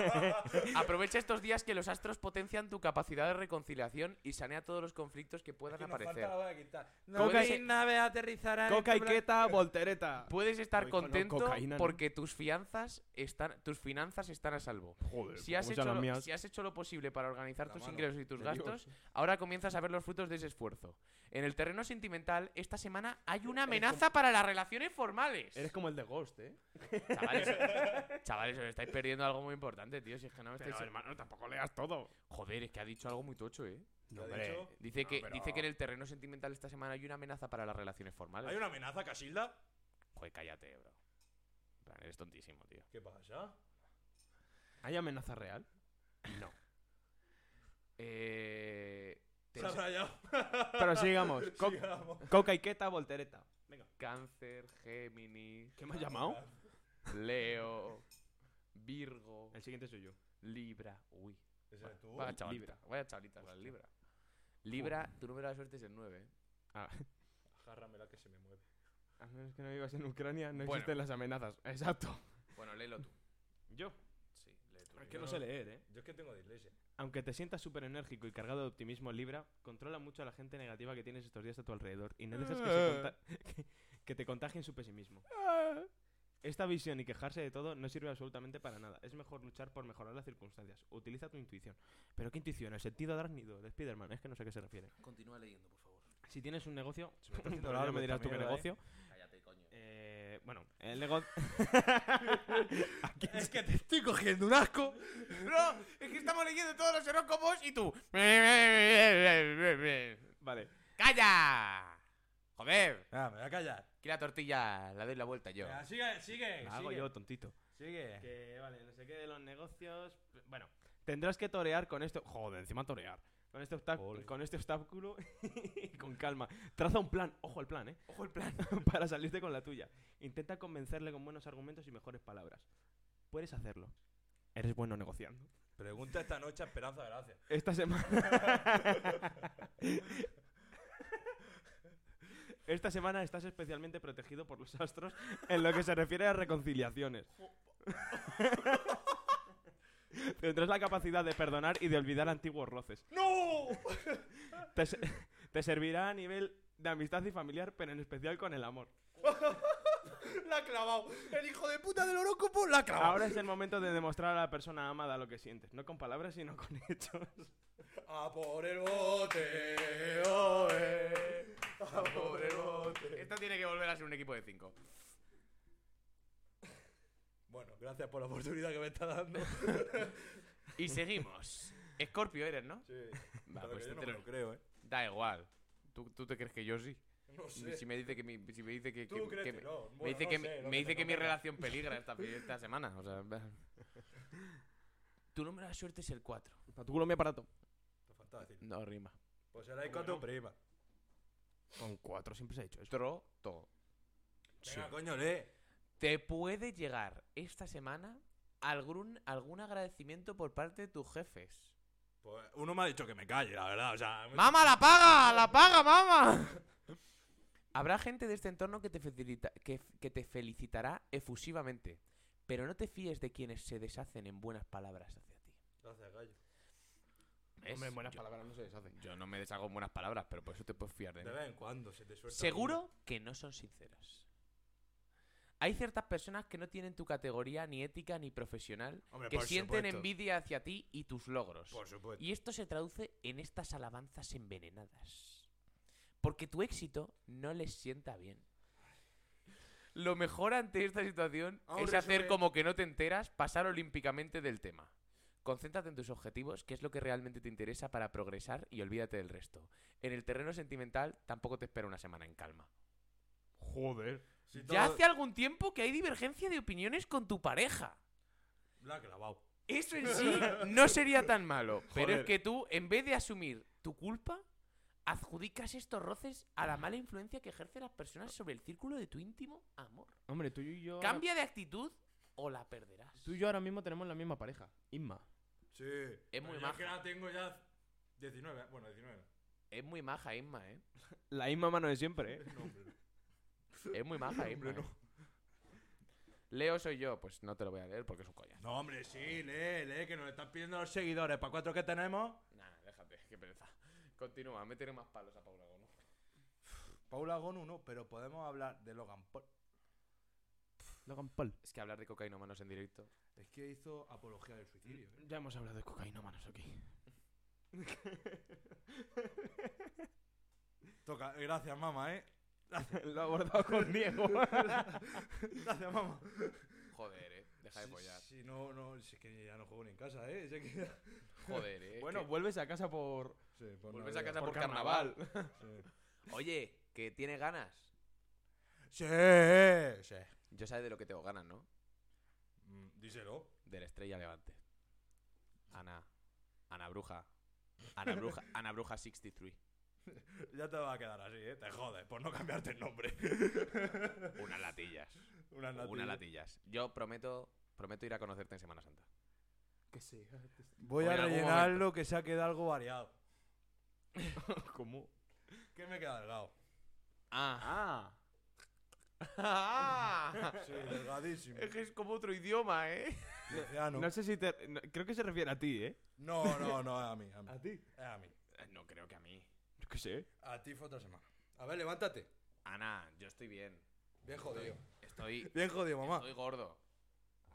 C: Aprovecha estos días que los astros potencian tu capacidad de reconciliación y sanea todos los conflictos que puedan
A: Que nos
C: aparecer.
A: falta la hora de quitar.
C: No Coca-
A: hay nave aterrizará en
B: Coca y
A: este plan-
B: queta, voltereta.
C: Puedes estar
B: Hoy con- no,
C: contento
B: cocaína, ¿no?
C: porque tus fianzas están tus finanzas están a salvo.
B: Joder,
C: Si has,
B: como
C: hecho
B: sean las
C: lo,
B: mías.
C: si has hecho lo posible para organizar
A: La
C: tus
A: mano.
C: ingresos y tus
A: Me
C: gastos, ahora comienzas a ver los frutos de ese esfuerzo. En el terreno sentimental, esta semana hay una amenaza para las relaciones formales.
B: Eres como el de Ghost, ¿eh?
C: Chavales, chavales, os estáis perdiendo algo muy importante, tío. Si es que no me estáis...
B: hermano, tampoco leas todo.
C: Joder, es que ha dicho algo muy tocho, ¿eh?
A: Lo dicho.
C: Dice,
B: No,
C: que,
B: pero-
C: dice que en el terreno sentimental esta semana hay una amenaza para las relaciones formales.
A: ¿Hay una amenaza, Casilda?
C: Joder, cállate, bro. En plan, Eres tontísimo, tío.
A: ¿Qué pasa?
B: ¿Hay amenaza real?
C: Eh...
A: Se
C: te-
A: ha rayado. Pues
B: Pero sigamos. Co-
A: Sigamos.
B: pues Coca y queta, voltereta.
C: Cáncer, Géminis,
B: ¿Qué me has llamado?
C: Leo, Virgo,
B: El siguiente soy yo.
C: Libra. Uy.
A: ¿Ese eres tú?
C: Vaya chavalita.
B: Libra.
C: Vaya chavalita la Libra. Libra, tu número de suerte es el ¿eh? 9.
A: Agárramela que se me mueve.
B: A menos que Ah, no vivas en Ucrania, no
C: Bueno.
B: existen las amenazas. Exacto.
C: Bueno, léelo tú.
B: Yo.
C: Sí, léelo tú.
A: Yo
B: Es que no sé leer, ¿eh?
A: Yo es que tengo dislexia.
B: Aunque te sientas súper enérgico y cargado de optimismo, Libra, controla mucho a la gente negativa que tienes estos días a tu alrededor y no dejes que, se conta- que- que te contagien su pesimismo. Esta visión y quejarse de todo no sirve absolutamente para nada. Es mejor luchar por mejorar las circunstancias. Utiliza tu intuición. ¿Pero qué intuición? El sentido arácnido de Spider-Man. Es que no sé a qué se refiere.
D: Continúa leyendo, por favor.
B: Si tienes un negocio,
A: me está haciendo
B: ahora
A: largo
B: me dirás
A: esta
B: tú qué
A: mierda, ¿eh?
B: negocio.
D: Cállate, coño.
B: Eh, bueno, el negocio...
C: Es que te estoy cogiendo un asco. No, es que estamos leyendo todos los horóscopos y tú.
B: vale.
C: ¡Calla! Joder,
A: Ah, me voy a callar.
C: que la tortilla la doy la vuelta yo.
A: Venga, sigue,
D: Eh,
A: sigue,
B: La hago
A: sigue.
B: yo, tontito.
A: Sigue.
B: Que vale, no sé qué de los negocios. p- Bueno, tendrás que torear con esto. Joder, encima torear. Con este, obstac-
A: Ole.
B: con este obstáculo y con calma. Traza un plan, ojo al plan, ¿eh? Ojo al plan. para salirte con la tuya. Intenta convencerle con buenos argumentos y mejores palabras. Puedes hacerlo. Eres bueno negociando.
A: Pregunta esta noche a Esperanza Gracias.
B: Esta semana. Esta semana estás especialmente protegido por los astros en lo que se refiere a reconciliaciones. Tendrás la capacidad de perdonar y de olvidar antiguos roces.
A: ¡No!
B: Te, se- te servirá a nivel de amistad y familiar, pero en especial con el amor.
A: la ha clavado. El hijo de puta del horóscopo la ha clavado.
B: Ahora es el momento de demostrar a la persona amada lo que sientes, no con palabras, sino con hechos.
A: A por el bote, oe. A por el bote.
C: Esto tiene que volver a ser un equipo de 5.
A: Bueno, gracias por la oportunidad que me está dando.
C: Y seguimos. Scorpio eres, ¿no?
A: Sí.
C: Va,
A: Pero
C: pues
A: que yo
C: te
A: no me
C: lo-
A: lo creo, ¿eh?
C: Da igual. ¿Tú, tú te crees que yo sí?
A: No sé.
C: Si me dice que mi, si me dice que,
A: Tú
C: que-
A: crees
C: que
A: que
C: me,
A: no.
C: me
A: Bueno,
C: dice
A: no
C: que,
A: sé,
C: mi-
A: lo
C: me
A: que
C: dice
A: te
C: que mi
A: convenga.
C: relación peligra esta, esta semana. O sea, tu número de suerte es el 4.
B: Para tu culo, mi aparato.
A: Te falta decir.
C: No rima.
A: Pues será con tu prima.
B: Con cuatro siempre se ha hecho eso.
C: Troto.
A: Venga, coño, lee.
C: Te puede llegar esta semana algún, algún agradecimiento por parte de tus jefes.
A: Pues uno me ha dicho que me calle, la verdad. O sea, me-
C: ¡Mama, la paga! ¡La paga, mama! Habrá gente de este entorno que te, felicita- que, f- que te felicitará efusivamente, pero no te fíes de quienes se deshacen en buenas palabras hacia ti.
A: Gracias, gallo.
C: ¿Ves?
B: Hombre, en buenas
C: yo,
B: palabras no se deshacen.
C: yo no me deshago en buenas palabras, pero por eso te puedes fiar de
A: De
C: mí.
A: vez en cuando se te suelta.
C: Seguro que no son sinceras. Hay ciertas personas que no tienen tu categoría ni ética ni profesional,
A: Hombre,
C: que
A: por
C: sienten
A: supuesto.
C: envidia hacia ti y tus logros.
A: alguno. Por supuesto.
C: Y esto se traduce en estas alabanzas envenenadas. Porque tu éxito no les sienta bien. Lo mejor ante esta situación
A: Aún
C: es hacer
A: resume-
C: como que no te enteras, pasar olímpicamente del tema. Concéntrate en tus objetivos, que es lo que realmente te interesa para progresar y olvídate del resto. En el terreno sentimental tampoco te espera una semana en calma.
B: Joder.
A: Si
C: Ya
A: todo-
C: hace algún tiempo que hay divergencia de opiniones con tu pareja.
A: La ha clavado.
C: Eso en sí no sería tan malo. Pero es
B: Joder.
C: que tú, en vez de asumir tu culpa, adjudicas estos roces a la mala influencia que ejercen las personas sobre el círculo de tu íntimo amor.
B: Hombre, tú y yo. ahora-
C: Cambia de actitud o la perderás.
B: Tú y yo ahora mismo tenemos la misma pareja, Inma.
A: Sí. Es
C: muy
A: yo es que
C: maja.
A: la tengo ya 19, bueno, 19.
C: Es muy maja, Inma, ¿eh?
B: La misma mano de siempre, ¿eh?
A: No, hombre.
C: Es muy maja, Inma. ¿eh? Leo soy yo, pues no te lo voy a leer porque es un collar.
A: No, hombre, sí, lee, lee, que nos están pidiendo los seguidores. ¿Para cuatro que tenemos?
C: Nada, déjate, qué pereza. Continúa, métele más palos a Paula Gono.
A: Paula Gonu no, pero podemos hablar de Logan Paul.
B: Logan Paul.
C: Es que hablar de cocainómanos en directo.
A: Es que hizo apología del suicidio. ¿eh?
B: Ya hemos hablado de cocainómanos aquí.
A: Toca, gracias, mamá, ¿eh?
B: Lo ha abordado con Diego.
A: Gracias, mamá.
C: Joder, eh. Deja de follar.
A: Si, si no, no, si es que ya no juego ni en casa, ¿eh? Si es que ya-
C: Joder, eh.
B: bueno,
C: que-
B: vuelves a casa por.
A: Sí, por
C: Vuelves a
A: Navidad.
C: casa por,
B: Por
C: carnaval.
B: carnaval.
A: Sí.
C: Oye, que tiene ganas.
A: Sí, sí.
C: Yo sabes de lo que tengo ganas, ¿no?
A: Mm, díselo.
C: De la estrella levante. Ana. Ana Bruja. Ana Bruja. Ana Bruja 63.
A: Ya te va a quedar así, ¿eh? Te jodes por no cambiarte el nombre.
C: Unas latillas.
A: Una
C: Unas latillas. Yo prometo, prometo ir a conocerte en Semana Santa.
F: Que sí.
A: Voy
C: Voy
A: a
C: en algún
A: rellenarlo que se ha quedado algo variado.
B: ¿Cómo?
A: ¿Qué me queda delgado?
C: Ah.
B: Ah.
A: Sí, delgadísimo.
C: Es que es como otro idioma, ¿eh?
A: Ya no.
B: No sé si te... no- creo que se refiere a ti, ¿eh?
A: No, no, no, es a mí. ¿A ti? Es a mí.
C: Eh, No creo que a mí.
B: Yo qué sé.
A: A ti fue otra semana. A ver, levántate.
C: Ana, yo estoy bien.
A: Bien jodido.
C: Estoy,
A: Bien jodido, mamá.
C: estoy gordo.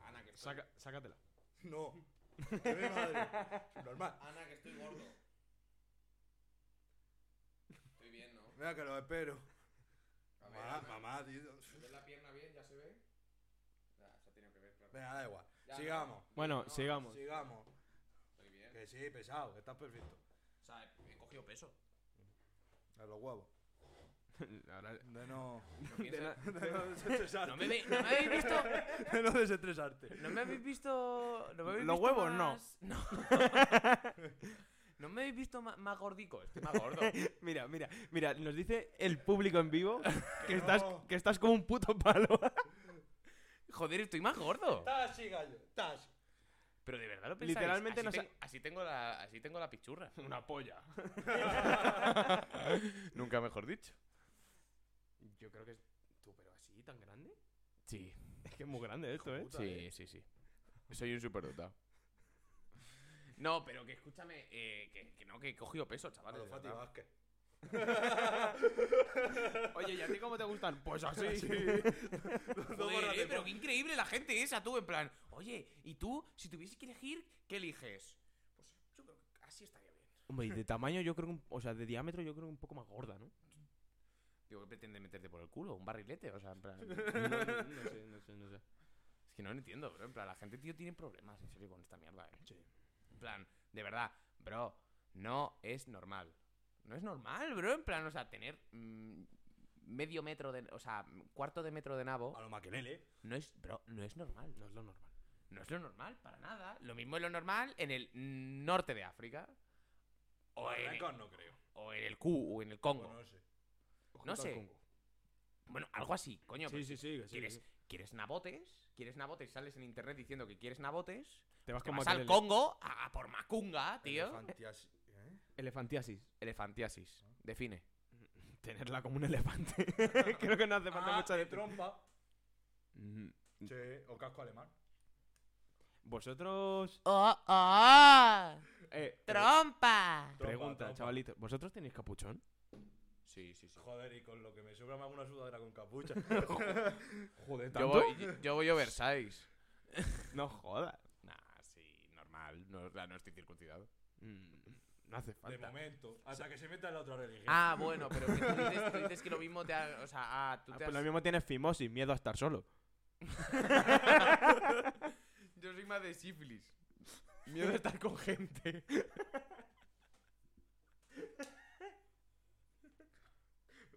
C: Ana, que estoy,
B: sácatela.
A: No. De mi madre. Normal.
C: Ana, que estoy gordo. Estoy bien, ¿no?
A: Mira que lo espero.
C: A ver,
A: Mamá,
C: Ana,
A: mamá, tío.
C: ¿se ve la pierna bien? ¿Ya se ve? Ya, se ha tenido que ver, claro.
A: Venga, da igual.
C: Ya, no,
A: Sigamos.
B: Bueno,
C: no,
B: sigamos.
A: Sigamos.
C: Estoy bien.
A: Que sí, pesado, que estás perfecto.
C: O sea, he he cogido peso.
A: A los huevos.
B: Ahora-
A: De no.
C: No, piensa-
A: De no desestresarte.
C: ¿No me, ve- no me habéis visto.
A: De no desestresarte.
C: No me habéis visto. No me habéis
B: Los
C: visto
B: huevos, no.
C: más- no. No me habéis visto ma- más, gordico. Estoy más gordo.
B: Mira, mira, mira, nos dice el público en vivo que,
A: no.
B: estás, que estás como un puto palo.
C: Joder, estoy más gordo.
A: Estás así, gallo. Estás así.
C: Pero de verdad lo pensáis.
B: Literalmente
C: así,
B: nos ha-
C: ten- así tengo la así tengo la pichurra.
B: Una polla.
C: Nunca mejor dicho. Yo creo que es tú, pero así tan grande. Sí,
B: Es que es muy grande esto, ¿eh?
C: sí, sí, sí. Soy un superdotado. No, pero que escúchame, eh, que, que no, que he cogido peso, chaval.
A: A los Fati Vázquez.
B: Oye, ¿y a ti cómo te gustan? Pues así.
C: Joder, eh, pero qué increíble la gente esa, tú, en plan, oye, ¿y tú, si tuvieses que elegir, qué eliges? Pues yo creo que así estaría bien.
B: Hombre, y de tamaño yo creo, que un- o sea, de diámetro yo creo que un poco más gorda, ¿no?
C: Digo, ¿qué pretende meterte por el culo? ¿Un barrilete? O sea, en plan...
B: No, no, no sé, no sé, no sé.
C: Es que no lo entiendo, bro. En plan, la gente, tío, tiene problemas, en serio, con esta mierda, eh. En plan, de verdad, bro, no es normal. No es normal, bro. En plan, o sea, tener mm, medio metro de... O sea, cuarto de metro de nabo
A: A eh. los maquelele.
C: no es... Bro, no es normal.
B: No es lo normal.
C: No es lo normal, para nada. Lo mismo es lo normal en el norte de África. O en, el,
A: Barracas no creo.
C: o en el Q, o en el Congo.
A: O no sé.
C: no sé. Bueno, algo así, coño. pero
B: Sí, sí, sí. que sí,
C: ¿Quieres,
B: sí.
C: ¿Quieres nabotes? ¿Quieres nabotes? Sales en internet diciendo que quieres nabotes.
B: Te vas
C: Te
B: con
C: vas al
B: maquelele.
C: Congo a, a por Macunga, tío.
A: Elefantias- ¿eh?
B: Elefantiasis.
C: Elefantiasis. Define.
B: Tenerla como un elefante. creo que no hace falta
A: Ah,
B: mucha de
A: y trompa.
C: Mm-hmm.
B: Mm,
A: Sí, o casco alemán.
B: Vosotros.
G: ¡Oh, oh!
B: eh, pre-
G: ¡Trompa!
A: Trompa,
B: pregunta,
A: trompa.
B: chavalito. ¿Vosotros tenéis capuchón?
C: eh, Sí, sí, sí.
A: Joder, y con lo que me sobra me hago una sudadera con capucha.
B: Joder,
C: Yo voy, yo voy oversize.
B: No jodas.
C: Nah, sí, normal. No, no estoy circuncidado.
B: Mm, no hace
A: de
B: falta.
A: momento. Hasta que se meta en la otra religión.
C: Ah, bueno, pero que tú, dices, tú dices que lo mismo te ha- O sea, ah, tú
B: Ah,
C: te
B: pues
C: has-
B: lo mismo tienes fimosis, miedo a estar solo.
C: Yo soy más de sífilis. Miedo de estar con gente.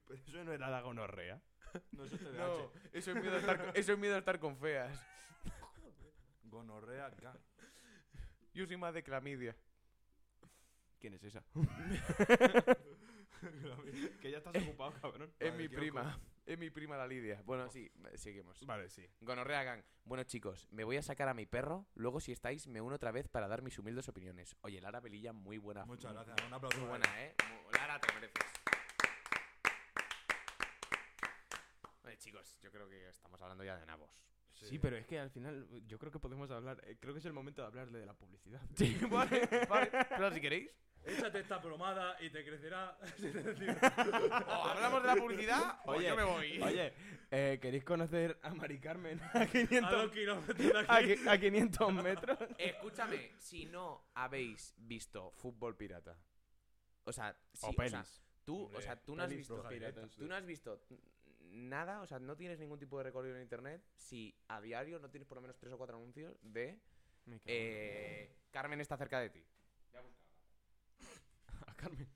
B: Pero eso no era la gonorrea.
A: No es este de
C: No, eso es miedo a estar, eso es miedo a estar con feas.
A: Gonorrea K.
C: Yo soy más de clamidia.
B: ¿Quién es esa? que ya estás ocupado, cabrón.
C: Es
A: Vale,
C: mi
A: Kyoko.
C: prima. Es mi prima la Lidia. Bueno, sí, seguimos.
B: Vale, sí.
C: Gonorrea Gang. Bueno, chicos, me voy a sacar a mi perro. Luego, si estáis, me uno otra vez para dar mis humildes opiniones. Oye, Lara Velilla, muy buena.
A: Muchas gracias. Un aplauso.
C: Muy
A: para
C: buena, ¿eh? Mu- Lara, te lo mereces. Oye, chicos, yo creo que estamos hablando ya de nabos.
A: él.
B: Sí, pero es que al final yo creo que podemos hablar. eh, creo que es el momento de hablarle de la publicidad.
C: Sí, vale, vale. Claro, si queréis.
A: Échate esta bromada y te crecerá.
C: O hablamos de la publicidad o
B: Oye,
C: yo me voy.
B: Oye, eh, ¿queréis conocer a Mari Carmen a
A: a dos
B: 500,
A: kilómetros de
B: a
A: aquí.
B: qui- a 500 metros?
C: Escúchame, si no habéis visto fútbol pirata. O sea, sí,
B: O
C: o sea,
B: pelis.
C: tú, o
A: Hombre,
C: sea, tú no has
A: pelis
C: visto
A: rojas y
C: pirata,
A: negras,
C: tú no has visto nada, o sea, no tienes ningún tipo de recorrido en internet si a diario no tienes por lo menos tres o cuatro anuncios de eh, Carmen está cerca de ti.
B: A Carmen.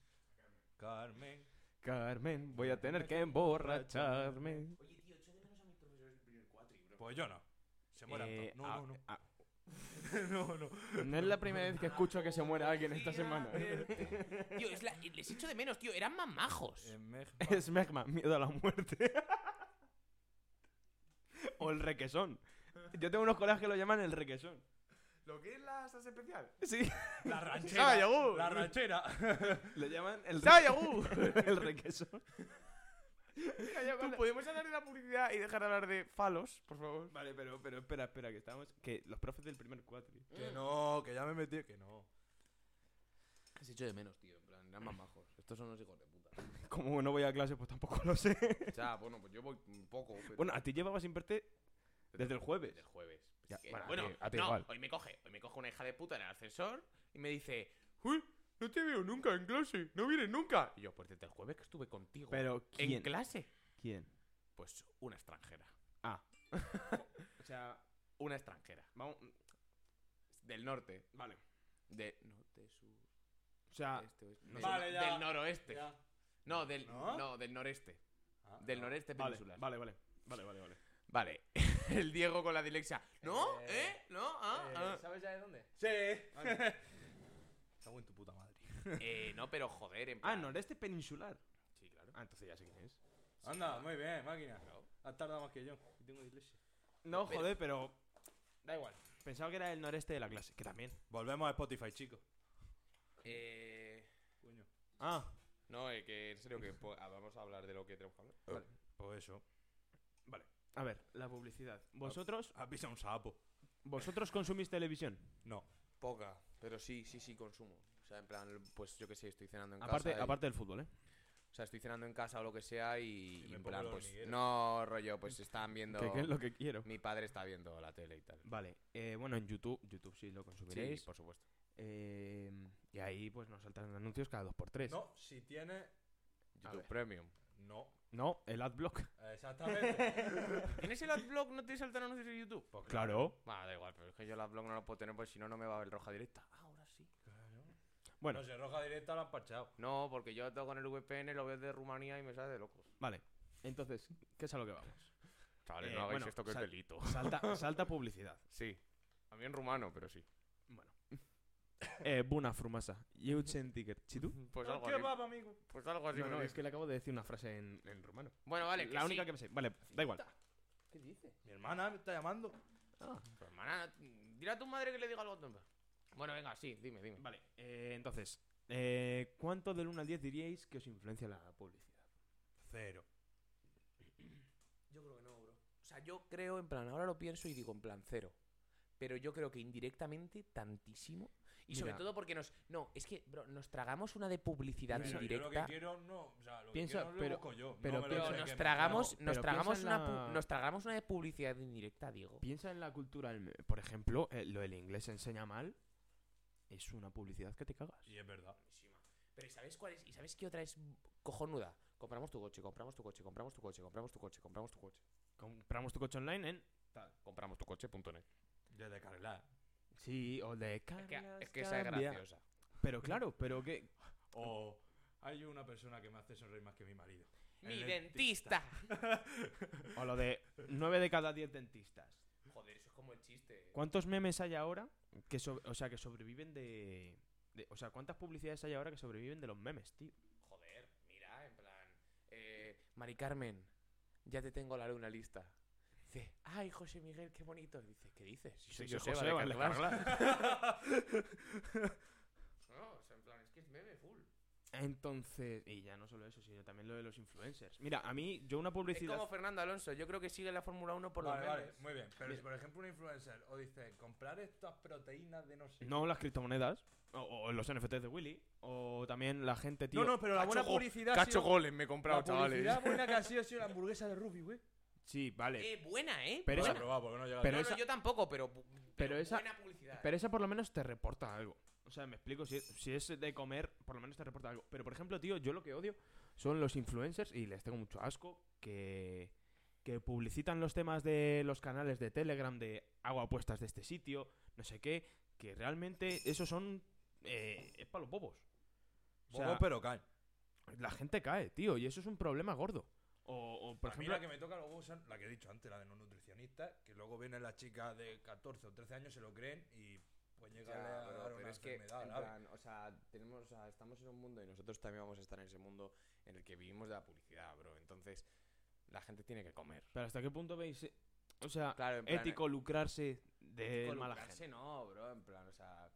A: Carmen.
B: Carmen, voy a tener que emborracharme.
D: Oye, tío, echo de menos a mis profesores del primer cuatri, bro.
A: Pues yo no. Se mueran
B: Eh,
A: todos. No,
B: a-
C: ah.
A: no, no.
B: a-
A: no, no.
B: no es la primera vez que escucho que se muera alguien esta semana.
C: ¿eh? Tío, es la- les echo de menos, tío, eran más majos.
A: En México.
B: Es Megma, miedo a la muerte. o el requesón. Yo tengo unos colegas que lo llaman el requesón.
C: ¿Lo que es la salsa especial?
B: Sí,
A: La
C: ¡Sabe,
A: ranchera.
C: yogur!
A: La ranchera.
B: lo llaman el,
C: ¡Sabe, yogur!
B: el requesón.
C: Tú, ¿Podemos hablar de la publicidad y dejar de hablar de falos, por favor?
B: Vale, pero, pero espera, espera, que estamos. Que los profes del primer cuatri.
A: Que no, que ya me metí. Que no.
C: Has hecho de menos, tío. En plan, eran más majos. Estos son los hijos de puta.
B: Como no voy a clase, pues tampoco lo sé.
C: O sea, bueno, pues yo voy un poco. Pero...
B: Bueno, a ti llevaba sin verte. desde el jueves.
C: Desde el jueves.
B: Ya,
C: Sí,
B: bueno, a
C: bueno,
B: ti- a ti
C: no,
B: igual.
C: hoy me coge. Hoy me coge una hija de puta en el ascensor y me dice: ¡Uy! No te veo nunca en clase. No vienes nunca. Y yo, pues desde el jueves que estuve contigo.
B: Pero,
C: ¿En
B: ¿quién?
C: clase?
B: ¿Quién?
C: Pues una extranjera.
B: O sea,
C: Una extranjera.
B: vamos.
C: Del norte.
B: Vale.
C: De. Norte, sur.
B: O sea,
C: este, oeste.
B: no
C: Del-
B: sé.
A: Vale, ya.
C: Del noroeste.
A: Ah.
C: No, del,
A: ¿No?
C: ¿No? del noreste.
A: Ah,
C: del
A: no.
C: noreste
B: vale,
C: peninsular.
B: vale, vale. Vale, vale, vale.
C: Vale. el Diego con la dilexia. ¿No? ¿Eh?
A: Eh,
C: ¿No? ¿Ah? ah.
D: ¿Sabes ya de dónde?
A: Sí. Cago en tu puta madre.
C: Eh, no, pero joder, en
B: Ah,
C: plan...
B: noreste peninsular.
C: Sí, claro.
B: Ah, entonces ya sé quién es.
A: Anda, muy bien, máquina.
C: Claro.
A: Has tardado más que yo. Y tengo iglesia.
B: No,
C: Pero-
B: joder, pero. Da igual. Pensaba que era el noreste de la clase, que también.
A: Volvemos a Spotify, chicos.
C: Eh...
A: Coño.
B: Ah,
C: No, eh, que en serio, que po- ah, vamos a hablar de lo que tenemos que hablar.
B: Oh.
A: Vale. Pues eso.
B: a ver, la publicidad. ¿Vosotros,
A: Has pisado un sapo.
B: vosotros consumís televisión?
A: No.
C: Poca, pero sí, sí, sí consumo. O sea, en plan, pues yo que sé, estoy cenando en
B: Aparte,
C: casa. y-
B: aparte del fútbol, ¿eh?
C: O sea, estoy cenando en casa o lo que sea y,
A: Y
C: y
A: me
C: en
A: pongo
C: plan,
A: el
C: pues...
A: hormiguero.
C: No, rollo, pues están viendo...
B: Que, que es lo que quiero.
C: Mi padre está viendo la tele y tal.
B: Vale, eh, bueno, en YouTube, YouTube sí lo
C: Sí,
B: consumiréis.
C: por supuesto.
B: Eh, y ahí pues nos saltan anuncios cada dos por tres.
A: No, si tienes.
C: YouTube Premium.
A: No.
B: No, el adblock.
A: Exactamente.
C: ¿Tienes el adblock? ¿No te saltan anuncios en YouTube?
A: Pues
B: Claro.
C: Bah, da igual, pero es que yo el adblock no lo puedo tener porque si no, no me va a ver roja directa. Ah, ahora sí.
B: Bueno,
A: No sé, roja directa la han parchado.
C: No, porque yo tengo con el VPN, lo veo desde Rumanía y me sale de locos.
B: vale. Entonces, ¿qué es a lo que vamos?
C: Chavales,
B: Eh,
C: no hagáis
B: bueno,
C: esto que es
B: sal-
C: delito.
B: Salta, salta publicidad.
C: Sí. A mí en rumano, pero sí.
B: Eh, buna frumasa. Eutchentiker. ¿Chitu?
C: Pues algo
A: ¿Qué
C: así.
A: va, amigo?
C: Pues algo así.
B: No,
C: me
B: no,
C: dice.
B: es que le acabo de decir una frase en, en rumano.
C: Bueno, vale,
B: La única que me sé. Vale, da igual.
D: ¿Qué dices?
A: Mi hermana me está llamando.
C: Pues, hermana, dile a tu madre que le diga algo. tonto. Bueno, venga, sí, dime, dime.
B: Vale, eh, entonces, eh, ¿cuánto del 1 al 10 diríais que os influencia la publicidad?
A: Cero.
D: Yo creo que no, bro.
C: O sea, yo creo, en plan, ahora lo pienso y digo, en plan, cero. Pero yo creo que indirectamente, tantísimo. Y sobre
B: Mira.
C: todo porque nos. No, es que, bro, nos tragamos una de publicidad
A: Pero yo lo que
C: indirecta.
A: quiero no. O sea, lo
B: Piensa,
A: que quiero no
B: pero-
A: lo busco yo.
B: pero-
A: no me lo
C: Pero
A: sé
C: nos
A: que me
C: tragamos,
A: trago.
C: nos
B: Pero
C: tragamos
B: piensa
C: una
B: en la-
C: pu- nos tragamos una de publicidad indirecta, digo.
B: Piensa en la cultura, del me- por ejemplo, eh, lo del inglés enseña mal. Es una publicidad que te cagas.
A: Y es verdad.
C: Pero ¿y ¿sabes cuál es? ¿Y sabes qué otra es cojonuda? Compramos tu coche, compramos tu coche, compramos tu coche, compramos tu coche, compramos tu coche.
B: Compramos tu coche online en
C: Compramos tu coche.net.
A: Desde carrelar.
B: Sí, o de
C: Es que,
B: cargas,
C: es que esa es
B: cambia.
C: graciosa.
B: Pero claro, pero que.
A: O. Hay una persona que me hace sonreír más que mi marido.
C: ¡Mi
A: El
C: dentista!
B: O lo de 9 de cada 10 dentistas.
C: Joder, eso es como el chiste.
B: ¿Cuántos memes hay ahora que so- o sea, que sobreviven de, de- O sea, ¿cuántas publicidades hay ahora que sobreviven de los memes, tío?
C: Joder, mira, en plan. eh, Mari Carmen, ya te tengo la luna lista. Dice, ay, José Miguel, qué bonito. Dice, ¿qué dices? Si soy Joseba de
B: Joseba, el de
C: Carglass".
B: Carglass.
C: No, o sea, en plan, es que es meme full.
B: Entonces, y ya no solo eso, sino también lo de los influencers. Mira, a mí, yo una
C: Es
B: publicidad.
C: como Fernando Alonso, yo creo que sigue la Fórmula 1 por
A: vale,
C: los
A: vale,
C: memes.
A: muy bien. Pero si, por ejemplo, un influencer o dice comprar estas proteínas de no sé.
B: No las criptomonedas, o, o los NFTs de Willy, o también la gente, tío.
A: no, no, pero la
C: Cacho
A: buena
C: go-
A: publicidad. ha
C: Cacho
A: sido-
C: goles me he comprado,
A: La
C: chavales.
A: publicidad buena que ha sido, ha sido la hamburguesa de Ruby, güey.
B: Sí, vale.
C: Eh, buena, ¿eh?
B: Pero
A: No la he
B: esa-
A: probado porque no he llegado
B: pero
C: no,
A: a-
B: esa-
C: no, yo tampoco, pero, bu- pero,
B: pero esa-
C: buena publicidad.
B: Pero esa por lo menos te reporta algo. O sea, me explico, si, si es de comer, por lo menos te reporta algo. Pero por ejemplo, tío, yo lo que odio son los influencers, y les tengo mucho asco, que, que publicitan los temas de los canales de Telegram, de hago apuestas de este sitio, no sé qué, que realmente esos son... eh, es para los bobos. O sea,
A: Bobo, pero cae.
B: la gente cae, tío, y eso es un problema gordo. O, o, por
A: a
B: ejemplo...
A: mí la que me toca los huevos son la que he dicho antes, la de los nutricionistas, que luego viene la chica de 14 o 13 años, se lo creen y pues llega a dar una enfermedad
C: en
A: grave.
C: plan, o sea, tenemos, o sea, estamos en un mundo y nosotros también vamos a estar en ese mundo en el que vivimos de la publicidad, bro. Entonces, la gente tiene que comer.
B: Pero hasta qué punto veis... eh, O sea,
C: Claro, en plan,
B: ético lucrarse de
C: ético
B: mala
C: lucrarse
B: gente.
C: no, bro, en plan, o sea,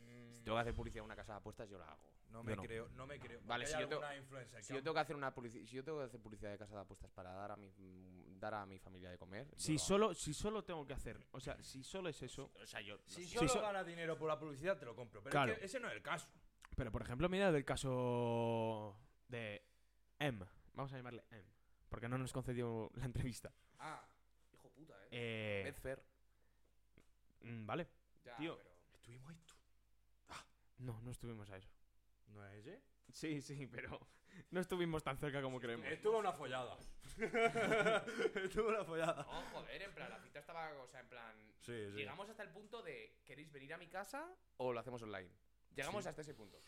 A: Mm,
C: tengo que hacer publicidad a una casa de apuestas, yo la hago.
A: No me
C: no.
A: creo, no me creo.
C: Vale,
A: Porque
C: si
A: hay
C: yo tengo-
A: alguna influencer
C: Si
A: que
C: yo
A: ha-
C: tengo que hacer una publici- si yo tengo que hacer publicidad de casa de apuestas para dar a mi mm, dar a mi familia de comer. yo
B: Si
C: lo hago.
B: solo, si solo tengo que hacer, o sea, si solo es eso.
C: o sea, yo no
A: Si
C: sé.
A: solo
B: so-
A: gana dinero por la publicidad, te lo compro. Pero
B: Claro.
A: es que ese no es el caso.
B: Pero por ejemplo, mira del caso de M. Vamos a llamarle M. Porque no nos concedió la entrevista.
D: Ah, hijo puta, eh.
B: Eh,
C: Medfer,
B: mm, vale.
D: Ya,
B: tío.
D: pero-
A: Estuvimos ahí tú.
B: No, no estuvimos a eso.
A: ¿No es ese?
B: Sí, sí, pero no estuvimos tan cerca como creemos.
C: eh.
A: Estuvo una follada. Estuvo una follada.
D: No, joder, en plan, la cita estaba, o sea, en plan...
A: Sí, sí.
D: Llegamos hasta el punto de, ¿queréis venir a mi casa?
C: o lo hacemos online. Llegamos
A: Sí.
C: hasta ese punto.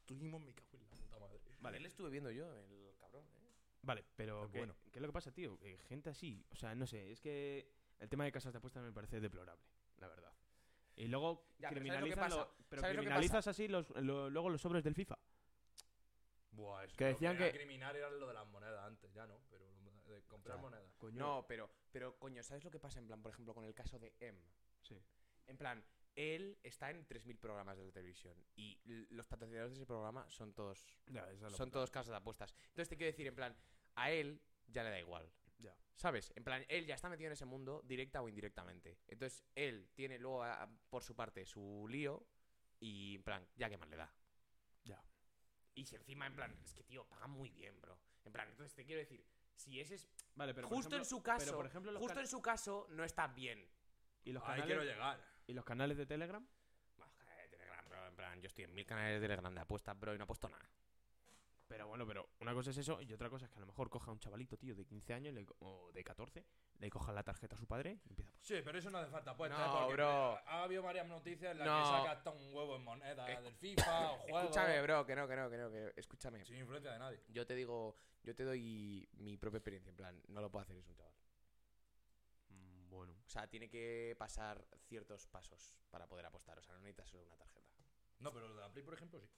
A: Estuvimos, me cago en la puta madre.
B: Vale.
C: Él estuve viendo yo, el cabrón, eh.
B: Vale, pero
A: Pues
B: ¿qué,
A: bueno.
B: qué es lo que pasa, tío? Que gente así, o sea, no sé, es que el tema de casas de apuestas me parece deplorable, la verdad. Y luego
C: Ya, pero ¿sabes lo que
B: criminalizas,
C: pasa?
B: lo- pero
C: ¿Sabes lo que
B: criminalizas así los, lo- luego los sobres del FIFA.
A: Buah, eso.
B: Que
A: lo
B: decían
A: era
B: que-
A: criminal era lo de las monedas antes, ya no, pero lo de comprar
B: Ya.
A: monedas.
C: No, pero, pero coño, ¿sabes lo que pasa en plan, por ejemplo, con el caso de M?
B: Sí.
C: En plan, él está en 3.000 programas de la televisión y l- los patrocinadores de ese programa son todos, son todos casas de apuestas. Entonces te quiero decir, en plan, a él ya le da igual.
B: Ya.
C: ¿Sabes? En plan, él ya está metido en ese mundo, directa o indirectamente. Entonces, él tiene luego, a- por su parte, su lío y, en plan, ya que más le da.
B: Ya.
C: Y si encima, en plan, es que, tío, paga muy bien, bro. En plan, entonces te quiero decir, si ese es
B: Vale, pero por
C: justo en
B: ejemplo-
C: su caso,
B: pero por ejemplo los
C: justo
B: can-
C: en su caso no está bien.
B: ¿y, los
A: Ahí quiero
B: canales,
A: llegar.
B: ¿Y los canales de Telegram?
C: Bueno, canales de Telegram, bro, en plan, yo estoy en mil canales de Telegram de apuestas, bro, y no apuesto nada.
B: Pero bueno, pero una cosa es eso y otra cosa es que a lo mejor coja a un chavalito, tío, de 15 años le co- o de 14, le coja la tarjeta a su padre y empieza a...
A: Sí, pero eso no hace falta apuestas.
C: No,
A: porque
C: bro.
A: Ha habido varias noticias en las
C: No.
A: que saca hasta un huevo en monedas
C: Eh,
A: del FIFA o juegos.
C: Escúchame, bro, que no, que no, que no, que no, escúchame.
A: Sin influencia de nadie.
C: Yo te digo, yo te doy mi propia experiencia, en plan, no lo puedo hacer, es un chaval.
B: Mm, Bueno,
C: O sea, tiene que pasar ciertos pasos para poder apostar, o sea, no necesitas solo una tarjeta.
A: No, pero lo de la Play, por ejemplo, sí.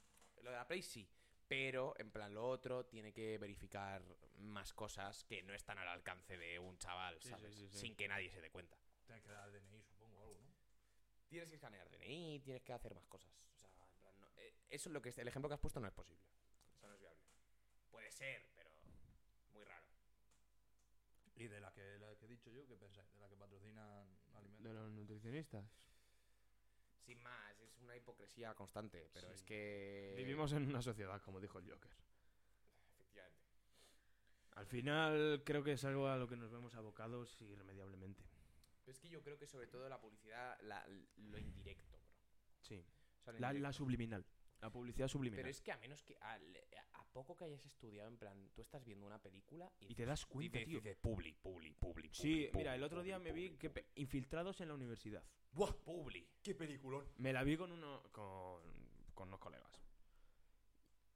C: Lo de la Play sí, pero en plan lo otro tiene que verificar más cosas que no están al alcance de un chaval,
B: Sí, sí,
C: ¿sabes?
B: sí, sí.
C: Sin que nadie se dé cuenta.
A: Tienes que dar el DNI, supongo, o algo, ¿no?
C: Tienes que escanear DNI, tienes que hacer más cosas. O sea, en plan, no- eh, eso es lo que es- el ejemplo que has puesto no es posible. O sea, no es viable. Puede ser, pero muy raro.
A: Y de las que, la que he dicho yo, ¿qué pensáis? De las que patrocinan alimentos.
B: de los nutricionistas.
C: Sin más, es una hipocresía constante, pero
A: Sí.
C: es que
B: Eh, Vivimos en una sociedad, como dijo el Joker.
C: efectivamente.
B: Al final creo que es algo a lo que nos vemos abocados irremediablemente.
C: Pero es que yo creo que sobre todo la publicidad la- lo indirecto, bro.
B: Sí.
C: O sea, lo
B: La,
C: indirecto.
B: la subliminal. La publicidad subliminal.
C: Pero es que a menos que al- a, poco que hayas estudiado en plan, tú estás viendo una película y,
B: Y te das cuenta,
C: dices-
B: tío.
C: dices, publi, publi, publi,
B: Sí,
C: publi,
B: mira, el
C: publi,
B: otro día
C: publi,
B: me vi
C: publi,
B: que
C: publi.
B: pe- infiltrados en la universidad.
A: ¡Buah! ¡Publi! ¡Qué peliculón!
B: Me la vi con uno con, con unos colegas.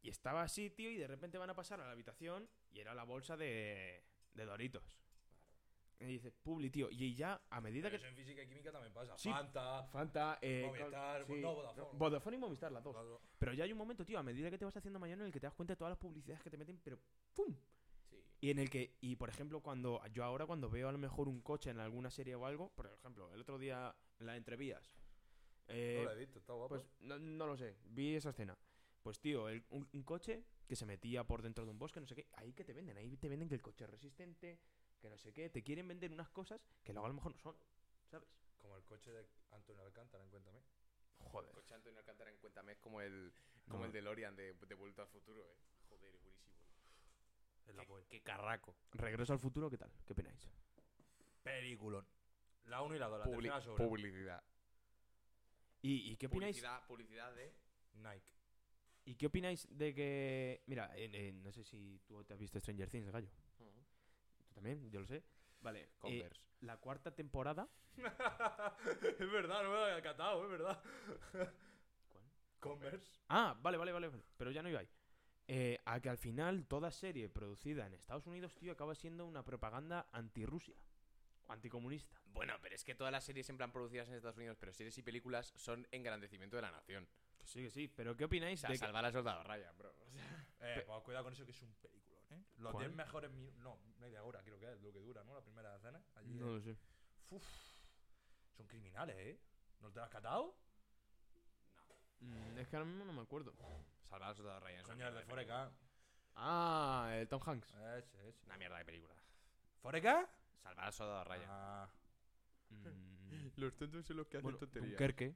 B: Y estaba así, tío, y de repente van a pasar a la habitación y era la bolsa de, de Doritos. Y dices, Publi, tío. Y ya, a
A: Pero
B: medida que...
A: eso en física y química también pasa.
B: Sí.
A: Fanta,
B: Fanta, eh,
A: Movistar,
B: sí.
A: no, Vodafone.
B: Vodafone y Movistar, las dos.
A: Claro.
B: Pero ya hay un momento, tío, a medida que te vas haciendo mayor en el que te das cuenta de todas las publicidades que te meten, pero ¡pum! Y en el que, y por ejemplo, cuando yo ahora cuando veo a lo mejor un coche en alguna serie o algo, por ejemplo, el otro día en la entrevías, eh,
A: no lo he visto, está guapo.
B: pues no, no lo sé, vi esa escena. Pues tío, el- un, un coche que se metía por dentro de un bosque, no sé qué, ahí que te venden, ahí te venden que el coche es resistente, que no sé qué, te quieren vender unas cosas que luego a lo mejor no son, ¿sabes?
A: Como el coche de Antonio Alcántara, en Cuéntame.
B: Joder.
C: Coche Antonio Alcántara en Cuéntame es como el, como
B: No.
C: el DeLorean de, de Vuelta al Futuro, eh. Joder, buenísimo.
A: Es
C: Qué, qué carraco.
B: Regreso al futuro, ¿qué tal? ¿Qué opináis?
A: Peliculón. La 1 y la 2, la
C: Publi-
A: tercera sobre
C: publicidad.
B: ¿Y, y qué opináis?
C: Publicidad, publicidad de...
A: Nike.
B: ¿Y qué opináis de que... Mira, en- en- no sé si tú te has visto Stranger Things, gallo. Tú también, yo lo sé. Vale, eh,
C: Converse.
B: la cuarta temporada...
A: es verdad, no me lo había catado, es verdad.
B: ¿Cuál?
A: Converse.
B: Ah, vale, vale, vale, vale, pero ya no iba ahí. Eh, a que al final toda serie producida en Estados Unidos, tío, acaba siendo una propaganda antirrusia, anticomunista.
C: Bueno, pero es que todas las series en plan producidas en Estados Unidos, pero series y películas son engrandecimiento de la nación.
B: Que sí, que sí, pero ¿qué opináis?
C: O sea,
B: de que-
C: salvar al soldado Ryan, bro. O sea,
A: Eh, pues cuidado con eso que es un peliculón, ¿eh? Los
B: ¿Cuál?
A: 10 mejores minutos. No, media hora creo que es lo que dura, ¿no? La primera escena. Allí
B: No
A: eh.
B: lo sé.
A: Uf, son criminales, ¿eh? ¿No te lo has catado?
B: Mm, es que ahora mismo no me acuerdo.
C: Salvar al soldado Ryan. es una
A: Coño, el
C: mierda
A: de
C: película.
A: Foreca.
B: Ah, el Tom Hanks.
A: Ese, ese.
C: Una mierda de película.
A: ¿Foreca?
C: Salvar al soldado Ryan.
A: Ah,
B: Mm,
F: Los tontos son los que hacen
B: bueno,
F: tonterías.
B: Dunkerque.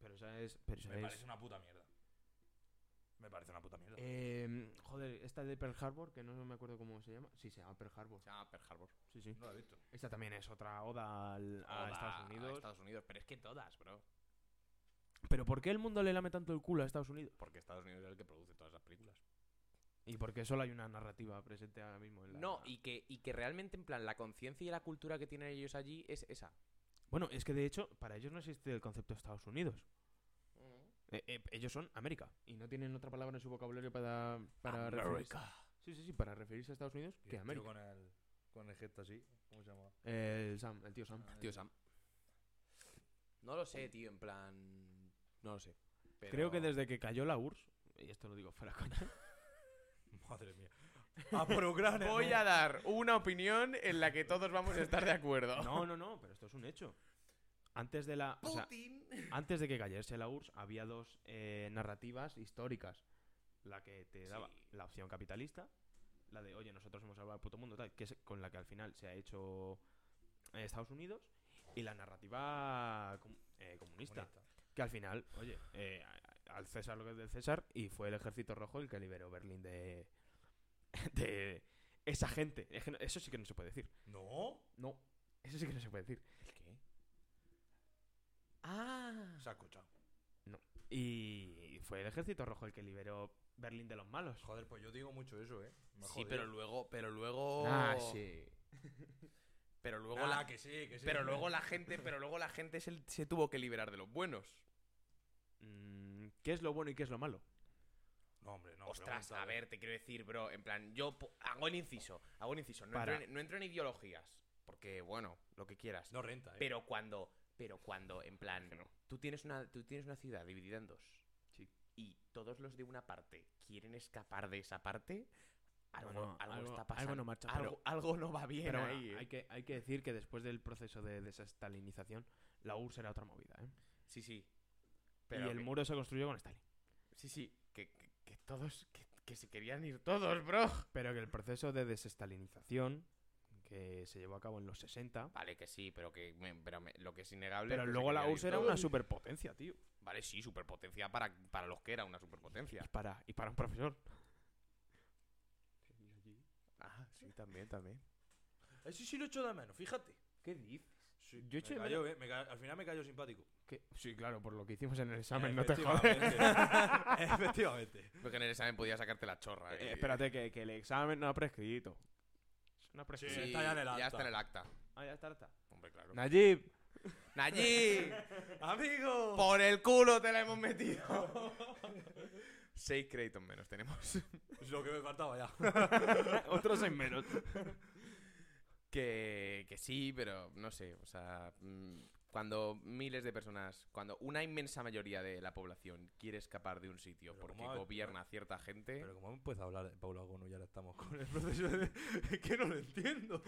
B: Pero esa es... Pero
C: Pues
B: esa
A: me
B: es-
A: parece una puta mierda. Me parece una puta
C: Eh,
A: mierda.
B: Em, joder, esta de Pearl Harbor, que no me acuerdo cómo se llama. Sí, se llama Pearl Harbor.
C: Se llama Pearl Harbor.
B: Sí, sí.
A: No la he visto.
B: Esta también es otra oda al- a
C: Oda
B: Estados
C: A
B: Unidos.
C: Ah, Estados Unidos. Pero es que todas, bro.
B: Pero ¿por qué el mundo le lame tanto el culo a Estados Unidos?
C: Porque Estados Unidos es el que produce todas las películas.
B: Y porque solo hay una narrativa presente ahora mismo en la...
C: No, y que, y que realmente, en plan, la conciencia y la cultura que tienen ellos allí es esa.
B: Bueno, es que de hecho, para ellos no existe el concepto de Estados Unidos. Eh, eh, ellos son América. Y no tienen otra palabra en su vocabulario para, para referirse. Sí, sí, sí, para referirse a Estados Unidos
A: Y
B: que
A: el tío
B: a América. Eh,
A: Con el, con el gesto así. ¿Cómo se llama?
B: El Sam, el tío Sam.
C: Tío Sam. No lo sé, tío, en plan. No lo sé. pero-
B: Creo que desde que cayó la URSS, y esto lo digo fuera coña,
A: Madre mía. ¡A por Ucrania!
C: Voy
A: no.
C: a dar una opinión en la que todos vamos a estar de acuerdo.
B: No, no, no, pero esto es un hecho. Antes de la. o sea, antes de que cayese la URSS, había dos eh, narrativas históricas. La que te daba
C: Sí.
B: la opción capitalista, la de, oye, nosotros hemos salvado al puto mundo, tal, que es con la que al final se ha hecho eh, Estados Unidos, y la narrativa com- eh, comunista,
A: Comunista.
B: que al final, oye, eh, a- al César lo que es del César, y fue el ejército rojo el que liberó Berlín de. de esa gente. Es que no- Eso sí que no se puede decir.
A: No.
B: No, eso sí que no se puede decir.
C: ¿Qué? Ah.
A: Se ha escuchado.
B: Y fue el ejército rojo el que liberó Berlín de los malos.
A: Joder, pues yo digo mucho eso, ¿eh? Me ha
C: Sí,
A: jodido.
C: pero luego, pero luego.
B: Ah, sí.
C: Pero luego
A: Ala,
C: la.
A: Ah, que sí, que sí.
C: Pero luego la gente, pero luego la gente se, se tuvo que liberar de los buenos.
B: Mm, ¿Qué es lo bueno y qué es lo malo?
A: No, hombre, no.
C: Ostras,
A: pregunta, eh.
C: a ver, te quiero decir, bro, en plan, yo po- hago el inciso, hago el inciso, no,
B: Para.
C: entro en, no entro en ideologías, porque bueno, lo que quieras.
A: No renta, ¿eh?
C: Pero cuando, pero cuando, en plan, tú, tienes una, tú tienes una ciudad dividida en dos. Y todos los de una parte quieren escapar de esa parte, algo,
B: Bueno,
C: algo
B: algo-
C: está pasando.
B: algo no marcha,
C: algo, algo no va bien
B: Pero bueno,
C: ahí, ¿eh?
B: hay, que, hay que decir que después del proceso de desestalinización, la URSS era otra movida. ¿eh?
C: Sí, sí.
B: y el
C: que-
B: muro se construyó con Stalin.
C: Sí, sí, que, que- que todos, que, que se querían ir todos, bro.
B: Pero que el proceso de desestalinización, que se llevó a cabo en los 60,
C: Vale, que sí, pero que me- pero me- lo que es innegable.
B: pero
C: es pues que se
B: luego la
C: querían ir
B: URSS era
C: todos.
B: una superpotencia, tío.
C: Vale, sí, superpotencia para, para los que era una superpotencia.
B: Y para, y para un profesor.
C: Ah, sí, también, también.
A: Eso Eh, sí lo echo de menos, fíjate.
B: ¿Qué dices?
A: Sí,
B: Yo echo
A: me
B: de
A: cayó, eh, me ca- Al final me cayó simpático.
B: Sí, claro, por lo que hicimos en el examen, no te
A: Efectivamente.
B: jodas.
A: Efectivamente.
C: Porque en el examen podía sacarte la chorra.
B: Eh,
C: y-
B: espérate, que, que el examen no ha prescrito. No ha
A: Sí,
B: prescrito.
A: está ya en el
C: Ya
A: acta.
C: está en el acta.
B: Ah, ya está, está.
C: Hombre, claro.
B: Nayib.
C: ¡Nayib!
A: ¡Amigo!
C: ¡Por el culo te la hemos metido! Seis créditos menos tenemos.
A: Es lo que me faltaba ya.
B: Otros seis menos.
C: Que, que sí, pero no sé, o sea, mm, cuando miles de personas, cuando una inmensa mayoría de la población quiere escapar de un sitio
A: Pero
C: porque
A: ¿cómo ha-
C: gobierna cierta gente,
A: Pero como hemos empezado a hablar de Paula Gono, ya ahora estamos con el proceso de... que no lo entiendo.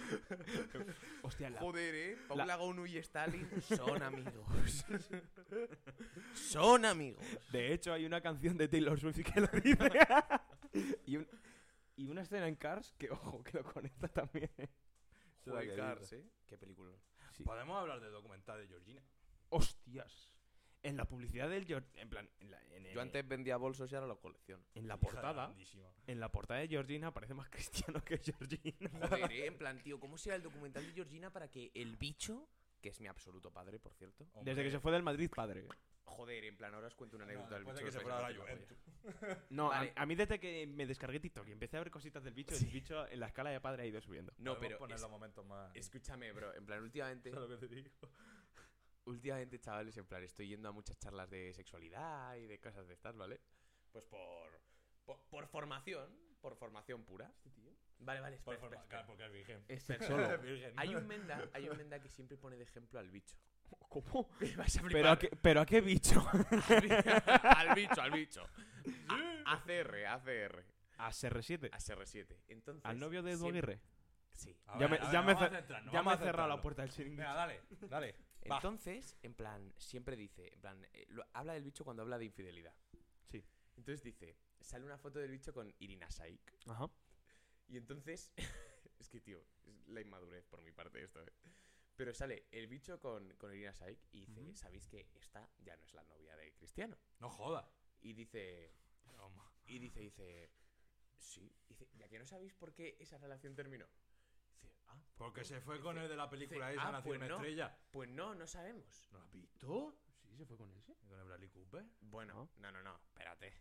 B: Hostia, la...
C: joder, eh, Paula Gonu y Stalin son amigos. son amigos.
B: De hecho, hay una canción de Taylor Swift que lo dice. y, un- y una escena en Cars que, ojo, que lo conecta también.
A: Joder,
C: Joder,
A: qué
C: Cars,
A: dices.
C: eh. Qué película.
A: Podemos hablar de documental de Georgina.
B: Hostias. En la publicidad del Geor- En plan, en la, en el-
C: Yo antes vendía bolsos y ahora los colecciono.
B: en la
A: Hija de
B: portada.
A: grandísima.
B: En la portada de Georgina parece más cristiano que Georgina.
C: Joder, eh, en plan, tío, ¿cómo será el documental de Georgina para que el bicho, que es mi absoluto padre, por cierto,
A: Hombre,
B: Desde que se fue del Madrid, padre.
C: joder, en plan, ahora os cuento una
A: no,
C: anécdota del
A: después
C: bicho.
A: de que
C: os
A: se fuera
C: vais
A: a la
C: partir polla.
A: Juventus.
B: No, a-
C: Vale.
B: a, mí desde que me descargué TikTok y empecé a ver cositas del bicho, el bicho en la escala de padre ha ido subiendo.
C: No,
A: Podemos
C: pero
A: poner
C: es-
A: los momentos más...
C: Escúchame, bro. En plan, últimamente,
A: ¿Sabes lo que te digo?
C: últimamente, chavales, en plan, estoy yendo a muchas charlas de sexualidad y de cosas de estas, ¿vale? Pues por. Por, por formación. Por formación pura. Vale, vale,
A: Este Por
C: espera,
A: forma,
C: espera,
A: claro,
C: espera.
A: porque es virgen.
B: solo.
A: virgen.
C: Hay un menda, hay un menda que siempre pone de ejemplo al bicho.
B: ¿Cómo?
C: Vas a
B: ¿Pero a,
C: flipar.
B: qué, ¿Pero a qué bicho?
C: al bicho, al bicho. A- ACR, ACR.
B: A CR7.
C: ACR7. Entonces.
B: Al novio de Edu
C: siempre-
B: Aguirre.
C: Sí.
A: A
B: Ya
A: ver,
B: me-
A: a
B: ya
A: ver,
B: me
A: vamos a
B: cer-
A: centrarnos,
B: Ya me
A: vamos
B: ha
A: a
B: cerrado la
A: centrarnos.
B: puerta del chiringuito.
A: Venga, dale, dale. Va.
C: Entonces, en plan, siempre dice, en plan, eh, lo- habla del bicho cuando habla de infidelidad.
B: Sí.
C: Entonces dice, sale una foto del bicho con Irina Saik.
B: Ajá.
C: Y entonces, es que, tío, es la inmadurez por mi parte esto, ¿eh? Pero sale el bicho con, con Irina Saik y dice,
B: Ujú.
C: ¿sabéis que esta ya no es la novia de Cristiano?
A: No joda.
C: Y dice,
A: Toma.
C: y dice, dice, sí, dice, ya que no sabéis por qué esa relación terminó. Dice, ah,
A: Porque se
C: Dice-
A: fue con el de la película
C: dice,
A: esa,
C: ah,
A: nació
C: pues
A: una
C: no.
A: estrella.
C: pues no, no sabemos.
A: ¿No la has visto?
F: Sí, se fue con ese.
A: ¿Con el Bradley Cooper?
C: Bueno, no, no, no, espérate.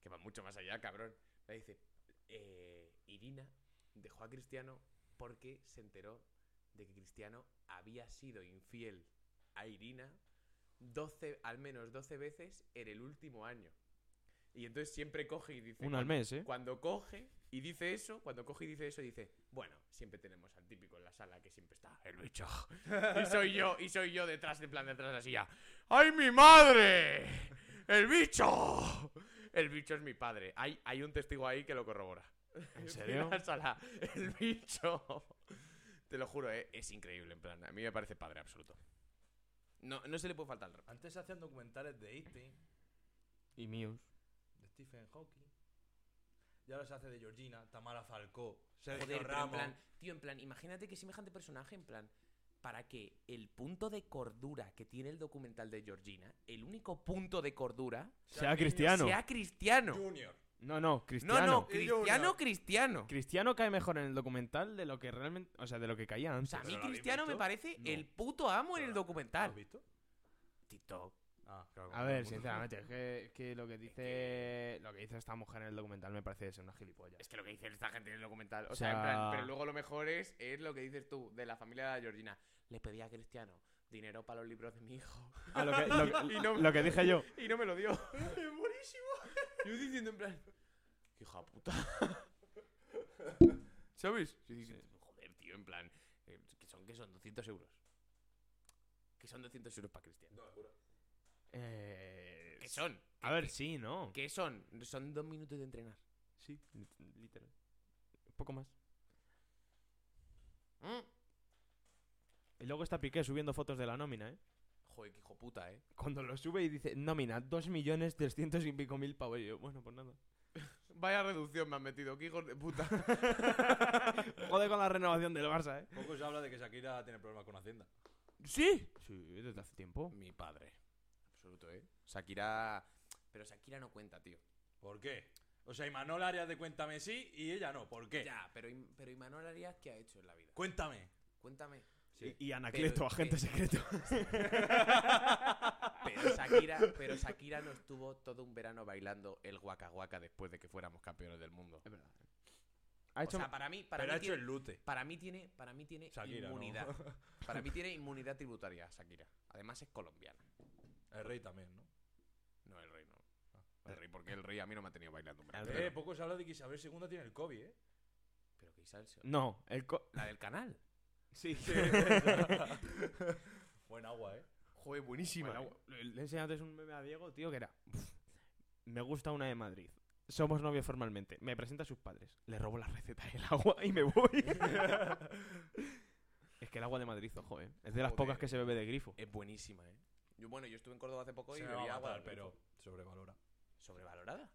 C: Que va mucho más allá, cabrón. Le dice, eh, Irina dejó a Cristiano porque se enteró de que Cristiano había sido infiel a Irina 12, al menos 12 veces en el último año. Y entonces siempre coge y dice...
B: Uno al
C: cuando-
B: mes, ¿eh?
C: Cuando coge y dice eso, cuando coge y dice eso, dice, bueno, siempre tenemos al típico en la sala que siempre está el bicho. Y soy yo, y soy yo detrás, de plan detrás de la silla. ¡Ay, mi madre! ¡El bicho! El bicho es mi padre. Hay, hay un testigo ahí que lo corrobora.
B: ¿En serio?
C: En la sala, el bicho. Te lo juro, eh, es increíble, en plan. A mí me parece padre absoluto. No, no se le puede faltar el respeto.
A: Antes se hacían documentales de este. Einstein,
B: Y míos.
A: de Stephen Hawking. Y ahora se hace de Georgina, Tamara Falcó, Sergio
C: Joder, pero en
A: Ramos.
C: plan, tío, en plan, imagínate que semejante personaje, en plan, para que el punto de cordura que tiene el documental de Georgina, el único punto de cordura,
B: Sea cristiano.
C: sea cristiano.
A: Junior.
B: No, no,
C: No,
B: cristiano.
C: no,
A: Y yo
C: cristiano,
A: no.
C: cristiano.
B: Cristiano cae mejor en el documental de lo que realmente. O sea, de lo que caía
C: O
B: antes.
C: sea, a
A: ¿Pero
C: mí
A: lo habéis
C: cristiano me
A: visto?
C: parece
A: No.
C: el puto amo en
A: Pero
C: el
A: lo- ¿Lo
C: documental.
A: has visto?
C: TikTok.
A: Ah, claro.
B: A
A: como
B: ver,
A: todo el mundo.
B: sinceramente, es que, es que lo que dice. Lo que dice esta mujer en el documental me parece ser una gilipollas.
C: Es que lo que dice esta gente en el documental. O,
B: O
C: sea, en plan,
B: sea-
C: pero luego lo mejor es, es lo que dices tú, de la familia de Georgina. Le pedí a Cristiano dinero para los libros de mi hijo.
B: Ah, lo, que, lo-
C: Y no-
B: lo que dije yo.
C: Y no me lo dio. Es buenísimo. Yo diciendo en plan. "Qué hija puta. ¿Sabes? Sí, sí, Joder, tío, en plan. eh, que son, que son 200 euros. Que son 200 euros para Cristiano.
B: Eh,
C: ¿Qué son?
B: A ver, sí, ¿no?
C: ¿Qué son? Son dos minutos de entrenar.
B: Sí, lit- literal. Poco más.
C: Mm.
B: Y luego está Piqué subiendo fotos de la nómina, ¿eh?
C: Joder, qué hijo puta, eh.
B: Cuando lo sube y dice, nómina, dos millones trescientos y pico mil pavos. Y yo, bueno, pues nada.
C: Vaya reducción me han metido, qué hijos de puta.
B: Jode con la renovación del Barça, ¿eh?
A: Poco se habla de que Shakira tiene problemas con Hacienda.
B: ¿Sí? Sí, desde hace tiempo.
C: Mi padre. Absoluto, eh. Shakira. Pero Shakira no cuenta, tío.
A: ¿Por qué? O sea, Imanol Arias de Cuéntame sí y ella no. ¿Por qué?
C: Ya, pero, Im- pero Imanol Arias, ¿qué ha hecho en la vida?
A: Cuéntame.
C: Cuéntame.
B: Y, y Anacleto,
C: Pero-
B: agente
C: pero-
B: secreto.
C: Pero Shakira, pero Shakira no estuvo todo un verano bailando el guaca guaca después de que fuéramos campeones del mundo.
B: Es verdad. Ha hecho...
C: O sea, para mí, para
A: Pero ha
C: mí,
A: hecho
C: tiene,
A: el lute.
C: para mí tiene, para mí tiene
A: Shakira, ¿no?
C: inmunidad. Para mí tiene inmunidad tributaria, Shakira. Además es colombiana,
A: El rey también, ¿no?
C: no el rey, no. El rey, porque el rey a mí no me ha tenido bailando. un verano.
B: El
A: Eh,
B: rey.
C: Pero,
A: poco se habla de que Isabel II tiene el COVID, ¿eh?
C: pero que Isabel se-
B: No, el... co-
C: La del canal.
B: Sí.
A: Buen agua, ¿eh?
C: Joder, buenísima.
B: Bueno, le le he enseñado antes un meme a Diego, tío, que era... "Pff, Me gusta una de Madrid. Somos novios formalmente. Me presenta a sus padres. Le robo la receta del agua y me voy. es que el agua de Madrid, ojo, ¿eh? Es de las
C: Joder.
B: pocas que se bebe de grifo.
C: Es buenísima, eh. Yo, bueno, yo estuve en Córdoba hace poco
A: Se
C: y
A: me va a
C: bebía agua,
A: matar,
C: del grifo.
A: pero sobrevalora.
C: ¿Sobrevalorada?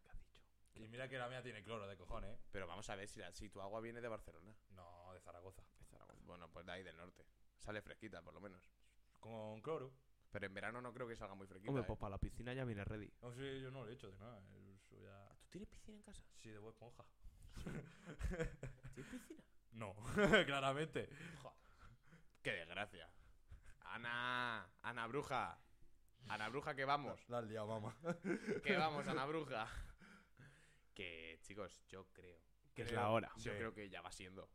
A: Y mira que la mía tiene cloro de cojones, ¿eh?
C: Pero vamos a ver si, la- si tu agua viene de Barcelona.
A: No, de Zaragoza.
C: Bueno, pues de ahí del norte. Sale fresquita, por lo menos.
A: Con cloro.
C: Pero en verano no creo que salga muy fresquita.
B: Hombre,
C: ¿eh?
B: pues para la piscina ya viene ready.
A: No sé, yo no le he hecho de nada. eh, eso ya-
C: ¿Tú tienes piscina en casa?
A: Sí, de Bob esponja.
C: ¿Tienes piscina?
A: No, claramente.
C: ¡Qué desgracia! ¡Ana! ¡Ana Bruja! ¡Ana Bruja que vamos!
A: La has liado, mamá.
C: ¡Que vamos, Ana Bruja! Que, chicos, yo creo.
B: Que es
A: Creo-
B: la hora.
C: Yo
A: Sí.
C: creo que ya va siendo.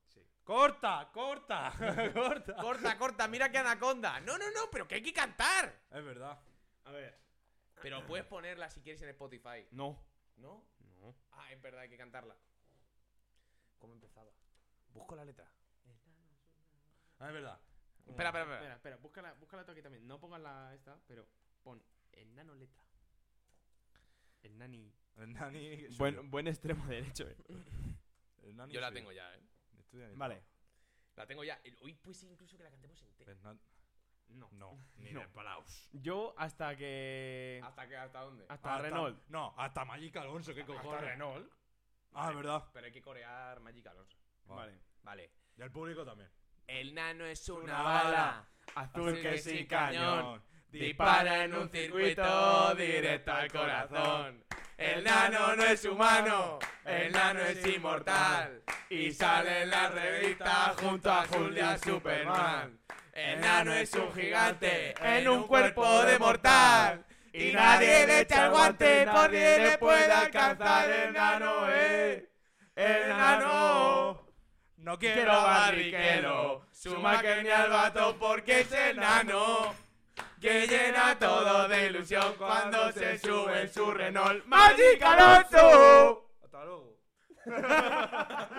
A: ¡Corta! ¡Corta! ¡Corta!
C: ¡Corta, corta! ¡Mira que anaconda! ¡No, no, no! ¡Pero que hay que cantar!
A: Es verdad.
B: A ver.
C: Pero puedes ponerla si quieres en Spotify.
B: No.
C: ¿No?
B: No.
C: Ah, es verdad, hay que cantarla. ¿Cómo empezaba? Busco la letra.
A: Ah, Es verdad.
C: Espera, espera, espera.
B: Espera, espera, búscala, búscala tú aquí también. No pongas la esta, pero pon el nano letra. El nani.
A: El nani. soy yo.
B: Buen, buen extremo derecho, eh.
A: El nani
C: Yo la
A: soy
C: tengo ya, ¿eh?
A: Estudia en el-
B: Vale.
C: La tengo ya. El- Hoy puede ser incluso que la cantemos entera.
A: El nan-
B: No.
A: No, ni
B: No.
A: de Palaus.
B: Yo hasta que.
C: ¿Hasta, qué, ¿Hasta dónde?
B: Hasta, Renault.
A: No, hasta Magic Alonso, qué
B: Hasta
A: cojones.
B: Renault.
A: Ah, es verdad.
C: Pero hay que corear Magic Alonso.
A: Vale.
C: Vale.
A: Y el público también.
C: El nano es una,
A: Una
C: bala.
A: bala.
B: Azul
C: Azul
B: que
C: que
B: sí,
C: sí,
B: cañón.
A: Cañón.
C: Dispara en un circuito directo al corazón. El nano no es humano, el nano es inmortal. Y sale en la revista junto a Julia Superman. El nano es un gigante en un cuerpo de mortal. Y nadie le echa el guante, nadie le puede alcanzar. eh, El nano es. El nano.
A: No
C: Quiero barriquero, suma que ni al vato porque es enano. Que llena todo de ilusión cuando se sube en su Renault. ¡Magic Alonso!
A: Hasta luego.